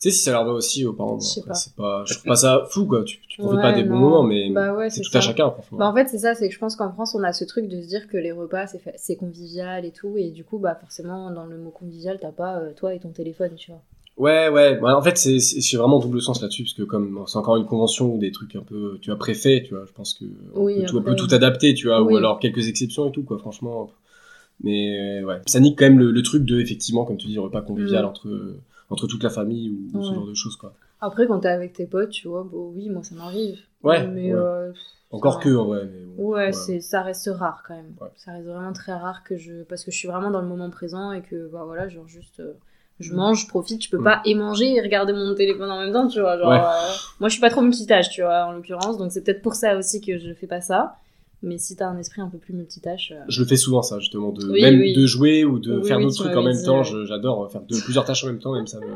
[SPEAKER 3] Tu sais, si ça leur va aussi aux parents, bon,
[SPEAKER 2] Je sais
[SPEAKER 3] après,
[SPEAKER 2] pas.
[SPEAKER 3] c'est pas. Je trouve pas ça fou, quoi. Tu, tu profites
[SPEAKER 2] Ouais,
[SPEAKER 3] pas des bons
[SPEAKER 2] non.
[SPEAKER 3] moments, mais
[SPEAKER 2] Bah ouais,
[SPEAKER 3] c'est
[SPEAKER 2] c'est
[SPEAKER 3] tout à
[SPEAKER 2] ça.
[SPEAKER 3] chacun, franchement.
[SPEAKER 2] Bah, en fait, c'est ça, c'est que je pense qu'en France, on a ce truc de se dire que les repas, c'est fa- c'est convivial et tout, et du coup, bah forcément, dans le mot convivial, t'as pas euh, toi et ton téléphone, tu vois.
[SPEAKER 3] Ouais, ouais, ouais, en fait, c'est c'est- c'est vraiment double sens là-dessus, parce que comme c'est encore une convention ou des trucs un peu, tu vois, préfet, tu vois, je pense que on,
[SPEAKER 2] Oui,
[SPEAKER 3] peut, tout, on
[SPEAKER 2] après,
[SPEAKER 3] peut tout adapter, tu vois, ou
[SPEAKER 2] oui.
[SPEAKER 3] alors quelques exceptions et tout, quoi, franchement. Mais euh, ouais, ça nique quand même le, le truc de, effectivement, comme tu dis, repas convivial
[SPEAKER 2] Mm.
[SPEAKER 3] entre, euh, entre toute la famille ou, ou ce
[SPEAKER 2] Ouais.
[SPEAKER 3] genre de choses, quoi.
[SPEAKER 2] Après, quand t'es avec tes potes, tu vois, bah oui, moi ça m'arrive.
[SPEAKER 3] Ouais,
[SPEAKER 2] Mais
[SPEAKER 3] ouais.
[SPEAKER 2] euh,
[SPEAKER 3] Encore
[SPEAKER 2] ça-
[SPEAKER 3] que, en vrai, mais bon,
[SPEAKER 2] Ouais, c'est ça reste rare quand même.
[SPEAKER 3] Ouais.
[SPEAKER 2] Ça reste vraiment très rare que je parce que je suis vraiment dans le moment présent et que bah voilà, genre juste euh, je mange, je profite, je peux
[SPEAKER 3] Mm.
[SPEAKER 2] pas et manger et regarder mon téléphone en même temps, tu vois, genre
[SPEAKER 3] Ouais.
[SPEAKER 2] euh, moi je suis pas trop multitâche, tu vois, en l'occurrence, donc c'est peut-être pour ça aussi que je fais pas ça. Mais si t'as un esprit un peu plus multitâche, euh,
[SPEAKER 3] Je le fais souvent, ça, justement, de,
[SPEAKER 2] Oui,
[SPEAKER 3] même
[SPEAKER 2] oui.
[SPEAKER 3] de jouer ou de
[SPEAKER 2] Oui,
[SPEAKER 3] faire
[SPEAKER 2] oui,
[SPEAKER 3] d'autres
[SPEAKER 2] tu
[SPEAKER 3] trucs en
[SPEAKER 2] m'avais
[SPEAKER 3] même
[SPEAKER 2] dit,
[SPEAKER 3] temps,
[SPEAKER 2] ouais.
[SPEAKER 3] je- j'adore faire de, plusieurs tâches en même temps, même ça me...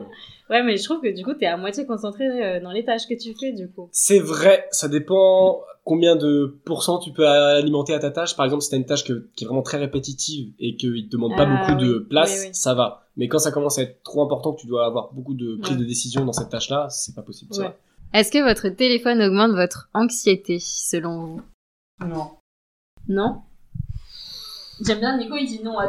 [SPEAKER 2] Ouais, mais je trouve que du coup, t'es à moitié concentré euh, dans les tâches que tu fais, du coup.
[SPEAKER 3] C'est vrai, ça dépend combien de pourcents tu peux alimenter à ta tâche. Par exemple, si t'as une tâche que- qui est vraiment très répétitive et qu'il te demande pas
[SPEAKER 2] Ah,
[SPEAKER 3] beaucoup de
[SPEAKER 2] oui,
[SPEAKER 3] place,
[SPEAKER 2] oui, oui.
[SPEAKER 3] ça va. Mais quand ça commence à être trop important que tu dois avoir beaucoup de prise
[SPEAKER 2] Ouais.
[SPEAKER 3] de décision dans cette tâche-là, c'est pas possible. c'est
[SPEAKER 2] Ouais.
[SPEAKER 3] vrai.
[SPEAKER 2] Est-ce que votre téléphone augmente votre anxiété, selon vous
[SPEAKER 4] Non.
[SPEAKER 2] Non
[SPEAKER 5] J'aime bien Nico, il dit non à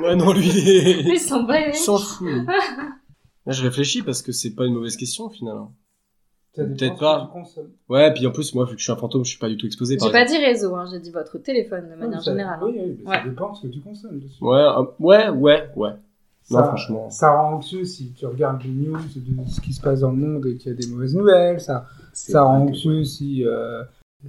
[SPEAKER 3] Ouais, non, lui, il est-
[SPEAKER 5] mais il s'en bat les
[SPEAKER 3] il s'en fout. lui. Là, je réfléchis parce que c'est pas une mauvaise question, finalement.
[SPEAKER 4] Ça dépend
[SPEAKER 3] Peut-être
[SPEAKER 4] ce
[SPEAKER 3] pas.
[SPEAKER 4] que tu consommes.
[SPEAKER 3] Ouais, puis en plus, moi, vu que je suis un fantôme, je suis pas du tout exposé. par
[SPEAKER 2] J'ai pas dit réseau, hein, j'ai dit votre téléphone de manière
[SPEAKER 4] Oui, ça-
[SPEAKER 2] générale. hein.
[SPEAKER 4] Oui, oui, mais ça
[SPEAKER 2] Ouais.
[SPEAKER 4] dépend ce que tu consommes dessus.
[SPEAKER 3] Ouais, euh, ouais, ouais, ouais.
[SPEAKER 4] Ça,
[SPEAKER 3] Non, franchement.
[SPEAKER 4] ça rend anxieux si tu regardes les news de ce qui se passe dans le monde et qu'il y a des mauvaises nouvelles. Ça, ça rend anxieux si, euh,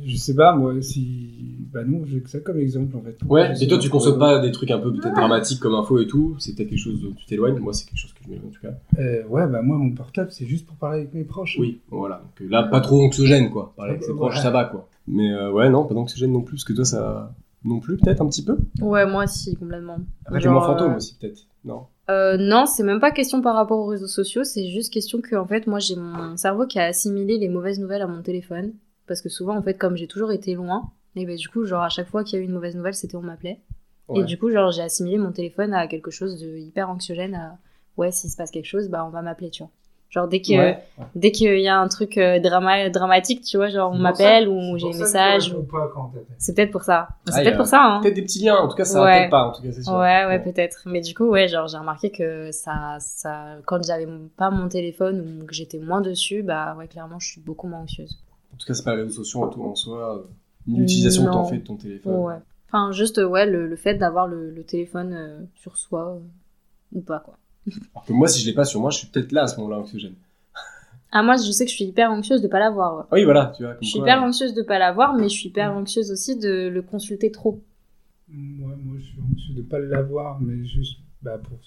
[SPEAKER 4] je sais pas moi, si, bah non, j'ai que ça comme exemple en fait.
[SPEAKER 3] Ouais,
[SPEAKER 4] Je sais
[SPEAKER 3] et toi tu consommes
[SPEAKER 4] pourquoi.
[SPEAKER 3] pas des trucs un peu peut-être dramatiques comme info et tout, c'est peut-être quelque chose dont tu t'éloignes, moi c'est quelque chose que je m'éloigne en tout cas.
[SPEAKER 4] Euh, Ouais, bah moi mon portable c'est juste pour parler avec mes proches.
[SPEAKER 3] Oui, voilà, donc euh, là pas trop anxiogène quoi, parler avec ses
[SPEAKER 4] Ouais.
[SPEAKER 3] proches ça va quoi. Mais euh, ouais non, pas d'anxiogène non plus, parce que toi ça... non plus peut-être un petit peu
[SPEAKER 2] Ouais, moi si, complètement.
[SPEAKER 3] Après t'es moins
[SPEAKER 2] Genre,
[SPEAKER 3] fantôme
[SPEAKER 2] euh,
[SPEAKER 3] aussi peut-être, non
[SPEAKER 2] Euh, non, c'est même pas question par rapport aux réseaux sociaux, c'est juste question que, en fait, moi, j'ai mon cerveau qui a assimilé les mauvaises nouvelles à mon téléphone. Parce que souvent, en fait, comme j'ai toujours été loin, et ben, du coup, genre, à chaque fois qu'il y a eu une mauvaise nouvelle, c'était on m'appelait.
[SPEAKER 3] Ouais.
[SPEAKER 2] Et du coup, genre, j'ai assimilé mon téléphone à quelque chose de hyper anxiogène. À... Ouais, s'il se passe quelque chose, bah, on va m'appeler, tu vois. Genre, dès que
[SPEAKER 3] Ouais.
[SPEAKER 2] dès qu'il y a un truc euh, drama dramatique, tu vois, genre, on
[SPEAKER 4] C'est pour
[SPEAKER 2] m'appelle
[SPEAKER 4] ça-
[SPEAKER 2] ou
[SPEAKER 4] c'est
[SPEAKER 2] j'ai
[SPEAKER 4] pour
[SPEAKER 2] un
[SPEAKER 4] ça que euh,
[SPEAKER 2] message.
[SPEAKER 4] je
[SPEAKER 2] ou-
[SPEAKER 4] réponds pas quand on t'appelle.
[SPEAKER 2] C'est peut-être pour ça. C'est
[SPEAKER 3] Ah,
[SPEAKER 2] peut-être
[SPEAKER 3] y a-
[SPEAKER 2] pour ça, hein.
[SPEAKER 3] Peut-être des petits liens, en tout cas, ça
[SPEAKER 2] Ouais.
[SPEAKER 3] rappelle pas, en tout cas, c'est sûr.
[SPEAKER 2] Ouais, ouais,
[SPEAKER 3] Bon.
[SPEAKER 2] peut-être. Mais du coup, ouais, genre, j'ai remarqué que ça, ça, quand j'avais mon- pas mon téléphone ou que j'étais moins dessus, bah, ouais, clairement, je suis beaucoup moins anxieuse.
[SPEAKER 3] En tout cas, c'est pas les réseaux sociaux et tout en soi. euh, Une utilisation que
[SPEAKER 2] Non.
[SPEAKER 3] t'en fais de ton téléphone.
[SPEAKER 2] Ouais. Enfin, juste, ouais, le, le fait d'avoir le, le téléphone euh, sur soi euh, ou pas, quoi.
[SPEAKER 3] Alors que moi, si je l'ai pas sur moi, je suis peut-être là à ce moment-là anxiogène.
[SPEAKER 2] Ah, moi, je sais que je suis hyper anxieuse de pas l'avoir, ouais.
[SPEAKER 3] Ah oui, voilà, tu vois. Comme
[SPEAKER 2] Je suis
[SPEAKER 3] quoi,
[SPEAKER 2] hyper
[SPEAKER 3] euh,
[SPEAKER 2] anxieuse de pas l'avoir, mais je suis hyper anxieuse aussi de le consulter trop.
[SPEAKER 4] Moi, moi, je suis anxieux de pas l'avoir, mais juste bah, pour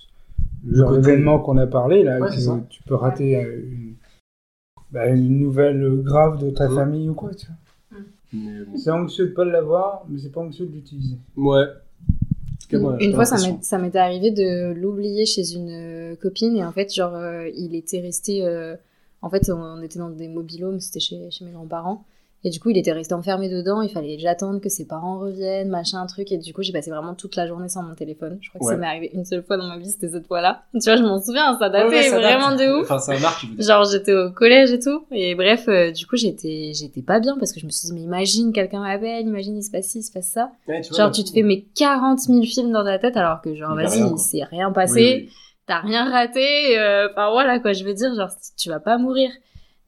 [SPEAKER 4] le genre
[SPEAKER 3] côté-
[SPEAKER 4] d'événement qu'on a parlé, là,
[SPEAKER 3] Ouais,
[SPEAKER 4] que
[SPEAKER 3] c'est ça.
[SPEAKER 4] tu peux rater euh, une, bah, une nouvelle grave de ta
[SPEAKER 3] Ouais.
[SPEAKER 4] famille ou quoi, tu vois.
[SPEAKER 3] mais bon.
[SPEAKER 4] C'est anxieux de pas l'avoir, mais c'est pas anxieux de l'utiliser.
[SPEAKER 3] Ouais. En tout cas, moi, j'ai
[SPEAKER 2] une
[SPEAKER 3] pas
[SPEAKER 2] fois, ça
[SPEAKER 3] l'impression.
[SPEAKER 2] m'est- ça m'était arrivé de l'oublier chez une euh, copine et en fait, genre, euh, il était resté. euh, en fait, on, on était dans des mobilhomes, c'était chez, chez mes grands-parents. Et du coup, il était resté enfermé dedans, il fallait j'attendre que ses parents reviennent, machin, truc. Et du coup, j'ai passé vraiment toute la journée sans mon téléphone. Je crois que ça
[SPEAKER 3] Ouais.
[SPEAKER 2] m'est arrivé une seule fois dans ma vie, c'était cette fois-là. Tu vois, je m'en souviens, ça datait
[SPEAKER 3] Ouais, ouais, ça date.
[SPEAKER 2] vraiment de ouf.
[SPEAKER 3] Enfin, ça marque, je veux dire.
[SPEAKER 2] Genre j'étais au collège et tout. Et bref, euh, du coup j'étais j'étais pas bien parce que je me suis dit mais imagine quelqu'un m'appelle, imagine il se passe ci, il se passe ça.
[SPEAKER 3] Ouais, tu vois,
[SPEAKER 2] Genre tu te fais mes 40 000 films dans ta tête alors que genre
[SPEAKER 3] Il y a rien,
[SPEAKER 2] vas-y il
[SPEAKER 3] quoi.
[SPEAKER 2] s'est rien
[SPEAKER 3] Oui,
[SPEAKER 2] passé,
[SPEAKER 3] oui.
[SPEAKER 2] t'as rien raté. euh, Enfin voilà quoi, je veux dire genre tu vas pas mourir.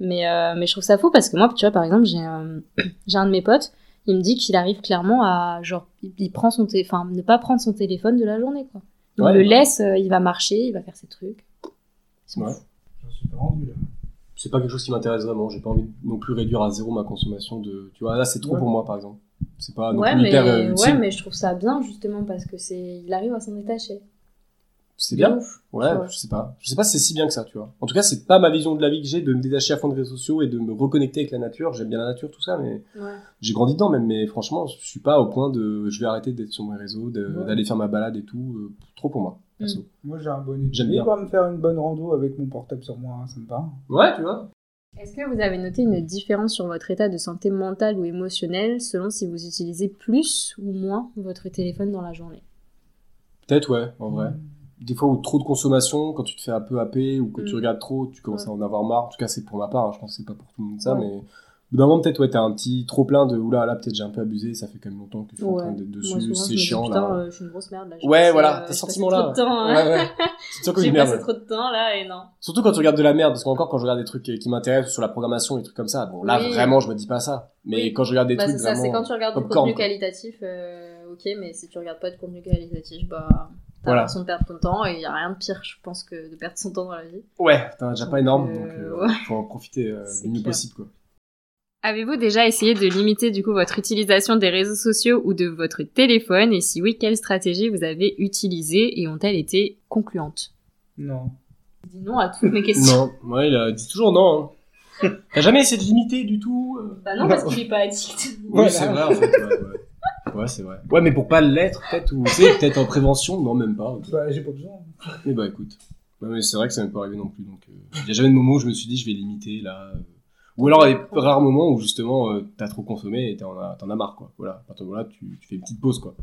[SPEAKER 2] Mais euh, mais je trouve ça fou parce que moi tu vois par exemple j'ai un- j'ai un de mes potes, il me dit qu'il arrive clairement à genre il, il prend son téléphone, enfin ne pas prendre son téléphone de la journée quoi. Il
[SPEAKER 3] Ouais.
[SPEAKER 2] le laisse, euh, il va marcher, il va faire ses trucs. Ils sont
[SPEAKER 3] Ouais.
[SPEAKER 4] J'en suis pas rendu là.
[SPEAKER 3] C'est pas quelque chose qui m'intéresse vraiment. J'ai pas envie de- non plus réduire à zéro ma consommation de. Tu vois, là, c'est trop
[SPEAKER 4] Ouais.
[SPEAKER 3] pour moi, par exemple. C'est pas non
[SPEAKER 2] Ouais
[SPEAKER 3] plus
[SPEAKER 2] mais,
[SPEAKER 3] hyper euh,
[SPEAKER 2] ouais,
[SPEAKER 3] utile.
[SPEAKER 2] mais je trouve ça bien justement parce que c'est il arrive à s'en détacher.
[SPEAKER 3] C'est bien.
[SPEAKER 2] ouf.
[SPEAKER 3] Ouais,
[SPEAKER 2] tu vois.
[SPEAKER 3] je sais pas. Je sais pas si c'est si bien que ça, tu vois. En tout cas, c'est pas ma vision de la vie que j'ai de me détacher à fond des réseaux sociaux et de me reconnecter avec la nature. J'aime bien la nature, tout ça, mais
[SPEAKER 2] Ouais.
[SPEAKER 3] j'ai grandi dedans même. Mais franchement, je suis pas au point de. Je vais arrêter d'être sur mes réseaux, de-
[SPEAKER 4] Ouais.
[SPEAKER 3] d'aller faire ma balade et tout. euh, trop pour moi, perso.
[SPEAKER 2] Mm.
[SPEAKER 4] Moi, j'ai un bon
[SPEAKER 3] J'aime
[SPEAKER 4] équilibre
[SPEAKER 3] bien.
[SPEAKER 4] à me faire une bonne rando avec mon portable sur moi, hein, ça me parle.
[SPEAKER 3] Ouais, tu vois.
[SPEAKER 2] Est-ce que vous avez noté une différence sur votre état de santé mentale ou émotionnelle selon si vous utilisez plus ou moins votre téléphone dans la journée
[SPEAKER 3] Peut-être, ouais, en vrai. Des fois, où trop de consommation, quand tu te fais un peu happer ou que tu
[SPEAKER 2] Mm.
[SPEAKER 3] regardes trop, tu commences
[SPEAKER 2] Ouais.
[SPEAKER 3] à en avoir marre. En tout cas, c'est pour ma part. hein. Je pense que c'est pas pour tout le monde ça,
[SPEAKER 2] Ouais.
[SPEAKER 3] mais. au bout D'un moment, peut-être, ouais, t'as un petit trop plein de oula, là, peut-être j'ai un peu abusé, ça fait quand même longtemps que je suis en
[SPEAKER 2] Ouais.
[SPEAKER 3] train d'être
[SPEAKER 2] Moi,
[SPEAKER 3] dessus,
[SPEAKER 2] souvent, je
[SPEAKER 3] c'est
[SPEAKER 2] me dis,
[SPEAKER 3] chiant,
[SPEAKER 2] putain,
[SPEAKER 3] là.
[SPEAKER 2] euh, je suis une grosse merde là. J'ai
[SPEAKER 3] Ouais,
[SPEAKER 2] passé, euh,
[SPEAKER 3] voilà, t'as ce
[SPEAKER 2] j'ai passé
[SPEAKER 3] sentiment-là,
[SPEAKER 2] trop de temps, hein.
[SPEAKER 3] Ouais, ouais. C'est sûr que
[SPEAKER 2] J'ai
[SPEAKER 3] une merde.
[SPEAKER 2] passé trop de temps là et non.
[SPEAKER 3] Surtout quand tu regardes de la merde, parce qu'encore quand je regarde des trucs euh, qui m'intéressent sur la programmation et des trucs comme ça, bon là
[SPEAKER 2] Oui.
[SPEAKER 3] vraiment je me dis pas ça. Mais
[SPEAKER 2] Oui.
[SPEAKER 3] quand je regarde des
[SPEAKER 2] Bah, c'est
[SPEAKER 3] trucs
[SPEAKER 2] ça, c'est
[SPEAKER 3] vraiment.
[SPEAKER 2] quand tu regardes du
[SPEAKER 3] popcorn,
[SPEAKER 2] contenu
[SPEAKER 3] quoi.
[SPEAKER 2] qualitatif, euh, ok, mais si tu regardes pas de contenu qualitatif, bah t'as
[SPEAKER 3] Voilà.
[SPEAKER 2] l'impression de perdre ton temps et y a rien de pire, je pense, que de perdre son temps dans la vie.
[SPEAKER 3] Ouais, t'en as déjà pas énorme,
[SPEAKER 2] Euh,
[SPEAKER 3] donc euh,
[SPEAKER 2] ouais.
[SPEAKER 3] faut en profiter euh,
[SPEAKER 2] C'est
[SPEAKER 3] du mieux
[SPEAKER 2] clair.
[SPEAKER 3] possible quoi.
[SPEAKER 2] Avez-vous déjà essayé de limiter du coup votre utilisation des réseaux sociaux ou de votre téléphone et si oui, quelles stratégies vous avez utilisées et ont-elles été concluantes
[SPEAKER 4] Non.
[SPEAKER 2] Je dis non à toutes mes questions.
[SPEAKER 3] Non, ouais, il a dit toujours non. hein. T'as jamais essayé de limiter du tout euh
[SPEAKER 5] Bah non, parce qu'il est pas addict.
[SPEAKER 3] Oui, c'est vrai en fait. Ouais, bah, ouais. Ouais, c'est vrai. Ouais, mais pour pas l'être, peut-être, ou tu sais, peut-être en prévention, non, même pas.
[SPEAKER 4] Bah, j'ai pas besoin.
[SPEAKER 3] Mais bah écoute. Ouais, mais c'est vrai que ça m'est pas arrivé non plus. Donc, euh, il y a jamais de moment où je me suis dit je vais limiter là. euh. Ou alors il y a des rares moments où justement euh, t'as trop consommé et t'en as, t'en as marre quoi. Voilà. À partir de là, tu, tu fais une petite pause quoi.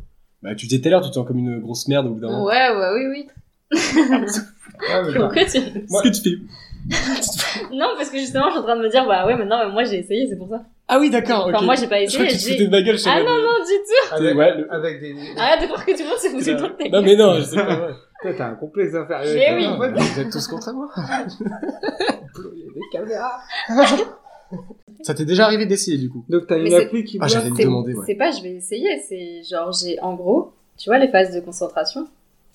[SPEAKER 3] Bah tu disais tout à l'heure, tu te sens comme une grosse merde au bout d'un moment.
[SPEAKER 2] Ouais, ouais, oui, oui.
[SPEAKER 3] Ah,
[SPEAKER 4] Ouais, mais bah,
[SPEAKER 5] Pourquoi tu...
[SPEAKER 3] Ce que tu fais.
[SPEAKER 5] Non, parce que justement, je suis en train de me dire, bah ouais, maintenant, moi j'ai essayé, c'est pour ça.
[SPEAKER 3] Ah oui, d'accord.
[SPEAKER 5] Enfin,
[SPEAKER 3] ok.
[SPEAKER 5] moi j'ai pas
[SPEAKER 3] je crois
[SPEAKER 5] essayé.
[SPEAKER 3] que tu te
[SPEAKER 5] j'ai-
[SPEAKER 3] foutais de ma gueule, je sais
[SPEAKER 5] Ah
[SPEAKER 3] pas.
[SPEAKER 5] non, non, du tout.
[SPEAKER 4] avec,
[SPEAKER 3] Ouais, le-
[SPEAKER 4] avec des.
[SPEAKER 5] Arrête de croire que tout le monde s'est foutu de ta gueule.
[SPEAKER 3] Non mais non, je sais pas. ouais.
[SPEAKER 4] Toi, t'as un complexe inférieur.
[SPEAKER 5] Mais oui.
[SPEAKER 3] Non, Ah, mais Vous êtes tous contre moi.
[SPEAKER 4] Il y a des caméras.
[SPEAKER 3] Ça t'est déjà arrivé d'essayer du coup.
[SPEAKER 4] Donc, t'as
[SPEAKER 2] Mais
[SPEAKER 4] une
[SPEAKER 2] c'est-
[SPEAKER 4] appli qui
[SPEAKER 3] Ah,
[SPEAKER 4] bloque.
[SPEAKER 3] j'avais
[SPEAKER 2] C'est-
[SPEAKER 3] demandé, ouais.
[SPEAKER 2] C'est pas je vais essayer, c'est genre j'ai en gros, tu vois les phases de concentration,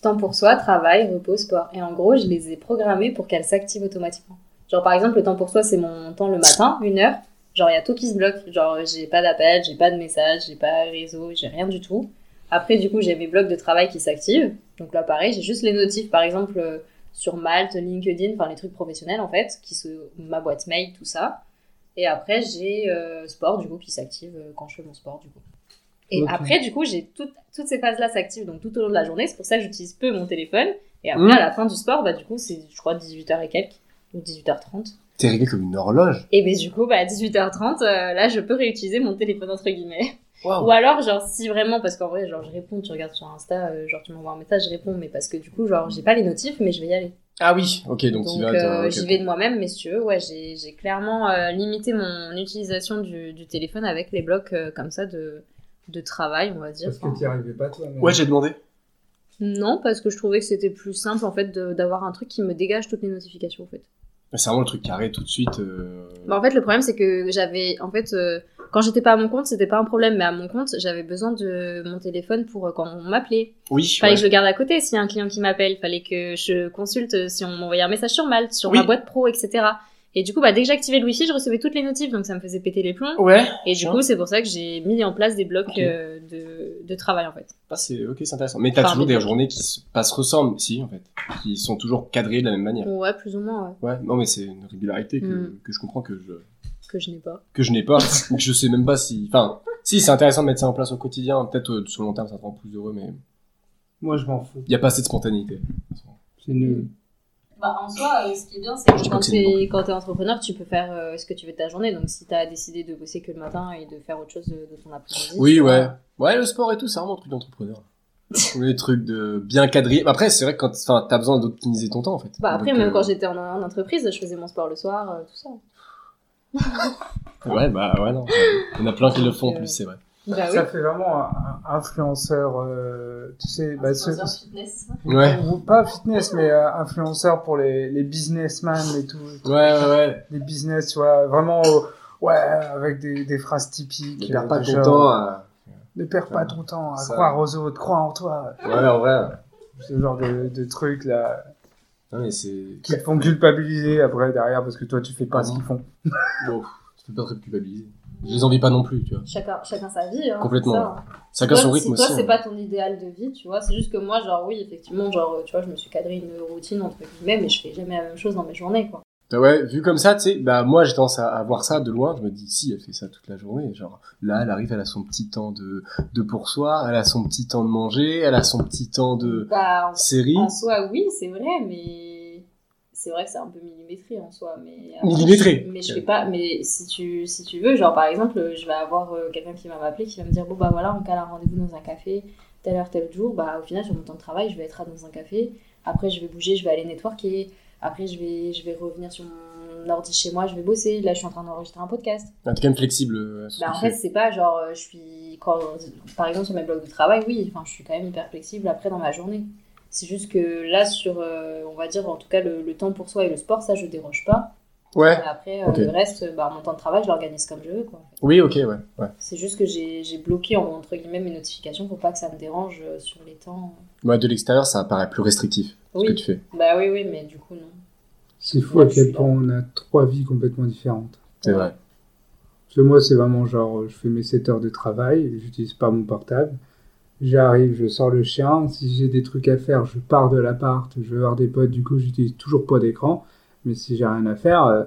[SPEAKER 2] temps pour soi, travail, repos, sport. Et en gros, je les ai programmées pour qu'elles s'activent automatiquement. Genre par exemple, le temps pour soi, c'est mon temps le matin, une heure. Genre il y a tout qui se bloque. Genre j'ai pas d'appel, j'ai pas de message, j'ai pas réseau, j'ai rien du tout. Après du coup, j'ai mes blocs de travail qui s'activent. Donc là pareil, j'ai juste les notifs par exemple euh, sur Malte, LinkedIn, enfin les trucs professionnels en fait, qui sont ma boîte mail, tout ça. Et après, j'ai euh, sport, du coup, qui s'active euh, quand je fais mon sport, du coup. Et
[SPEAKER 4] Ok.
[SPEAKER 2] après, du coup, j'ai toutes- toutes ces phases-là s'activent, donc tout au long de la journée. C'est pour ça que j'utilise peu mon téléphone. Et après,
[SPEAKER 3] Mm.
[SPEAKER 2] à la fin du sport, bah, du coup, c'est, je crois, 18h et quelques. ou 18h30.
[SPEAKER 3] T'es réglé comme une horloge.
[SPEAKER 2] Et ben du coup, bah, à 18h30, euh, là, je peux réutiliser mon téléphone, entre guillemets.
[SPEAKER 3] Oh.
[SPEAKER 2] Ou alors, genre, si vraiment, parce qu'en vrai, genre, je réponds, tu regardes sur Insta, euh, genre, tu m'envoies un message, je réponds, mais parce que du coup, genre, j'ai pas les notifs, mais je vais y aller.
[SPEAKER 3] Ah oui, ok, donc, tu
[SPEAKER 2] Donc,
[SPEAKER 3] vas.
[SPEAKER 2] euh,
[SPEAKER 3] t'as- ok.
[SPEAKER 2] j'y vais de moi-même, mais si tu veux, ouais, j'ai j'ai clairement euh, limité mon utilisation du, du téléphone avec les blocs euh, comme ça de, de travail, on va dire.
[SPEAKER 4] Parce que t'y arrivais pas, toi. mais-
[SPEAKER 3] Ouais, j'ai demandé.
[SPEAKER 2] Non, parce que je trouvais que c'était plus simple en fait de- d'avoir un truc qui me dégage toutes les notifications en fait.
[SPEAKER 3] Mais Bah, C'est vraiment le truc carré tout de suite. euh,
[SPEAKER 2] Bah, en fait, le problème c'est que j'avais en fait euh, quand j'étais pas à mon compte, c'était pas un problème, mais à mon compte, j'avais besoin de mon téléphone pour euh, quand on m'appelait.
[SPEAKER 3] Oui,
[SPEAKER 2] Fallait
[SPEAKER 3] ouais.
[SPEAKER 2] que je le garde à côté s'il y a un client qui m'appelle, fallait que je consulte euh, si on m'envoyait un message sur Malte, sur
[SPEAKER 3] Oui.
[SPEAKER 2] ma boîte pro, etc. Et du coup, bah, dès que j'activais le wifi, je recevais toutes les notifs, donc ça me faisait péter les plombs.
[SPEAKER 3] Ouais.
[SPEAKER 2] Et du
[SPEAKER 3] Hein.
[SPEAKER 2] coup, c'est pour ça que j'ai mis en place des blocs
[SPEAKER 3] Ok.
[SPEAKER 2] euh, de, de travail en fait.
[SPEAKER 3] Ah, c'est ok, c'est intéressant. Mais t'as
[SPEAKER 2] Enfin,
[SPEAKER 3] toujours des
[SPEAKER 2] mais-
[SPEAKER 3] journées qui se, pas se ressemblent, si en fait, qui sont toujours cadrées de la même manière.
[SPEAKER 2] Ouais, plus ou moins, ouais,
[SPEAKER 3] Ouais, non mais c'est une régularité que,
[SPEAKER 2] Mm.
[SPEAKER 3] que je comprends que je
[SPEAKER 2] que je n'ai pas.
[SPEAKER 3] que je n'ai pas, ou que je sais même pas si. Enfin, si c'est intéressant de mettre ça en place au quotidien, peut-être euh, sur le long terme ça te rend plus heureux, mais
[SPEAKER 4] Moi, je m'en fous.
[SPEAKER 3] il y a pas assez de spontanéité.
[SPEAKER 4] C'est nul.
[SPEAKER 5] Bah, en soi, euh, ce qui est bien, c'est que
[SPEAKER 3] Je sais pas
[SPEAKER 2] Quand
[SPEAKER 3] que c'est une
[SPEAKER 2] t'es quand t'es entrepreneur, tu peux faire euh, ce que tu veux de ta journée. Donc, si t'as décidé de bosser que le matin et de faire autre chose euh, de, de ton après-midi.
[SPEAKER 3] Oui, ouais, ouais, le sport et tout, c'est vraiment un truc d'entrepreneur. Les trucs de bien cadrer. Après, c'est vrai que quand, enfin, t'as besoin d'optimiser ton temps en fait.
[SPEAKER 2] Bah, après,
[SPEAKER 3] Donc,
[SPEAKER 2] même
[SPEAKER 3] euh,
[SPEAKER 2] quand j'étais en, en entreprise, je faisais mon sport le soir, euh, tout ça.
[SPEAKER 3] Ouais, bah ouais, non. Il y en a plein qui le font en plus, c'est vrai.
[SPEAKER 2] Bah oui.
[SPEAKER 4] Ça fait vraiment un un influenceur, euh, tu sais, bah, ceux-
[SPEAKER 5] Influenceur fitness.
[SPEAKER 3] Ouais,
[SPEAKER 4] Ou pas fitness, mais euh, influenceur pour les, les businessmen et tout.
[SPEAKER 3] ouais, ouais. ouais.
[SPEAKER 4] Les business, tu vois, vraiment, euh, ouais, avec des, des phrases typiques.
[SPEAKER 3] Tu perds pas
[SPEAKER 4] euh,
[SPEAKER 3] ton
[SPEAKER 4] genre,
[SPEAKER 3] temps à.
[SPEAKER 4] Ne perds pas ton temps à
[SPEAKER 3] Ça.
[SPEAKER 4] croire aux autres, crois en toi.
[SPEAKER 3] Ouais, en vrai.
[SPEAKER 4] Ce genre de, de trucs là,
[SPEAKER 3] Non, mais c'est.
[SPEAKER 4] qui te font culpabiliser après derrière parce que toi tu fais pas
[SPEAKER 3] Ah
[SPEAKER 4] ce
[SPEAKER 3] bon
[SPEAKER 4] qu'ils font.
[SPEAKER 3] Bon, tu peux pas te culpabiliser. Je les envie pas non plus, tu vois.
[SPEAKER 2] Chacun, chacun sa vie. Hein,
[SPEAKER 3] Complètement.
[SPEAKER 2] c'est ça, hein.
[SPEAKER 3] Chacun
[SPEAKER 2] Toi,
[SPEAKER 3] son
[SPEAKER 2] si
[SPEAKER 3] rythme
[SPEAKER 2] Toi,
[SPEAKER 3] aussi.
[SPEAKER 2] c'est
[SPEAKER 3] hein.
[SPEAKER 2] pas ton idéal de vie, tu vois. C'est juste que moi, genre, oui, effectivement, genre, euh, tu vois, je me suis cadré une routine, entre guillemets, mais je fais jamais la même chose dans mes journées, quoi.
[SPEAKER 3] Bah ouais, vu comme ça, tu sais, bah moi j'ai tendance à, à voir ça de loin. Je me dis, si, elle fait ça toute la journée. Genre, là, elle arrive, elle a son petit temps de, de pour soi, elle a son petit temps de manger, elle a son petit temps de
[SPEAKER 2] Bah, en
[SPEAKER 3] série.
[SPEAKER 2] En soi, oui, c'est vrai, mais c'est vrai que c'est un peu millimétré en soi. Mais euh,
[SPEAKER 3] Millimétré.
[SPEAKER 2] Mais je fais pas. Mais si tu, si tu veux, genre par exemple, je vais avoir euh, quelqu'un qui va m'appeler, qui va me dire bon bah voilà, on cale un rendez-vous dans un café, telle heure, tel jour. Bah au final, sur mon temps de travail, je vais être à- dans un café. Après, je vais bouger, je vais aller networker. Après, je vais, je vais revenir sur mon ordi chez moi, je vais bosser. Là, je suis en train d'enregistrer un podcast.
[SPEAKER 3] Ah, T'es quand même flexible. euh, sur ce
[SPEAKER 2] Bah, en
[SPEAKER 3] que
[SPEAKER 2] fait,
[SPEAKER 3] tu
[SPEAKER 2] c'est pas genre, euh, je suis. Quand, par exemple, sur mes blocs de travail, oui, enfin, je suis quand même hyper flexible après dans ma journée. C'est juste que là, sur, euh, on va dire, en tout cas, le, le temps pour soi et le sport, ça, je déroge pas.
[SPEAKER 3] fais. Ouais,
[SPEAKER 2] Mais après, euh,
[SPEAKER 3] Ok.
[SPEAKER 2] le reste, euh, bah, mon temps de travail, je l'organise comme je veux, quoi.
[SPEAKER 3] oui, ok, ouais. Ouais,
[SPEAKER 2] C'est juste que j'ai j'ai bloqué, en- entre guillemets, mes notifications pour pas que ça me dérange euh, sur les temps.
[SPEAKER 3] Ouais, de l'extérieur, ça paraît plus restrictif ce que
[SPEAKER 2] Oui,
[SPEAKER 3] tu fais.
[SPEAKER 2] bah oui, oui, mais du coup, non.
[SPEAKER 4] C'est
[SPEAKER 2] fou à quel point
[SPEAKER 4] on a trois vies complètement différentes.
[SPEAKER 3] C'est vrai.
[SPEAKER 4] Parce que moi, c'est vraiment genre, euh, je fais mes 7 heures de travail, j'utilise pas mon portable. J'arrive, je sors le chien. Si j'ai des trucs à faire, je pars de l'appart, je vais voir des potes, du coup, j'utilise toujours pas d'écran. Mais si j'ai rien à faire, euh,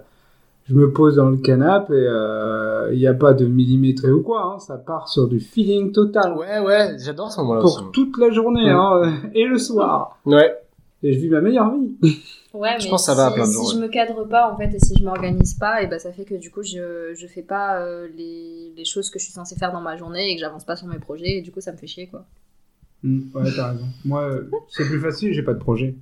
[SPEAKER 4] je me pose dans le canapé et euh, il n'y a pas de millimétré ou quoi, hein, ça part sur du feeling total.
[SPEAKER 3] Ouais, ouais, j'adore ce moment-là aussi.
[SPEAKER 4] Pour toute la journée
[SPEAKER 3] Ouais.
[SPEAKER 4] hein, euh, et le soir.
[SPEAKER 3] Ouais.
[SPEAKER 4] Et je vis ma meilleure vie.
[SPEAKER 2] Ouais,
[SPEAKER 3] Je
[SPEAKER 2] mais
[SPEAKER 3] pense que ça
[SPEAKER 2] si,
[SPEAKER 3] va à plein de
[SPEAKER 2] si
[SPEAKER 3] gens,
[SPEAKER 2] je me cadre pas en fait et si je m'organise pas, et ben ça fait que du coup je, je fais pas euh, les, les choses que je suis censée faire dans ma journée et que j'avance pas sur mes projets et du coup ça me fait chier quoi.
[SPEAKER 4] Mm, ouais, t'as raison. Moi, euh, c'est plus facile, j'ai pas de projet.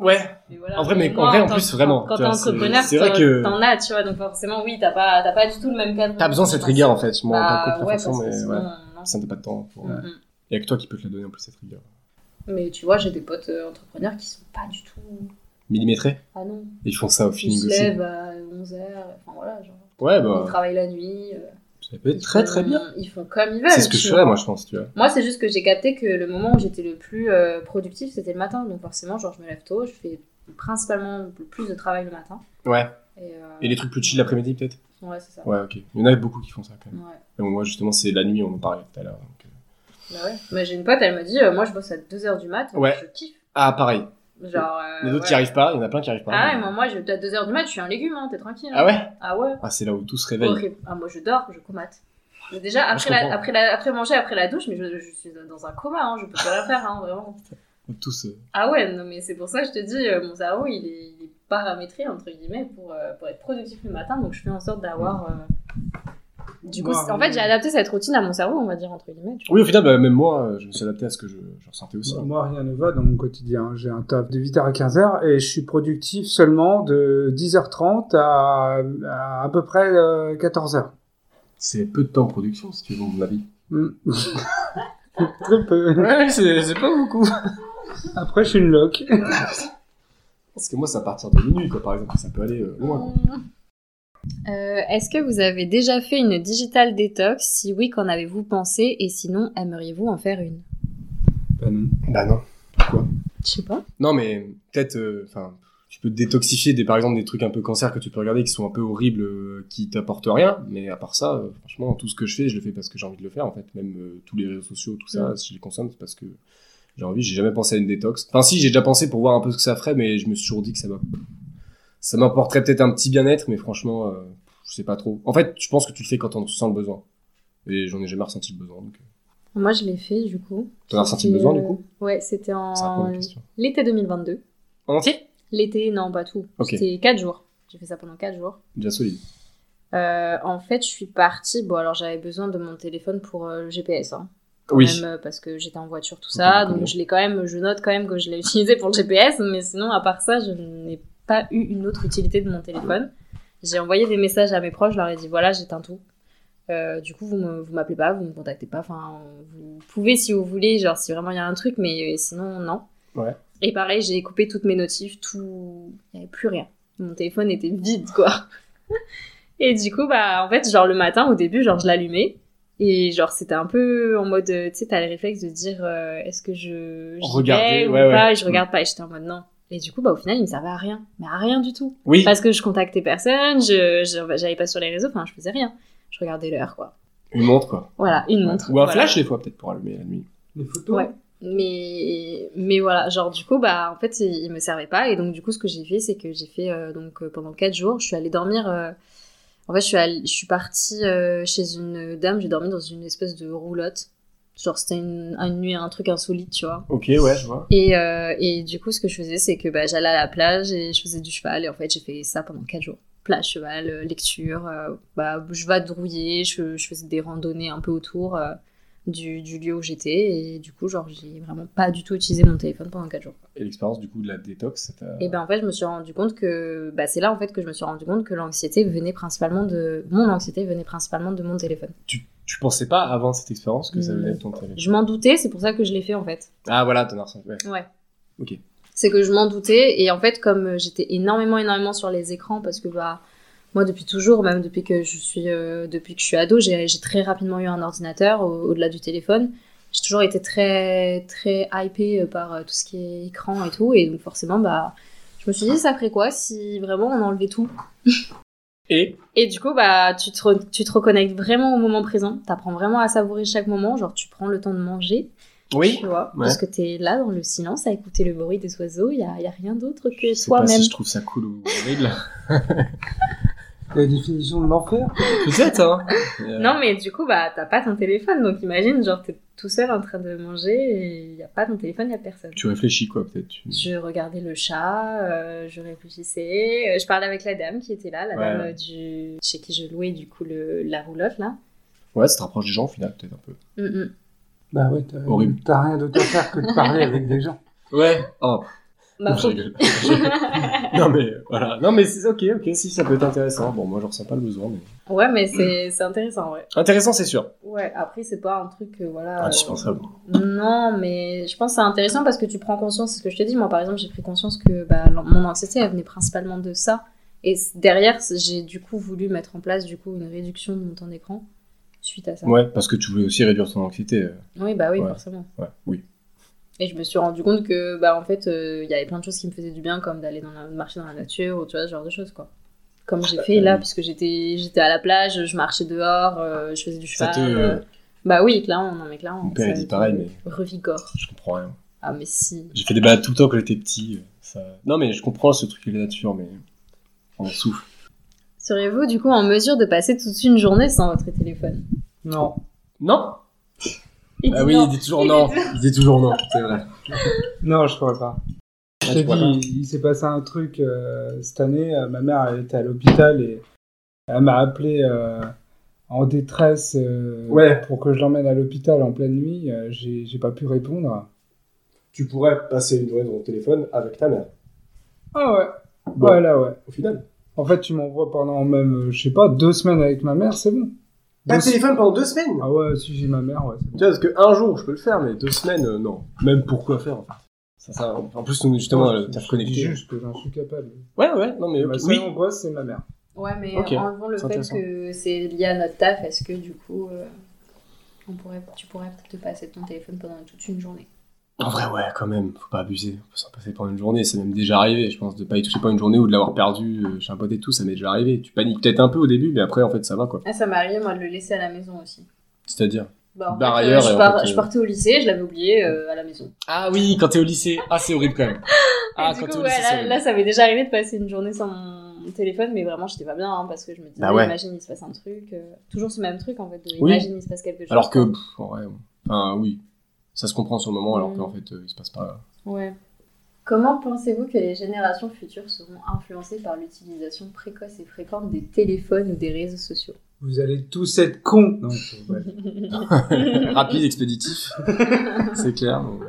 [SPEAKER 3] Ouais,
[SPEAKER 2] Mais voilà,
[SPEAKER 3] En vrai, mais
[SPEAKER 2] au moins,
[SPEAKER 3] en vrai, en
[SPEAKER 2] tant-
[SPEAKER 3] plus, vraiment,
[SPEAKER 2] Quand
[SPEAKER 3] tu
[SPEAKER 2] t'es
[SPEAKER 3] vois, c'est-
[SPEAKER 2] entrepreneur,
[SPEAKER 3] c'est vrai
[SPEAKER 2] t'en-
[SPEAKER 3] que-
[SPEAKER 2] t'en as, tu vois, donc forcément oui, t'as pas, t'as pas du tout le même cadre.
[SPEAKER 3] t'as besoin de cette rigueur en fait. Je m'en rends pas
[SPEAKER 2] Bah
[SPEAKER 3] compte la
[SPEAKER 2] ouais, parce
[SPEAKER 3] façon,
[SPEAKER 2] que
[SPEAKER 3] mais
[SPEAKER 2] sinon,
[SPEAKER 3] ouais.
[SPEAKER 2] non.
[SPEAKER 3] Ça n'a pas de temps. pour-
[SPEAKER 2] Mm, mm.
[SPEAKER 3] Il y a que toi qui peux te la donner en plus, cette rigueur.
[SPEAKER 2] Mais tu vois, j'ai des potes euh, entrepreneurs qui sont pas du tout.
[SPEAKER 3] Millimétré
[SPEAKER 2] Ah non,
[SPEAKER 3] Ils font ça au
[SPEAKER 2] ils
[SPEAKER 3] feeling
[SPEAKER 2] se
[SPEAKER 3] aussi.
[SPEAKER 2] lèvent à 11h, enfin voilà, genre.
[SPEAKER 3] Ouais,
[SPEAKER 2] Ils
[SPEAKER 3] bah,
[SPEAKER 2] travaillent la nuit. euh,
[SPEAKER 3] ça peut être
[SPEAKER 2] ils
[SPEAKER 3] très
[SPEAKER 2] font-
[SPEAKER 3] très bien.
[SPEAKER 2] Ils font comme ils veulent.
[SPEAKER 3] C'est ce que je
[SPEAKER 2] tu
[SPEAKER 3] ferais,
[SPEAKER 2] vois.
[SPEAKER 3] moi, je pense, tu vois.
[SPEAKER 2] Moi, c'est juste que j'ai capté que le moment où j'étais le plus euh, productif, c'était le matin. Donc forcément, genre, je me lève tôt, je fais principalement le plus de travail le matin.
[SPEAKER 3] Ouais.
[SPEAKER 2] Et, euh,
[SPEAKER 3] Et les trucs plus chill l'après-midi, peut-être
[SPEAKER 2] Ouais, c'est ça. Ouais.
[SPEAKER 3] Ouais, ok. Il y en a beaucoup qui font ça, quand même. Et bon, moi, justement, c'est la nuit, on en parlait tout à l'heure. donc, euh.
[SPEAKER 2] Bah ouais. Mais j'ai une pote, elle me dit, euh, moi, je bosse à 2h du mat,
[SPEAKER 3] Ouais.
[SPEAKER 2] je kiffe.
[SPEAKER 3] Ah, pareil.
[SPEAKER 2] Genre, euh,
[SPEAKER 3] Les autres
[SPEAKER 2] ouais.
[SPEAKER 3] qui arrivent pas, il y en a plein qui arrivent pas.
[SPEAKER 2] Ah ouais,
[SPEAKER 3] mais-
[SPEAKER 2] moi, moi je, à 2h du mat, je suis un légume, hein, t'es tranquille. hein.
[SPEAKER 3] Ah ouais
[SPEAKER 2] Ah ouais.
[SPEAKER 3] Ah, c'est là où tout se réveille.
[SPEAKER 2] Horrible. Ah, moi, je dors, je comate. Mais déjà,
[SPEAKER 3] je
[SPEAKER 2] après, la,
[SPEAKER 3] comprends.
[SPEAKER 2] après, la, après manger, après la douche, mais je, je suis dans un coma, hein, je peux pas rien faire, hein, vraiment.
[SPEAKER 3] Tous. euh,
[SPEAKER 2] Ah ouais, non, mais c'est pour ça que je te dis, euh, mon cerveau, il est, il est paramétrer, entre guillemets, pour, euh, pour être productif le matin. Donc, je fais en sorte d'avoir. euh, Du coup,
[SPEAKER 4] Bah,
[SPEAKER 2] c'est- en
[SPEAKER 4] ouais.
[SPEAKER 2] fait, j'ai adapté cette routine à mon cerveau, on va dire, entre guillemets. tu vois.
[SPEAKER 3] euh, Oui, au final, bah, même moi, euh, je me suis adapté à ce que je, je ressentais aussi.
[SPEAKER 4] Moi, rien ne va dans mon quotidien. J'ai un taf de 8h à 15h et je suis productif seulement de 10h30 à à, à peu près euh, 14h.
[SPEAKER 3] C'est peu de temps de production, si tu veux, mon avis.
[SPEAKER 4] Mm. Très peu.
[SPEAKER 3] Ouais, c'est c'est pas beaucoup.
[SPEAKER 4] Après, je suis une loque.
[SPEAKER 3] Parce que moi, c'est à partir de minuit, quoi, par exemple. Ça peut aller euh, loin. quoi.
[SPEAKER 2] Euh, Est-ce que vous avez déjà fait une digital détox Si oui, qu'en avez-vous pensé Et sinon, aimeriez-vous en faire une
[SPEAKER 4] Bah non.
[SPEAKER 3] Bah non.
[SPEAKER 2] Je sais pas.
[SPEAKER 3] Non, mais peut-être, euh, enfin, tu peux te détoxifier des, par exemple, des trucs un peu cancer que tu peux regarder qui sont un peu horribles, euh, qui t'apportent rien. Mais à part ça, euh, franchement, tout ce que je fais, je le fais parce que j'ai envie de le faire, en fait. Même euh, tous les réseaux sociaux, tout ça, si je les consomme, c'est parce que j'ai envie. J'ai jamais pensé à une détox. Enfin, si, j'ai déjà pensé pour voir un peu ce que ça ferait, mais je me suis toujours dit que ça m'a- ça m'apporterait peut-être un petit bien-être, mais franchement, euh, je sais pas trop. En fait, je pense que tu le fais quand on ressent le besoin. Et j'en ai jamais ressenti le besoin. Donc... euh,
[SPEAKER 2] Moi, je l'ai fait, du coup.
[SPEAKER 3] T'en as ressenti le besoin, du coup
[SPEAKER 2] Ouais, c'était en
[SPEAKER 3] Ça répond à la question.
[SPEAKER 2] l'été 2022.
[SPEAKER 3] En entier
[SPEAKER 2] L'été, non, pas tout.
[SPEAKER 3] Ok.
[SPEAKER 2] C'était 4 jours. J'ai fait ça pendant 4 jours.
[SPEAKER 3] Déjà solide.
[SPEAKER 2] Euh, en fait, je suis partie. Bon, alors j'avais besoin de mon téléphone pour euh, le GPS, hein, quand
[SPEAKER 3] Oui.
[SPEAKER 2] même, euh, parce que j'étais en voiture, tout
[SPEAKER 3] Faut
[SPEAKER 2] ça.
[SPEAKER 3] pas le
[SPEAKER 2] Donc, je l'ai quand même, je note quand même que je l'ai utilisé pour le GPS, mais sinon, à part ça, je n'ai pas eu une autre utilité de mon téléphone. J'ai envoyé des messages à mes proches, je leur ai dit voilà, j'éteins tout. Euh, du coup, vous me- vous m'appelez pas, vous me contactez pas. Enfin, vous pouvez si vous voulez, genre si vraiment il y a un truc, mais euh, sinon, non.
[SPEAKER 3] Ouais.
[SPEAKER 2] Et pareil, j'ai coupé toutes mes notifs, tout. Il n'y avait plus rien. Mon téléphone était vide, quoi. et du coup, bah, en fait, genre le matin, au début, genre je l'allumais. Et genre, c'était un peu en mode, euh, tu sais, t'as le réflexe de dire, euh, est-ce que je. j'y
[SPEAKER 3] Regarder,
[SPEAKER 2] vais ou
[SPEAKER 3] ouais, Mm.
[SPEAKER 2] pas
[SPEAKER 3] ouais.
[SPEAKER 2] Et je regarde pas, et j'étais en mode non. Et du coup, bah, au final, il me servait à rien. Mais à rien du tout.
[SPEAKER 3] Oui.
[SPEAKER 2] Parce que je contactais personne, je, je- j'allais pas sur les réseaux, enfin, je faisais rien. Je regardais l'heure, quoi.
[SPEAKER 3] Une montre, quoi.
[SPEAKER 2] Voilà, une montre.
[SPEAKER 3] Ou un
[SPEAKER 2] Voilà.
[SPEAKER 3] flash, des fois, peut-être, pour allumer la nuit.
[SPEAKER 4] Les photos
[SPEAKER 2] Ouais. mais mais voilà genre du coup bah en fait il, il me servait pas et donc du coup ce que j'ai fait c'est que j'ai fait euh, donc euh, pendant quatre jours je suis allée dormir euh, en fait je suis allée- je suis partie euh, chez une dame j'ai dormi dans une espèce de roulotte genre c'était une, une nuit un truc insolite tu vois
[SPEAKER 3] Ok, ouais, je vois.
[SPEAKER 2] et, euh, et du coup ce que je faisais c'est que bah, j'allais à la plage et je faisais du cheval et en fait j'ai fait ça pendant quatre jours plage cheval euh, lecture euh, bah je vadrouillais je, je faisais des randonnées un peu autour euh, du, du lieu où j'étais et du coup genre j'ai vraiment pas du tout utilisé mon téléphone pendant 4 jours.
[SPEAKER 3] Et l'expérience, du coup, de la détox, ça t'a-
[SPEAKER 2] Et ben en fait je me suis rendu compte que bah, c'est là en fait que je me suis rendu compte que l'anxiété venait principalement de mon anxiété venait principalement de mon téléphone.
[SPEAKER 3] tu, tu pensais pas avant cette expérience que ça
[SPEAKER 2] Mm.
[SPEAKER 3] venait de ton téléphone
[SPEAKER 2] Je m'en doutais, c'est pour ça que je l'ai fait en fait.
[SPEAKER 3] Ah, voilà, t'en as ressenti, ouais.
[SPEAKER 2] Ouais.
[SPEAKER 3] Ok.
[SPEAKER 2] C'est que je m'en doutais et en fait comme euh, j'étais énormément énormément sur les écrans parce que bah moi depuis toujours même depuis que je suis euh, depuis que je suis ado j'ai j'ai très rapidement eu un ordinateur au- au-delà du téléphone. J'ai toujours été très très hypée euh, par euh, tout ce qui est écran et tout et donc forcément bah je me suis dit ça ferait quoi si vraiment on enlevait tout
[SPEAKER 3] Et
[SPEAKER 2] et du coup, bah, tu te, re- tu te reconnectes vraiment au moment présent. T'apprends vraiment à savourer chaque moment. Genre, tu prends le temps de manger.
[SPEAKER 3] Oui
[SPEAKER 2] Tu vois,
[SPEAKER 3] Ouais.
[SPEAKER 2] parce que t'es là dans le silence à écouter le bruit des oiseaux. Il y a, y a rien d'autre
[SPEAKER 3] Je
[SPEAKER 2] que
[SPEAKER 3] sais pas
[SPEAKER 2] toi-même.
[SPEAKER 3] si je trouve ça cool ou horrible.
[SPEAKER 4] La définition de l'enfer
[SPEAKER 3] Peut-être, hein Euh,
[SPEAKER 2] Non, mais du coup, bah, t'as pas ton téléphone. Donc, imagine, genre, t'es tout seul en train de manger et y a pas ton téléphone, y a personne.
[SPEAKER 3] Tu réfléchis, quoi, peut-être. tu-
[SPEAKER 2] Je regardais le chat, euh, je réfléchissais, euh, je parlais avec la dame qui était là, la
[SPEAKER 3] Ouais.
[SPEAKER 2] dame euh, du... chez qui je louais du coup le... la roulotte là.
[SPEAKER 3] Ouais, ça te rapproche des gens, au final, peut-être un peu.
[SPEAKER 2] Mm, mm.
[SPEAKER 4] Bah ouais, t'as
[SPEAKER 3] Horrible.
[SPEAKER 4] t'as rien d'autre à faire que de parler avec des gens.
[SPEAKER 3] Ouais Oh,
[SPEAKER 2] Bah,
[SPEAKER 3] je rigole. Je- non, mais voilà. Non, mais c'est ok, ok, si, ça peut être intéressant. Bon, moi, je ressens pas le besoin, mais.
[SPEAKER 2] Ouais, mais c'est c'est intéressant, ouais.
[SPEAKER 3] Intéressant, c'est sûr.
[SPEAKER 2] Ouais, après, c'est pas un truc, euh,
[SPEAKER 3] Ah,
[SPEAKER 2] voilà.
[SPEAKER 3] Indispensable.
[SPEAKER 2] euh, non, mais je pense que c'est intéressant parce que tu prends conscience, c'est ce que je te dis. Moi, par exemple, j'ai pris conscience que bah, l'an- mon anxiété, elle venait principalement de ça. Et c- derrière, c- j'ai du coup voulu mettre en place du coup une réduction de mon temps d'écran suite à ça.
[SPEAKER 3] Ouais, parce que tu voulais aussi réduire ton anxiété. euh,
[SPEAKER 2] Oui, bah oui,
[SPEAKER 3] Ouais.
[SPEAKER 2] forcément.
[SPEAKER 3] Ouais, oui.
[SPEAKER 2] Et je me suis rendu compte que, bah, en fait, euh, il y avait plein de choses qui me faisaient du bien, comme d'aller dans la, marcher dans la nature ou tu vois, ce genre de choses, quoi. Comme j'ai fait là,
[SPEAKER 3] oui.
[SPEAKER 2] puisque j'étais j'étais à la plage, je marchais dehors, euh, je faisais du
[SPEAKER 3] Ça
[SPEAKER 2] cheval.
[SPEAKER 3] te.
[SPEAKER 2] euh, Bah oui, clairement, non mais clairement.
[SPEAKER 3] Mon père, il
[SPEAKER 2] ça-
[SPEAKER 3] dit pareil, mais
[SPEAKER 2] Revigore.
[SPEAKER 3] je comprends rien.
[SPEAKER 2] Ah mais si.
[SPEAKER 3] J'ai fait des balades tout le temps quand j'étais petit. euh, Ça... Non, mais je comprends ce truc de la nature, mais on souffle.
[SPEAKER 2] Seriez-vous du coup en mesure de passer toute une journée sans votre téléphone
[SPEAKER 4] Non.
[SPEAKER 3] Non
[SPEAKER 2] Il
[SPEAKER 3] Ah
[SPEAKER 2] dit
[SPEAKER 3] oui,
[SPEAKER 2] non.
[SPEAKER 3] il dit toujours non. Il dit toujours non. C'est vrai.
[SPEAKER 4] Non, je pourrais pas. Je
[SPEAKER 3] Ah,
[SPEAKER 4] t'ai
[SPEAKER 3] tu pourrais
[SPEAKER 4] dit, il, il s'est passé un truc euh, cette année. euh, ma mère, elle était à l'hôpital et elle m'a appelé euh, en détresse euh,
[SPEAKER 3] Ouais.
[SPEAKER 4] pour que je l'emmène à l'hôpital en pleine nuit. Euh, J'ai j'ai pas pu répondre.
[SPEAKER 3] Tu pourrais passer une journée dans ton téléphone avec ta mère,
[SPEAKER 4] Ah ouais.
[SPEAKER 3] Bon.
[SPEAKER 4] Voilà, ouais.
[SPEAKER 3] au final.
[SPEAKER 4] En fait, tu m'envoies pendant même, euh, je sais pas, deux semaines avec ma mère, c'est bon.
[SPEAKER 3] Pas
[SPEAKER 4] Deux-
[SPEAKER 3] de téléphone pendant deux semaines
[SPEAKER 4] Ah ouais, si j'ai ma mère, ouais, c'est bon.
[SPEAKER 3] Tu vois, parce que un jour, je peux le faire, mais deux semaines, euh, non. Même pourquoi faire, en fait. Ça, ça, en plus, nous, justement,
[SPEAKER 4] Ouais,
[SPEAKER 3] euh,
[SPEAKER 4] je-
[SPEAKER 3] t'as
[SPEAKER 4] Ah, je
[SPEAKER 3] reconnecté.
[SPEAKER 4] dis juste que j'en suis capable.
[SPEAKER 3] Ouais, ouais, non, mais
[SPEAKER 4] Ma
[SPEAKER 3] ok,
[SPEAKER 4] seule
[SPEAKER 3] oui.
[SPEAKER 4] angoisse, c'est ma mère.
[SPEAKER 2] Ouais, mais
[SPEAKER 3] Ok,
[SPEAKER 2] enlevons le
[SPEAKER 3] c'est
[SPEAKER 2] fait
[SPEAKER 3] intéressant.
[SPEAKER 2] que c'est lié à notre taf. Est-ce que du coup, euh, on pourrait, tu pourrais te passer de ton téléphone pendant toute une journée
[SPEAKER 3] En vrai, ouais, quand même, faut pas abuser. On peut s'en passer pendant une journée, c'est même déjà arrivé, je pense, de pas y toucher pendant une journée ou de l'avoir perdu euh, chez un pote et tout, ça m'est déjà arrivé. Tu paniques peut-être un peu au début, mais après, en fait, ça va, quoi.
[SPEAKER 2] Ah, ça m'est arrivé, moi, de le laisser à la maison aussi.
[SPEAKER 3] C'est-à-dire.
[SPEAKER 2] Bah, en fait,
[SPEAKER 3] Par
[SPEAKER 2] euh,
[SPEAKER 3] ailleurs, et
[SPEAKER 2] je,
[SPEAKER 3] en
[SPEAKER 2] pars-
[SPEAKER 3] fait, euh,
[SPEAKER 2] je partais au lycée, je l'avais oublié euh, à la maison.
[SPEAKER 3] Ah oui, quand t'es au lycée. Ah, c'est horrible Ah, quand même.
[SPEAKER 2] Et du coup, ouais, là, là, ça m'est déjà arrivé de passer une journée sans mon téléphone, mais vraiment, j'étais pas bien, hein, parce que je me disais,
[SPEAKER 3] Bah ouais.
[SPEAKER 2] imagine, il se passe un truc. euh, toujours ce même truc, en fait, de
[SPEAKER 3] Oui.
[SPEAKER 2] imagine, il se passe quelque chose.
[SPEAKER 3] Alors que, pff, en vrai, bon. enfin, oui, ça se comprend sur le moment, alors
[SPEAKER 2] Mm.
[SPEAKER 3] qu'en fait, euh, il se passe pas.
[SPEAKER 2] Ouais. Comment pensez-vous que les générations futures seront influencées par l'utilisation précoce et fréquente des téléphones ou des réseaux sociaux
[SPEAKER 4] Vous allez tous être cons. Non, c'est vrai.
[SPEAKER 3] euh, Rapide, expéditif. c'est clair. mais-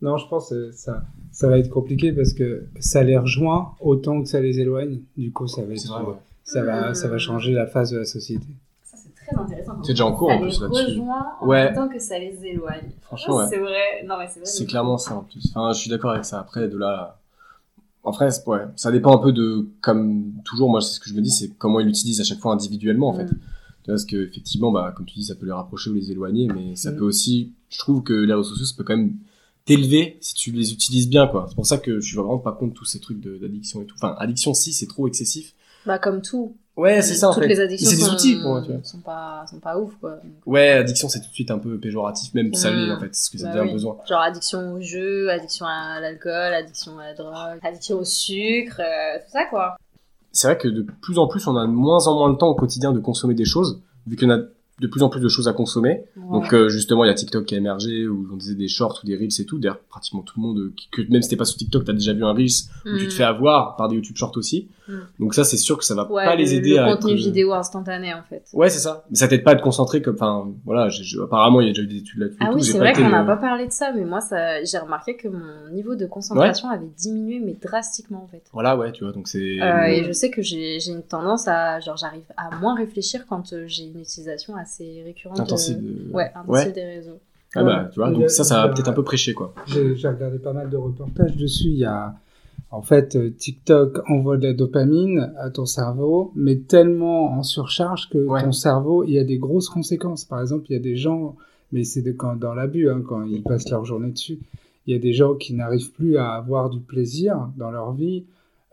[SPEAKER 4] Non, je pense que ça, ça va être compliqué parce que ça les rejoint autant que ça les éloigne. Du coup, ça va, être-
[SPEAKER 3] C'est vrai, ouais.
[SPEAKER 4] ça va, ça va changer la phase de la société.
[SPEAKER 2] Ça, c'est très intéressant.
[SPEAKER 3] C'est déjà en cours,
[SPEAKER 2] ça
[SPEAKER 3] en plus,
[SPEAKER 2] les
[SPEAKER 3] là-dessus.
[SPEAKER 2] rejoint en
[SPEAKER 3] Ouais.
[SPEAKER 2] même temps que ça les éloigne.
[SPEAKER 3] Franchement, ouais.
[SPEAKER 2] C'est vrai. Non, mais c'est vrai.
[SPEAKER 3] C'est clairement ça en plus. Enfin, je suis d'accord avec ça. Après, de là. En vrai, c'est- ouais, ça dépend un peu de. Comme toujours, moi, c'est ce que je me dis, c'est comment ils l'utilisent à chaque fois individuellement, en fait.
[SPEAKER 2] Mm.
[SPEAKER 3] Tu vois, Parce que, effectivement, bah, comme tu dis, ça peut les rapprocher ou les éloigner, mais ça
[SPEAKER 4] Mm.
[SPEAKER 3] peut aussi. Je trouve que les réseaux sociaux, ça peut quand même t'élever si tu les utilises bien, quoi. C'est pour ça que je suis vraiment pas contre tous ces trucs de- d'addiction et tout. Enfin, addiction, si, c'est trop excessif.
[SPEAKER 2] Bah, comme tout.
[SPEAKER 3] Ouais, c'est ça, en
[SPEAKER 2] Toutes
[SPEAKER 3] fait.
[SPEAKER 2] les addictions
[SPEAKER 3] C'est des
[SPEAKER 2] sont- euh,
[SPEAKER 3] outils pour moi, tu vois.
[SPEAKER 2] Sont pas, sont pas ouf, quoi. Donc,
[SPEAKER 3] Ouais, addiction, c'est tout de suite un peu péjoratif, même salé,
[SPEAKER 2] Mm.
[SPEAKER 3] en fait. C'est ce que ça
[SPEAKER 2] Bah
[SPEAKER 3] devient
[SPEAKER 2] oui.
[SPEAKER 3] un besoin.
[SPEAKER 2] Genre addiction au jeu, addiction à l'alcool, addiction à la drogue, addiction au sucre, euh, tout ça quoi.
[SPEAKER 3] c'est vrai que de plus en plus, on a de moins en moins le temps au quotidien de consommer des choses, vu qu'on a de plus en plus de choses à consommer. Donc euh, justement, il y a TikTok qui a émergé, où on disait des shorts ou des reels et tout. D'ailleurs, pratiquement tout le monde, euh, qui- que même si t'es pas sur TikTok, t'as déjà vu un reels, où tu te fais avoir par des YouTube shorts aussi.
[SPEAKER 2] Mm.
[SPEAKER 3] Donc ça, c'est sûr que ça va
[SPEAKER 2] Ouais,
[SPEAKER 3] pas
[SPEAKER 2] le-
[SPEAKER 3] les aider
[SPEAKER 2] le
[SPEAKER 3] à...
[SPEAKER 2] contenu
[SPEAKER 3] être, euh,
[SPEAKER 2] vidéo instantané en fait.
[SPEAKER 3] Ouais, c'est ça. Mais ça t'aide pas à te concentrer comme... Enfin, voilà, j'ai- je- apparemment, il y a déjà eu des études là-dessus. et
[SPEAKER 2] Ah
[SPEAKER 3] tout,
[SPEAKER 2] oui,
[SPEAKER 3] j'ai
[SPEAKER 2] c'est vrai
[SPEAKER 3] été,
[SPEAKER 2] qu'on n'a
[SPEAKER 3] euh,
[SPEAKER 2] pas parlé de ça, mais moi ça, j'ai remarqué que mon niveau de concentration avait diminué, mais drastiquement en fait.
[SPEAKER 3] Voilà, ouais, tu vois, donc c'est...
[SPEAKER 2] Euh, et je sais que j'ai j'ai une tendance à, genre, j'arrive à moins réfléchir quand euh, j'ai une utilisation assez récurrente. de-
[SPEAKER 3] Intensive de-
[SPEAKER 2] Ouais, intensive des réseaux.
[SPEAKER 3] Ah bah, tu vois,
[SPEAKER 4] Ouais.
[SPEAKER 3] donc ça, ça va
[SPEAKER 4] Ouais.
[SPEAKER 3] peut-être un peu prêcher, quoi.
[SPEAKER 4] J'ai j'ai regardé pas mal de reportages dessus. Il y a, en fait, euh, TikTok envoie de la dopamine à ton cerveau, mais tellement en surcharge que
[SPEAKER 3] Ouais.
[SPEAKER 4] ton cerveau, il y a des grosses conséquences. Par exemple, il y a des gens, mais c'est de- quand- dans l'abus, hein, quand ils passent leur journée dessus, il y a des gens qui n'arrivent plus à avoir du plaisir dans leur vie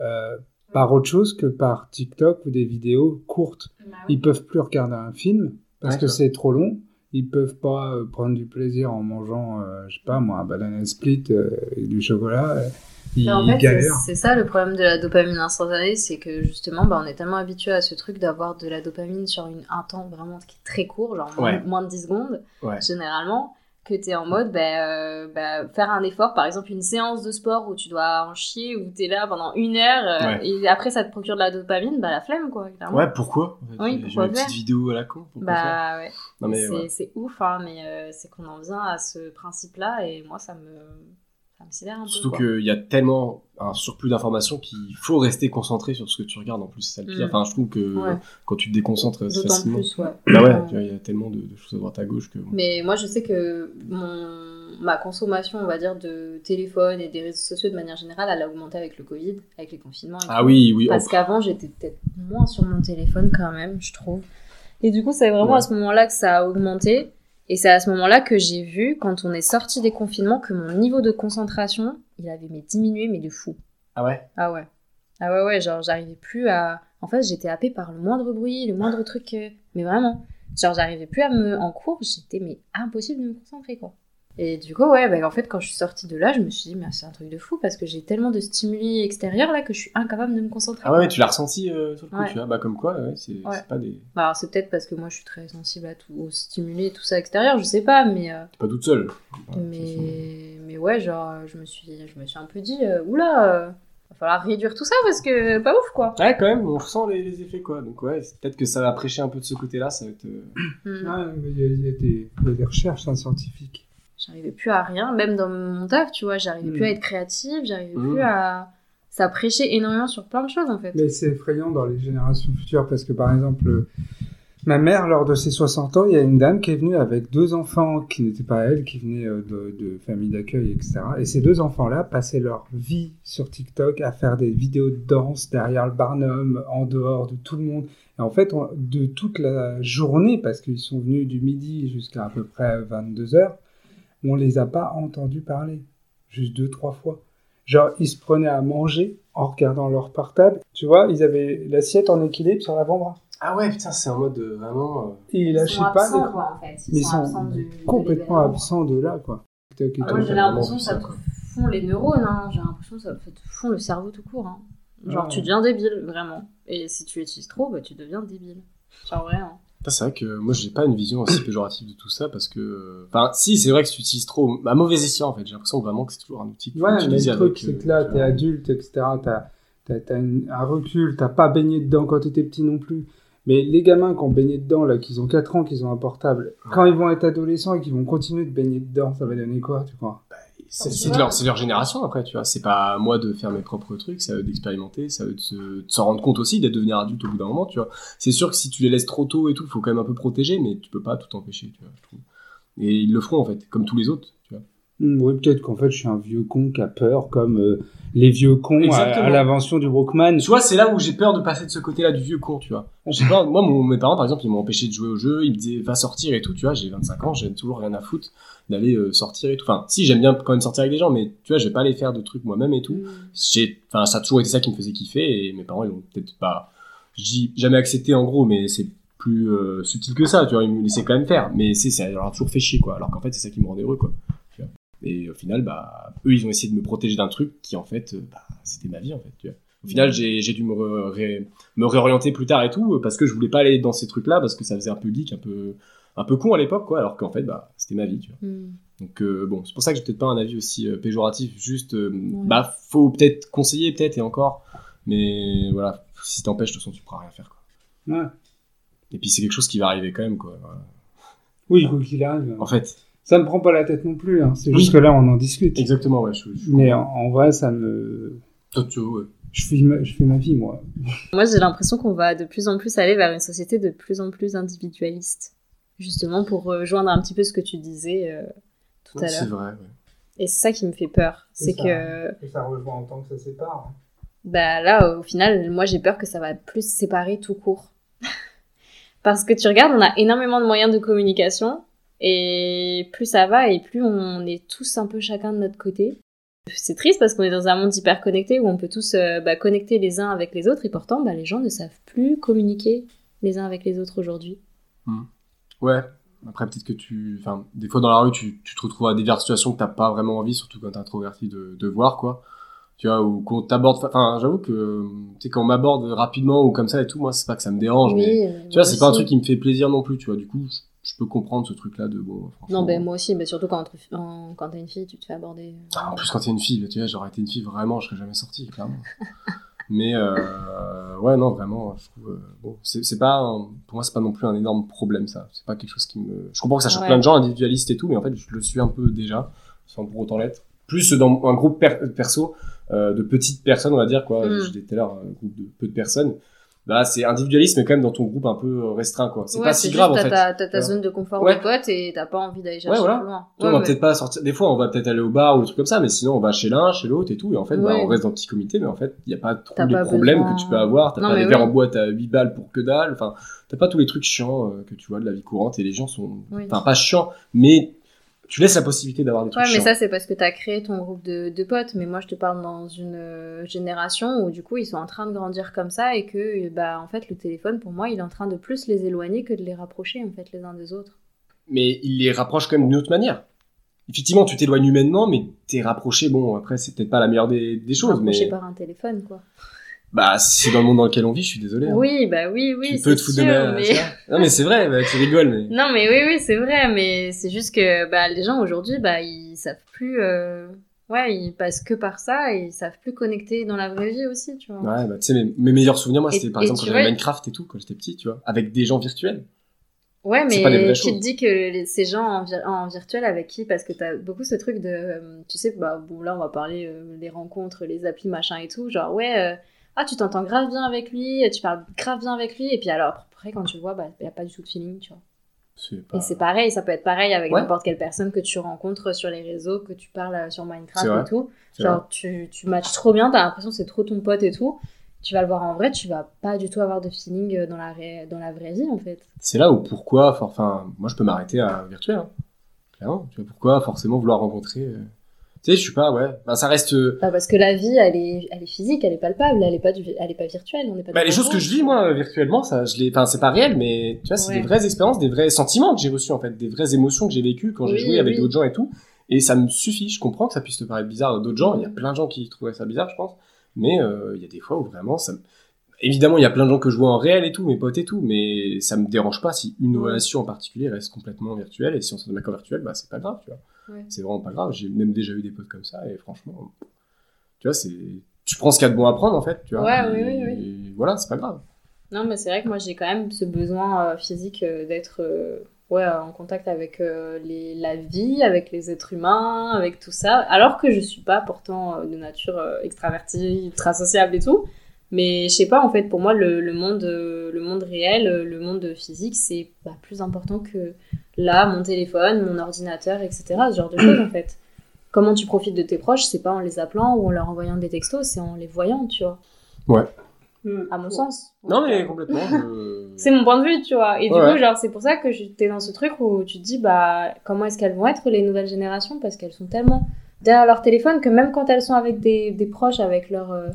[SPEAKER 4] euh, par autre chose que par TikTok ou des vidéos courtes ils peuvent plus regarder un film parce
[SPEAKER 3] Ouais,
[SPEAKER 4] que
[SPEAKER 3] ça.
[SPEAKER 4] c'est trop long. Ils peuvent pas euh, prendre du plaisir en mangeant, euh, je sais pas moi, un banana split euh, et du chocolat. euh, Ils,
[SPEAKER 2] Mais en
[SPEAKER 4] ils
[SPEAKER 2] fait, c'est-
[SPEAKER 4] galèrent.
[SPEAKER 2] c'est ça le problème de la dopamine instantanée, c'est que justement, bah, on est tellement habitué à ce truc d'avoir de la dopamine sur une, un temps vraiment qui est très court, genre moins,
[SPEAKER 3] Ouais.
[SPEAKER 2] moins de 10 secondes,
[SPEAKER 3] Ouais.
[SPEAKER 2] généralement, que tu es en mode bah, euh, bah, faire un effort, par exemple une séance de sport où tu dois en chier, où tu es là pendant une heure, euh,
[SPEAKER 3] Ouais.
[SPEAKER 2] et après ça te procure de la dopamine, bah la flemme quoi, clairement.
[SPEAKER 3] Ouais, pourquoi en fait
[SPEAKER 2] Oui,
[SPEAKER 3] J'ai
[SPEAKER 2] pourquoi
[SPEAKER 3] une
[SPEAKER 2] faire
[SPEAKER 3] petite vidéo à la con. pourquoi faire
[SPEAKER 2] Bah ouais,
[SPEAKER 3] Non mais
[SPEAKER 2] c'est
[SPEAKER 3] ouais.
[SPEAKER 2] c'est ouf, hein, mais euh, c'est qu'on en vient à ce principe-là, et moi ça me, ça me sidère un peu.
[SPEAKER 3] surtout
[SPEAKER 2] quoi.
[SPEAKER 3] qu'il y a tellement un surplus d'informations qu'il faut rester concentré sur ce que tu regardes en plus, c'est ça le pire.
[SPEAKER 2] Mm.
[SPEAKER 3] Enfin, je trouve que
[SPEAKER 2] Ouais.
[SPEAKER 3] quand tu te déconcentres c'est
[SPEAKER 2] D'autant
[SPEAKER 3] euh, facilement.
[SPEAKER 2] plus, Mm. ouais.
[SPEAKER 3] Bah ouais, tu vois, il y a tellement de, de choses à droite à gauche que.
[SPEAKER 2] Mais moi, je sais que mon, ma consommation, on va dire, de téléphone et des réseaux sociaux de manière générale, elle a augmenté avec le Covid, avec les confinements. et
[SPEAKER 3] Ah
[SPEAKER 2] tout.
[SPEAKER 3] oui, oui.
[SPEAKER 2] Parce
[SPEAKER 3] oh,
[SPEAKER 2] qu'avant, j'étais peut-être moins sur mon téléphone quand même, je trouve. Et du coup, c'est vraiment
[SPEAKER 3] Ouais.
[SPEAKER 2] à ce moment-là que ça a augmenté. Et c'est à ce moment-là que j'ai vu, quand on est sorti des confinements, que mon niveau de concentration, il avait mais diminué, mais de fou.
[SPEAKER 3] Ah ouais.
[SPEAKER 2] Ah ouais. Ah ouais, ouais, genre j'arrivais plus à. En fait, j'étais happée par le moindre bruit, le
[SPEAKER 3] Ah.
[SPEAKER 2] moindre truc. euh, que- Mais vraiment. Genre, j'arrivais plus à me. En cours, j'étais mais impossible de me concentrer, quoi. Et du coup, ouais, bah, en fait, quand je suis sortie de là, je me suis dit, mais c'est un truc de fou parce que j'ai tellement de stimuli extérieurs là que je suis incapable de me concentrer.
[SPEAKER 3] Ah ouais, tu l'as ressenti euh, sur le coup,
[SPEAKER 2] Ouais.
[SPEAKER 3] tu vois. Bah, comme quoi, ouais, c'est
[SPEAKER 2] Ouais.
[SPEAKER 3] c'est pas, des...
[SPEAKER 2] Bah, alors, c'est peut-être parce que moi je suis très sensible à tout, aux stimuli et tout ça extérieur, je sais pas, mais. euh,
[SPEAKER 3] t'es pas toute seule. Ouais,
[SPEAKER 2] mais, mais ouais, genre, euh, je me suis, je me suis un peu dit, euh, oula, euh, va falloir réduire tout ça parce que pas ouf quoi.
[SPEAKER 3] Ouais, quand même, on ressent les, les effets, quoi. Donc, ouais, c'est- peut-être que ça va prêcher un peu de ce côté-là, ça va être. euh,
[SPEAKER 2] Hmm.
[SPEAKER 4] Ah, mais Il y, a- il y a des- il y a des recherches hein, scientifiques.
[SPEAKER 2] J'arrivais plus à rien, même dans mon taf, tu vois, j'arrivais
[SPEAKER 4] Hmm.
[SPEAKER 2] plus à être créative, j'arrivais
[SPEAKER 3] Hmm.
[SPEAKER 2] plus à. Ça prêchait énormément sur plein de choses en fait.
[SPEAKER 4] Mais c'est effrayant dans les générations futures parce que, par exemple, euh, ma mère, lors de ses 60 ans, il y a une dame qui est venue avec deux enfants qui n'étaient pas elle, qui venaient euh, de, de familles d'accueil, etc. Et ces deux enfants-là passaient leur vie sur TikTok à faire des vidéos de danse derrière le barnum, en dehors de tout le monde. Et en fait, on- de toute la journée, parce qu'ils sont venus du midi jusqu'à à peu près 22 heures, on les a pas entendus parler. Juste deux, trois fois. Genre, ils se prenaient à manger en regardant leur portable. Tu vois, ils avaient l'assiette en équilibre sur l'avant-bras.
[SPEAKER 3] Ah ouais, putain, c'est en mode euh, vraiment. euh,
[SPEAKER 4] Et ils lâchaient
[SPEAKER 6] sont
[SPEAKER 4] pas
[SPEAKER 6] absents,
[SPEAKER 4] les-
[SPEAKER 6] quoi, en fait. Ils
[SPEAKER 4] Mais ils
[SPEAKER 6] sont,
[SPEAKER 4] sont
[SPEAKER 6] absents du-
[SPEAKER 4] complètement
[SPEAKER 6] de l'événement.
[SPEAKER 4] absents de là, quoi. TikTok et
[SPEAKER 3] Ah
[SPEAKER 4] tout.
[SPEAKER 6] Moi,
[SPEAKER 3] ouais,
[SPEAKER 6] j'ai l'impression que
[SPEAKER 3] ça
[SPEAKER 6] ça
[SPEAKER 3] te
[SPEAKER 6] te
[SPEAKER 2] fond les neurones, hein. j'ai l'impression que ça te fond le cerveau tout court. hein. Genre,
[SPEAKER 4] Ah.
[SPEAKER 2] tu deviens débile, vraiment. Et si tu utilises trop, bah, tu deviens débile. Genre, vrai, hein.
[SPEAKER 3] Putain, c'est vrai que moi, j'ai pas une vision aussi péjorative de tout ça parce que. euh, Enfin, si, c'est vrai que si tu utilises trop. À mauvais escient, en fait. J'ai l'impression vraiment que c'est toujours un outil que tu
[SPEAKER 4] Ouais, mais
[SPEAKER 3] utilises
[SPEAKER 4] le
[SPEAKER 3] avec.
[SPEAKER 4] truc, c'est
[SPEAKER 3] euh,
[SPEAKER 4] que là,
[SPEAKER 3] tu
[SPEAKER 4] t'es
[SPEAKER 3] vois.
[SPEAKER 4] adulte, etc. T'as as, un recul, t'as pas baigné dedans quand t'étais petit non plus. Mais les gamins qui ont baigné dedans, là, qu'ils ont 4 ans, qu'ils ont un portable, quand ils vont être adolescents et qu'ils vont continuer de baigner dedans, ça va donner quoi, tu crois
[SPEAKER 3] C'est c'est de, leur- c'est de leur génération après, tu vois. C'est pas à moi de faire mes propres trucs, c'est à eux d'expérimenter, c'est à eux de se- de s'en rendre compte aussi, de devenir adulte au bout d'un moment, tu vois. C'est sûr que si tu les laisses trop tôt et tout, faut quand même un peu protéger, mais tu peux pas tout empêcher, tu vois, je trouve. Et ils le feront en fait, comme tous les autres, tu vois.
[SPEAKER 4] Hmm, oui, peut-être qu'en fait, je suis un vieux con qui a peur, comme euh, les vieux cons à,
[SPEAKER 3] Exactement.
[SPEAKER 4] à l'invention du Brookman.
[SPEAKER 3] Tu vois, c'est là où j'ai peur de passer de ce côté-là du vieux con, tu vois. J'ai peur, moi, mon- mes parents, par exemple, ils m'ont empêché de jouer au jeu, ils me disaient va sortir et tout, tu vois. J'ai 25 ans, j'ai toujours rien à foutre d'aller euh, sortir et tout. Enfin, si, j'aime bien quand même sortir avec des gens, mais tu vois, je vais pas aller faire de trucs moi-même et tout. j'ai enfin ça a toujours été ça qui me faisait kiffer et mes parents ils ont peut-être pas je dis jamais accepté en gros mais c'est plus euh, subtil que ça tu vois ils me laissaient quand même faire mais c'est ça leur a toujours fait chier quoi alors qu'en fait c'est ça qui me rendait heureux quoi tu vois. et au final bah eux ils ont essayé de me protéger d'un truc qui en fait euh, bah, c'était ma vie en fait tu vois au final j'ai j'ai dû me, re- ré- me réorienter plus tard et tout euh, parce que je voulais pas aller dans ces trucs là parce que ça faisait un peu geek un peu un peu con à l'époque quoi alors qu'en fait bah c'était ma vie tu vois
[SPEAKER 2] Hmm.
[SPEAKER 3] donc euh, bon, c'est pour ça que j'ai peut-être pas un avis aussi euh, péjoratif, juste euh, bah faut peut-être conseiller peut-être et encore, mais voilà, si t'empêches de toute façon tu pourras rien faire quoi.
[SPEAKER 4] Ouais.
[SPEAKER 3] Et puis c'est quelque chose qui va arriver quand même quoi. voilà.
[SPEAKER 4] Oui, quoi qu'il arrive.
[SPEAKER 3] En fait,
[SPEAKER 4] Ça me prend pas la tête non plus, hein. c'est
[SPEAKER 3] Oui.
[SPEAKER 4] juste que là on en discute.
[SPEAKER 3] exactement ouais. Je, je,
[SPEAKER 4] Mais en, en vrai, ça me.
[SPEAKER 3] Toi, tu- ouais.
[SPEAKER 4] Je fais, ma... je fais ma vie, moi.
[SPEAKER 2] Moi, j'ai l'impression qu'on va de plus en plus aller vers une société de plus en plus individualiste. Justement, pour rejoindre un petit peu ce que tu disais euh, tout
[SPEAKER 3] Ouais,
[SPEAKER 2] à
[SPEAKER 3] c'est
[SPEAKER 2] l'heure.
[SPEAKER 3] vrai. ouais.
[SPEAKER 2] Et c'est ça qui me fait peur.
[SPEAKER 4] C'est
[SPEAKER 2] C'est
[SPEAKER 4] ça.
[SPEAKER 2] que,
[SPEAKER 4] Et ça rejoint en tant que ça sépare.
[SPEAKER 2] bah là, au final, moi, j'ai peur que ça va plus se séparer tout court. Parce que tu regardes, on a énormément de moyens de communication. Et plus ça va, et plus on est tous un peu chacun de notre côté. C'est triste parce qu'on est dans un monde hyper connecté où on peut tous euh, bah, connecter les uns avec les autres et pourtant bah, les gens ne savent plus communiquer les uns avec les autres aujourd'hui.
[SPEAKER 3] Ouais. Après peut-être que tu, enfin des fois dans la rue tu, tu te retrouves à des vers- situations que t'as pas vraiment envie, surtout quand t'es introverti de, de voir quoi. Tu vois ou qu'on t'aborde, enfin j'avoue que tu sais quand on m'aborde rapidement ou comme ça et tout, moi c'est pas que ça me dérange, mais
[SPEAKER 2] euh,
[SPEAKER 3] Tu vois,
[SPEAKER 2] moi
[SPEAKER 3] c'est pas un
[SPEAKER 2] aussi.
[SPEAKER 3] truc qui me fait plaisir non plus, tu vois. Du coup, je, je peux comprendre ce truc-là de bon. bah, franchement,
[SPEAKER 2] Non, ben moi aussi, mais surtout quand, entre- en- quand t'es une fille, tu te fais aborder.
[SPEAKER 3] Ah, En plus, quand t'es une fille, tu vois, j'aurais été une fille vraiment, je serais jamais sorti, clairement. Mais euh, ouais, non, vraiment, je trouve. euh, bon, c'est c'est pas. un- pour moi, c'est pas non plus un énorme problème, ça. C'est pas quelque chose qui me. Je comprends que ça choque
[SPEAKER 2] Ouais.
[SPEAKER 3] plein de gens, individualistes et tout, mais en fait, je le suis un peu déjà, sans pour autant l'être. Plus dans un groupe per- perso, euh, de petites personnes, on va dire, quoi.
[SPEAKER 2] Mm.
[SPEAKER 3] Je disais tout à l'heure, un groupe de peu de personnes. Bah, c'est individualiste, mais quand même dans ton groupe un peu restreint, quoi. C'est
[SPEAKER 2] Ouais,
[SPEAKER 3] pas si
[SPEAKER 2] juste
[SPEAKER 3] grave, en
[SPEAKER 2] t'as
[SPEAKER 3] fait.
[SPEAKER 2] ta- T'as ta
[SPEAKER 3] tu vois.
[SPEAKER 2] zone de confort
[SPEAKER 3] Ouais.
[SPEAKER 2] de pote et t'as pas envie d'aller chercher
[SPEAKER 3] Ouais, voilà.
[SPEAKER 2] plus loin.
[SPEAKER 3] Tu
[SPEAKER 2] Ouais,
[SPEAKER 3] vois, on va
[SPEAKER 2] ouais.
[SPEAKER 3] peut-être pas sortir. Des fois, on va peut-être aller au bar ou des trucs comme ça, mais sinon, on va chez l'un, chez l'autre et tout. Et en fait, bah,
[SPEAKER 2] Ouais.
[SPEAKER 3] on reste dans le petit comité, mais en fait, il n'y a pas trop
[SPEAKER 2] T'as
[SPEAKER 3] les
[SPEAKER 2] pas
[SPEAKER 3] problèmes
[SPEAKER 2] besoin.
[SPEAKER 3] que tu peux avoir. T'as
[SPEAKER 2] Non,
[SPEAKER 3] pas
[SPEAKER 2] mais
[SPEAKER 3] les verres
[SPEAKER 2] oui.
[SPEAKER 3] en boîte à 8 balles pour que dalle. Enfin, t'as pas tous les trucs chiants euh, que tu vois de la vie courante. Et les gens sont.
[SPEAKER 2] Oui.
[SPEAKER 3] Enfin, pas chiants, mais tu laisses la possibilité d'avoir des
[SPEAKER 2] Ouais,
[SPEAKER 3] trucs
[SPEAKER 2] mais
[SPEAKER 3] chiants.
[SPEAKER 2] ça, c'est parce que t'as créé ton groupe de, de potes. Mais moi, je te parle dans une euh, génération où, du coup, ils sont en train de grandir comme ça et que, euh, bah, en fait, le téléphone, pour moi, il est en train de plus les éloigner que de les rapprocher, en fait, les uns des autres.
[SPEAKER 3] Mais il les rapproche quand même d'une autre manière. effectivement, tu t'éloignes humainement, mais t'es rapproché. Bon, après, c'est peut-être pas la meilleure des, des choses, mais
[SPEAKER 2] Rapproché par un téléphone, quoi.
[SPEAKER 3] bah, c'est dans le monde dans lequel on vit. Je suis désolé. hein.
[SPEAKER 2] Oui, bah oui, oui.
[SPEAKER 3] tu peux
[SPEAKER 2] c'est
[SPEAKER 3] te foutre
[SPEAKER 2] sûr,
[SPEAKER 3] de ma.
[SPEAKER 2] mais-
[SPEAKER 3] tu vois. Non, mais c'est vrai. bah, tu rigoles, mais
[SPEAKER 2] Non, mais oui, oui, c'est vrai, mais c'est juste que bah, les gens aujourd'hui, bah, ils savent plus. euh, Ouais, ils passent que par ça et ils savent plus connecter dans la vraie vie aussi, tu vois.
[SPEAKER 3] ouais, bah, tu sais, mes, mes meilleurs souvenirs, moi,
[SPEAKER 2] Et-
[SPEAKER 3] c'était par
[SPEAKER 2] et
[SPEAKER 3] exemple
[SPEAKER 2] tu
[SPEAKER 3] quand j'avais
[SPEAKER 2] vois-
[SPEAKER 3] Minecraft et tout, quand j'étais petit, tu vois, avec des gens virtuels.
[SPEAKER 2] Ouais,
[SPEAKER 3] C'est pas les vraies
[SPEAKER 2] mais tu
[SPEAKER 3] choses.
[SPEAKER 2] te dis que les- ces gens en, vir- en virtuel avec qui Parce que t'as beaucoup ce truc de. euh, Tu sais, bah, bon, là, on va parler euh, des rencontres, les applis, machin et tout. Genre, ouais, euh, ah, tu t'entends grave bien avec lui, euh, tu parles grave bien avec lui, et puis alors, après, quand tu le vois, bah, y a pas du tout de feeling, tu vois.
[SPEAKER 3] C'est pas.
[SPEAKER 2] Et c'est pareil, ça peut être pareil avec
[SPEAKER 3] Ah. Ouais.
[SPEAKER 2] n'importe quelle personne que tu rencontres sur les réseaux, que tu parles euh, sur Minecraft
[SPEAKER 3] C'est vrai.
[SPEAKER 2] et tout.
[SPEAKER 3] c'est vrai.
[SPEAKER 2] Genre, tu, tu matches trop bien, t'as l'impression que c'est trop ton pote et tout. Tu vas le voir en vrai, tu vas pas du tout avoir de feeling euh, dans la, ré- dans la vraie vie en fait.
[SPEAKER 3] C'est là où pourquoi, for- enfin, moi je peux m'arrêter à un virtuel. Hein. Clairement. Tu vois, pourquoi forcément vouloir rencontrer. euh, Tu sais, je suis pas, ouais. Bah, ça reste. euh,
[SPEAKER 2] Bah, parce que la vie, elle est, elle est physique, elle est palpable, elle est pas, du, elle est pas virtuelle. On est pas
[SPEAKER 3] Bah,
[SPEAKER 2] dans
[SPEAKER 3] les
[SPEAKER 2] le
[SPEAKER 3] choses que
[SPEAKER 2] monde.
[SPEAKER 3] je vis, moi, euh, virtuellement, ça, je les. Enfin, c'est pas réel, mais tu vois, c'est
[SPEAKER 2] Ouais.
[SPEAKER 3] des vraies expériences, des vrais sentiments que j'ai reçus, en fait, des vraies émotions que j'ai vécues quand j'ai
[SPEAKER 2] Oui,
[SPEAKER 3] joué avec
[SPEAKER 2] oui.
[SPEAKER 3] d'autres gens et tout. Et ça me suffit. Je comprends que ça puisse te paraître bizarre à d'autres gens. Il y a plein de gens qui trouveraient ça bizarre, je pense. Mais euh, il y a des fois où vraiment, ça me. Évidemment, il y a plein de gens que je vois en réel et tout, mes potes et tout, mais ça me dérange pas si une
[SPEAKER 2] Ouais.
[SPEAKER 3] relation en particulier reste complètement virtuelle, et si on s'en met en virtuel, bah c'est pas grave, tu vois.
[SPEAKER 2] Ouais.
[SPEAKER 3] C'est vraiment pas grave, j'ai même déjà eu des potes comme ça, et franchement, tu vois, c'est... Tu prends ce qu'il y a de bon à prendre, en fait, tu vois.
[SPEAKER 2] Ouais, oui,
[SPEAKER 3] et...
[SPEAKER 2] oui,
[SPEAKER 3] et voilà, c'est pas grave.
[SPEAKER 2] Non, mais c'est vrai que moi j'ai quand même ce besoin euh, physique euh, d'être euh, ouais, euh, en contact avec euh, les, la vie, avec les êtres humains, avec tout ça. Alors que je suis pas pourtant euh, de nature euh, extravertie, ultra sociable et tout. Mais je sais pas, en fait, pour moi, le, le monde, euh, le monde réel, euh, le monde physique, c'est bah, plus important que là, mon téléphone, mon ordinateur, etc. Ce genre de choses, en fait. Comment tu profites de tes proches, c'est pas en les appelant ou en leur envoyant des textos, c'est en les voyant, tu vois.
[SPEAKER 3] Ouais.
[SPEAKER 2] À mon sens.
[SPEAKER 3] Non, mais complètement, je-
[SPEAKER 2] C'est mon point de vue, tu vois. Et du
[SPEAKER 3] Ouais.
[SPEAKER 2] coup, genre, c'est pour ça que je- t'es dans ce truc où tu te dis, bah, comment est-ce qu'elles vont être les nouvelles générations Parce qu'elles sont tellement derrière leur téléphone que même quand elles sont avec des, des proches, avec, leurs euh,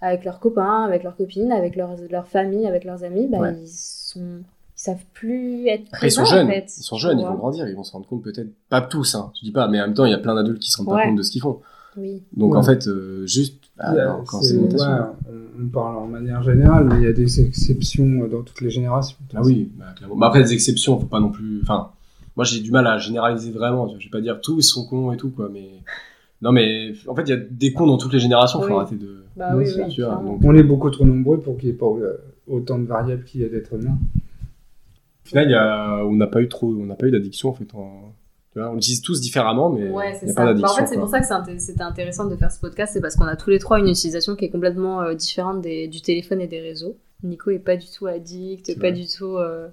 [SPEAKER 2] avec leurs copains, avec leurs copines, avec leurs leur famille, avec leurs amis, bah,
[SPEAKER 3] Ouais.
[SPEAKER 2] ils sont. Ils savent plus être
[SPEAKER 3] Après, ils
[SPEAKER 2] présents,
[SPEAKER 3] sont jeunes,
[SPEAKER 2] en fait.
[SPEAKER 3] ils sont
[SPEAKER 2] tu
[SPEAKER 3] jeunes, ils
[SPEAKER 2] vois.
[SPEAKER 3] vont grandir, ils vont se rendre compte peut-être, pas tous, hein, je dis pas, mais en même temps, il y a plein d'adultes qui se rendent
[SPEAKER 2] Ouais.
[SPEAKER 3] pas compte de ce qu'ils font.
[SPEAKER 2] Oui.
[SPEAKER 3] Donc,
[SPEAKER 4] Ouais.
[SPEAKER 3] en fait, euh, juste, bah,
[SPEAKER 4] Il y a-
[SPEAKER 3] non, quand
[SPEAKER 4] c'est-
[SPEAKER 3] c'est une mutation.
[SPEAKER 4] ouais, on, on parle en manière générale, mais il y a des exceptions euh, dans toutes les générations.
[SPEAKER 3] Ah oui, bah, clairement. Bah, après, les exceptions, faut pas non plus. Enfin, moi j'ai du mal à généraliser vraiment. tu vois. Je vais pas dire tous sont cons et tout, quoi. Mais non, mais en fait, il y a des cons dans toutes les générations. Faut
[SPEAKER 2] Oui.
[SPEAKER 3] arrêter de.
[SPEAKER 2] Bah
[SPEAKER 4] Bien
[SPEAKER 2] oui,
[SPEAKER 4] sûr,
[SPEAKER 2] oui,
[SPEAKER 3] tu vois,
[SPEAKER 2] clairement.
[SPEAKER 3] donc,
[SPEAKER 4] On est beaucoup trop nombreux pour qu'il n'y ait pas euh, autant de variables qu'il y a d'êtres humains.
[SPEAKER 3] au final, il y a... on n'a pas eu trop, on n'a pas eu d'addiction en fait. En... Tu vois, on l'utilise tous différemment, mais il
[SPEAKER 2] Ouais,
[SPEAKER 3] n'y
[SPEAKER 2] c'est ça.
[SPEAKER 3] a pas
[SPEAKER 2] Bah, en
[SPEAKER 3] d'addiction.
[SPEAKER 2] fait, c'est
[SPEAKER 3] quoi.
[SPEAKER 2] pour ça que c'est inté- c'était intéressant de faire ce podcast, c'est parce qu'on a tous les trois une utilisation qui est complètement euh, différente des- du téléphone et des réseaux. Nico est pas du tout addict,
[SPEAKER 3] C'est
[SPEAKER 2] pas
[SPEAKER 3] vrai.
[SPEAKER 2] du tout. euh,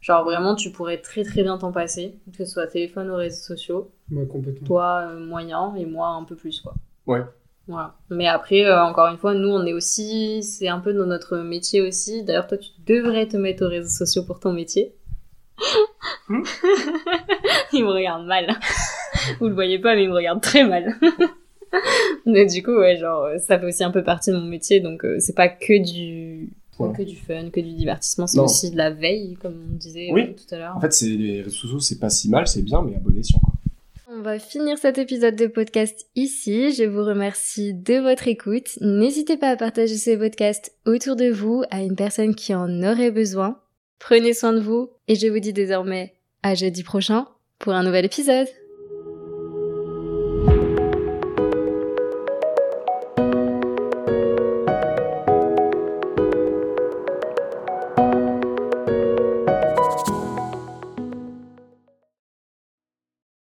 [SPEAKER 2] genre vraiment, tu pourrais très très bien t'en passer, que ce soit téléphone ou réseaux sociaux.
[SPEAKER 4] Ouais, complètement.
[SPEAKER 2] Toi, euh, moyen, et moi, un peu plus, quoi.
[SPEAKER 3] Ouais.
[SPEAKER 2] Voilà. Mais après, euh, encore une fois, nous, on est aussi. C'est un peu dans notre métier aussi. D'ailleurs, toi, tu devrais te mettre aux réseaux sociaux pour ton métier.
[SPEAKER 3] Hmm.
[SPEAKER 2] il me regarde mal. Vous le voyez pas, mais il me regarde très mal. mais du coup, ouais, genre, euh, ça fait aussi un peu partie de mon métier. Donc, euh, c'est pas que du.
[SPEAKER 3] Ouais.
[SPEAKER 2] Que du fun, que du divertissement, c'est
[SPEAKER 3] Non.
[SPEAKER 2] aussi de la veille, comme on disait
[SPEAKER 3] Oui.
[SPEAKER 2] euh, tout à l'heure.
[SPEAKER 3] En fait, c'est les réseaux sociaux, c'est pas si mal, c'est bien, mais à bon escient. Quoi.
[SPEAKER 1] On va finir cet épisode de podcast ici. Je vous remercie de votre écoute. N'hésitez pas à partager ce podcast autour de vous à une personne qui en aurait besoin. Prenez soin de vous et je vous dis désormais à jeudi prochain pour un nouvel épisode.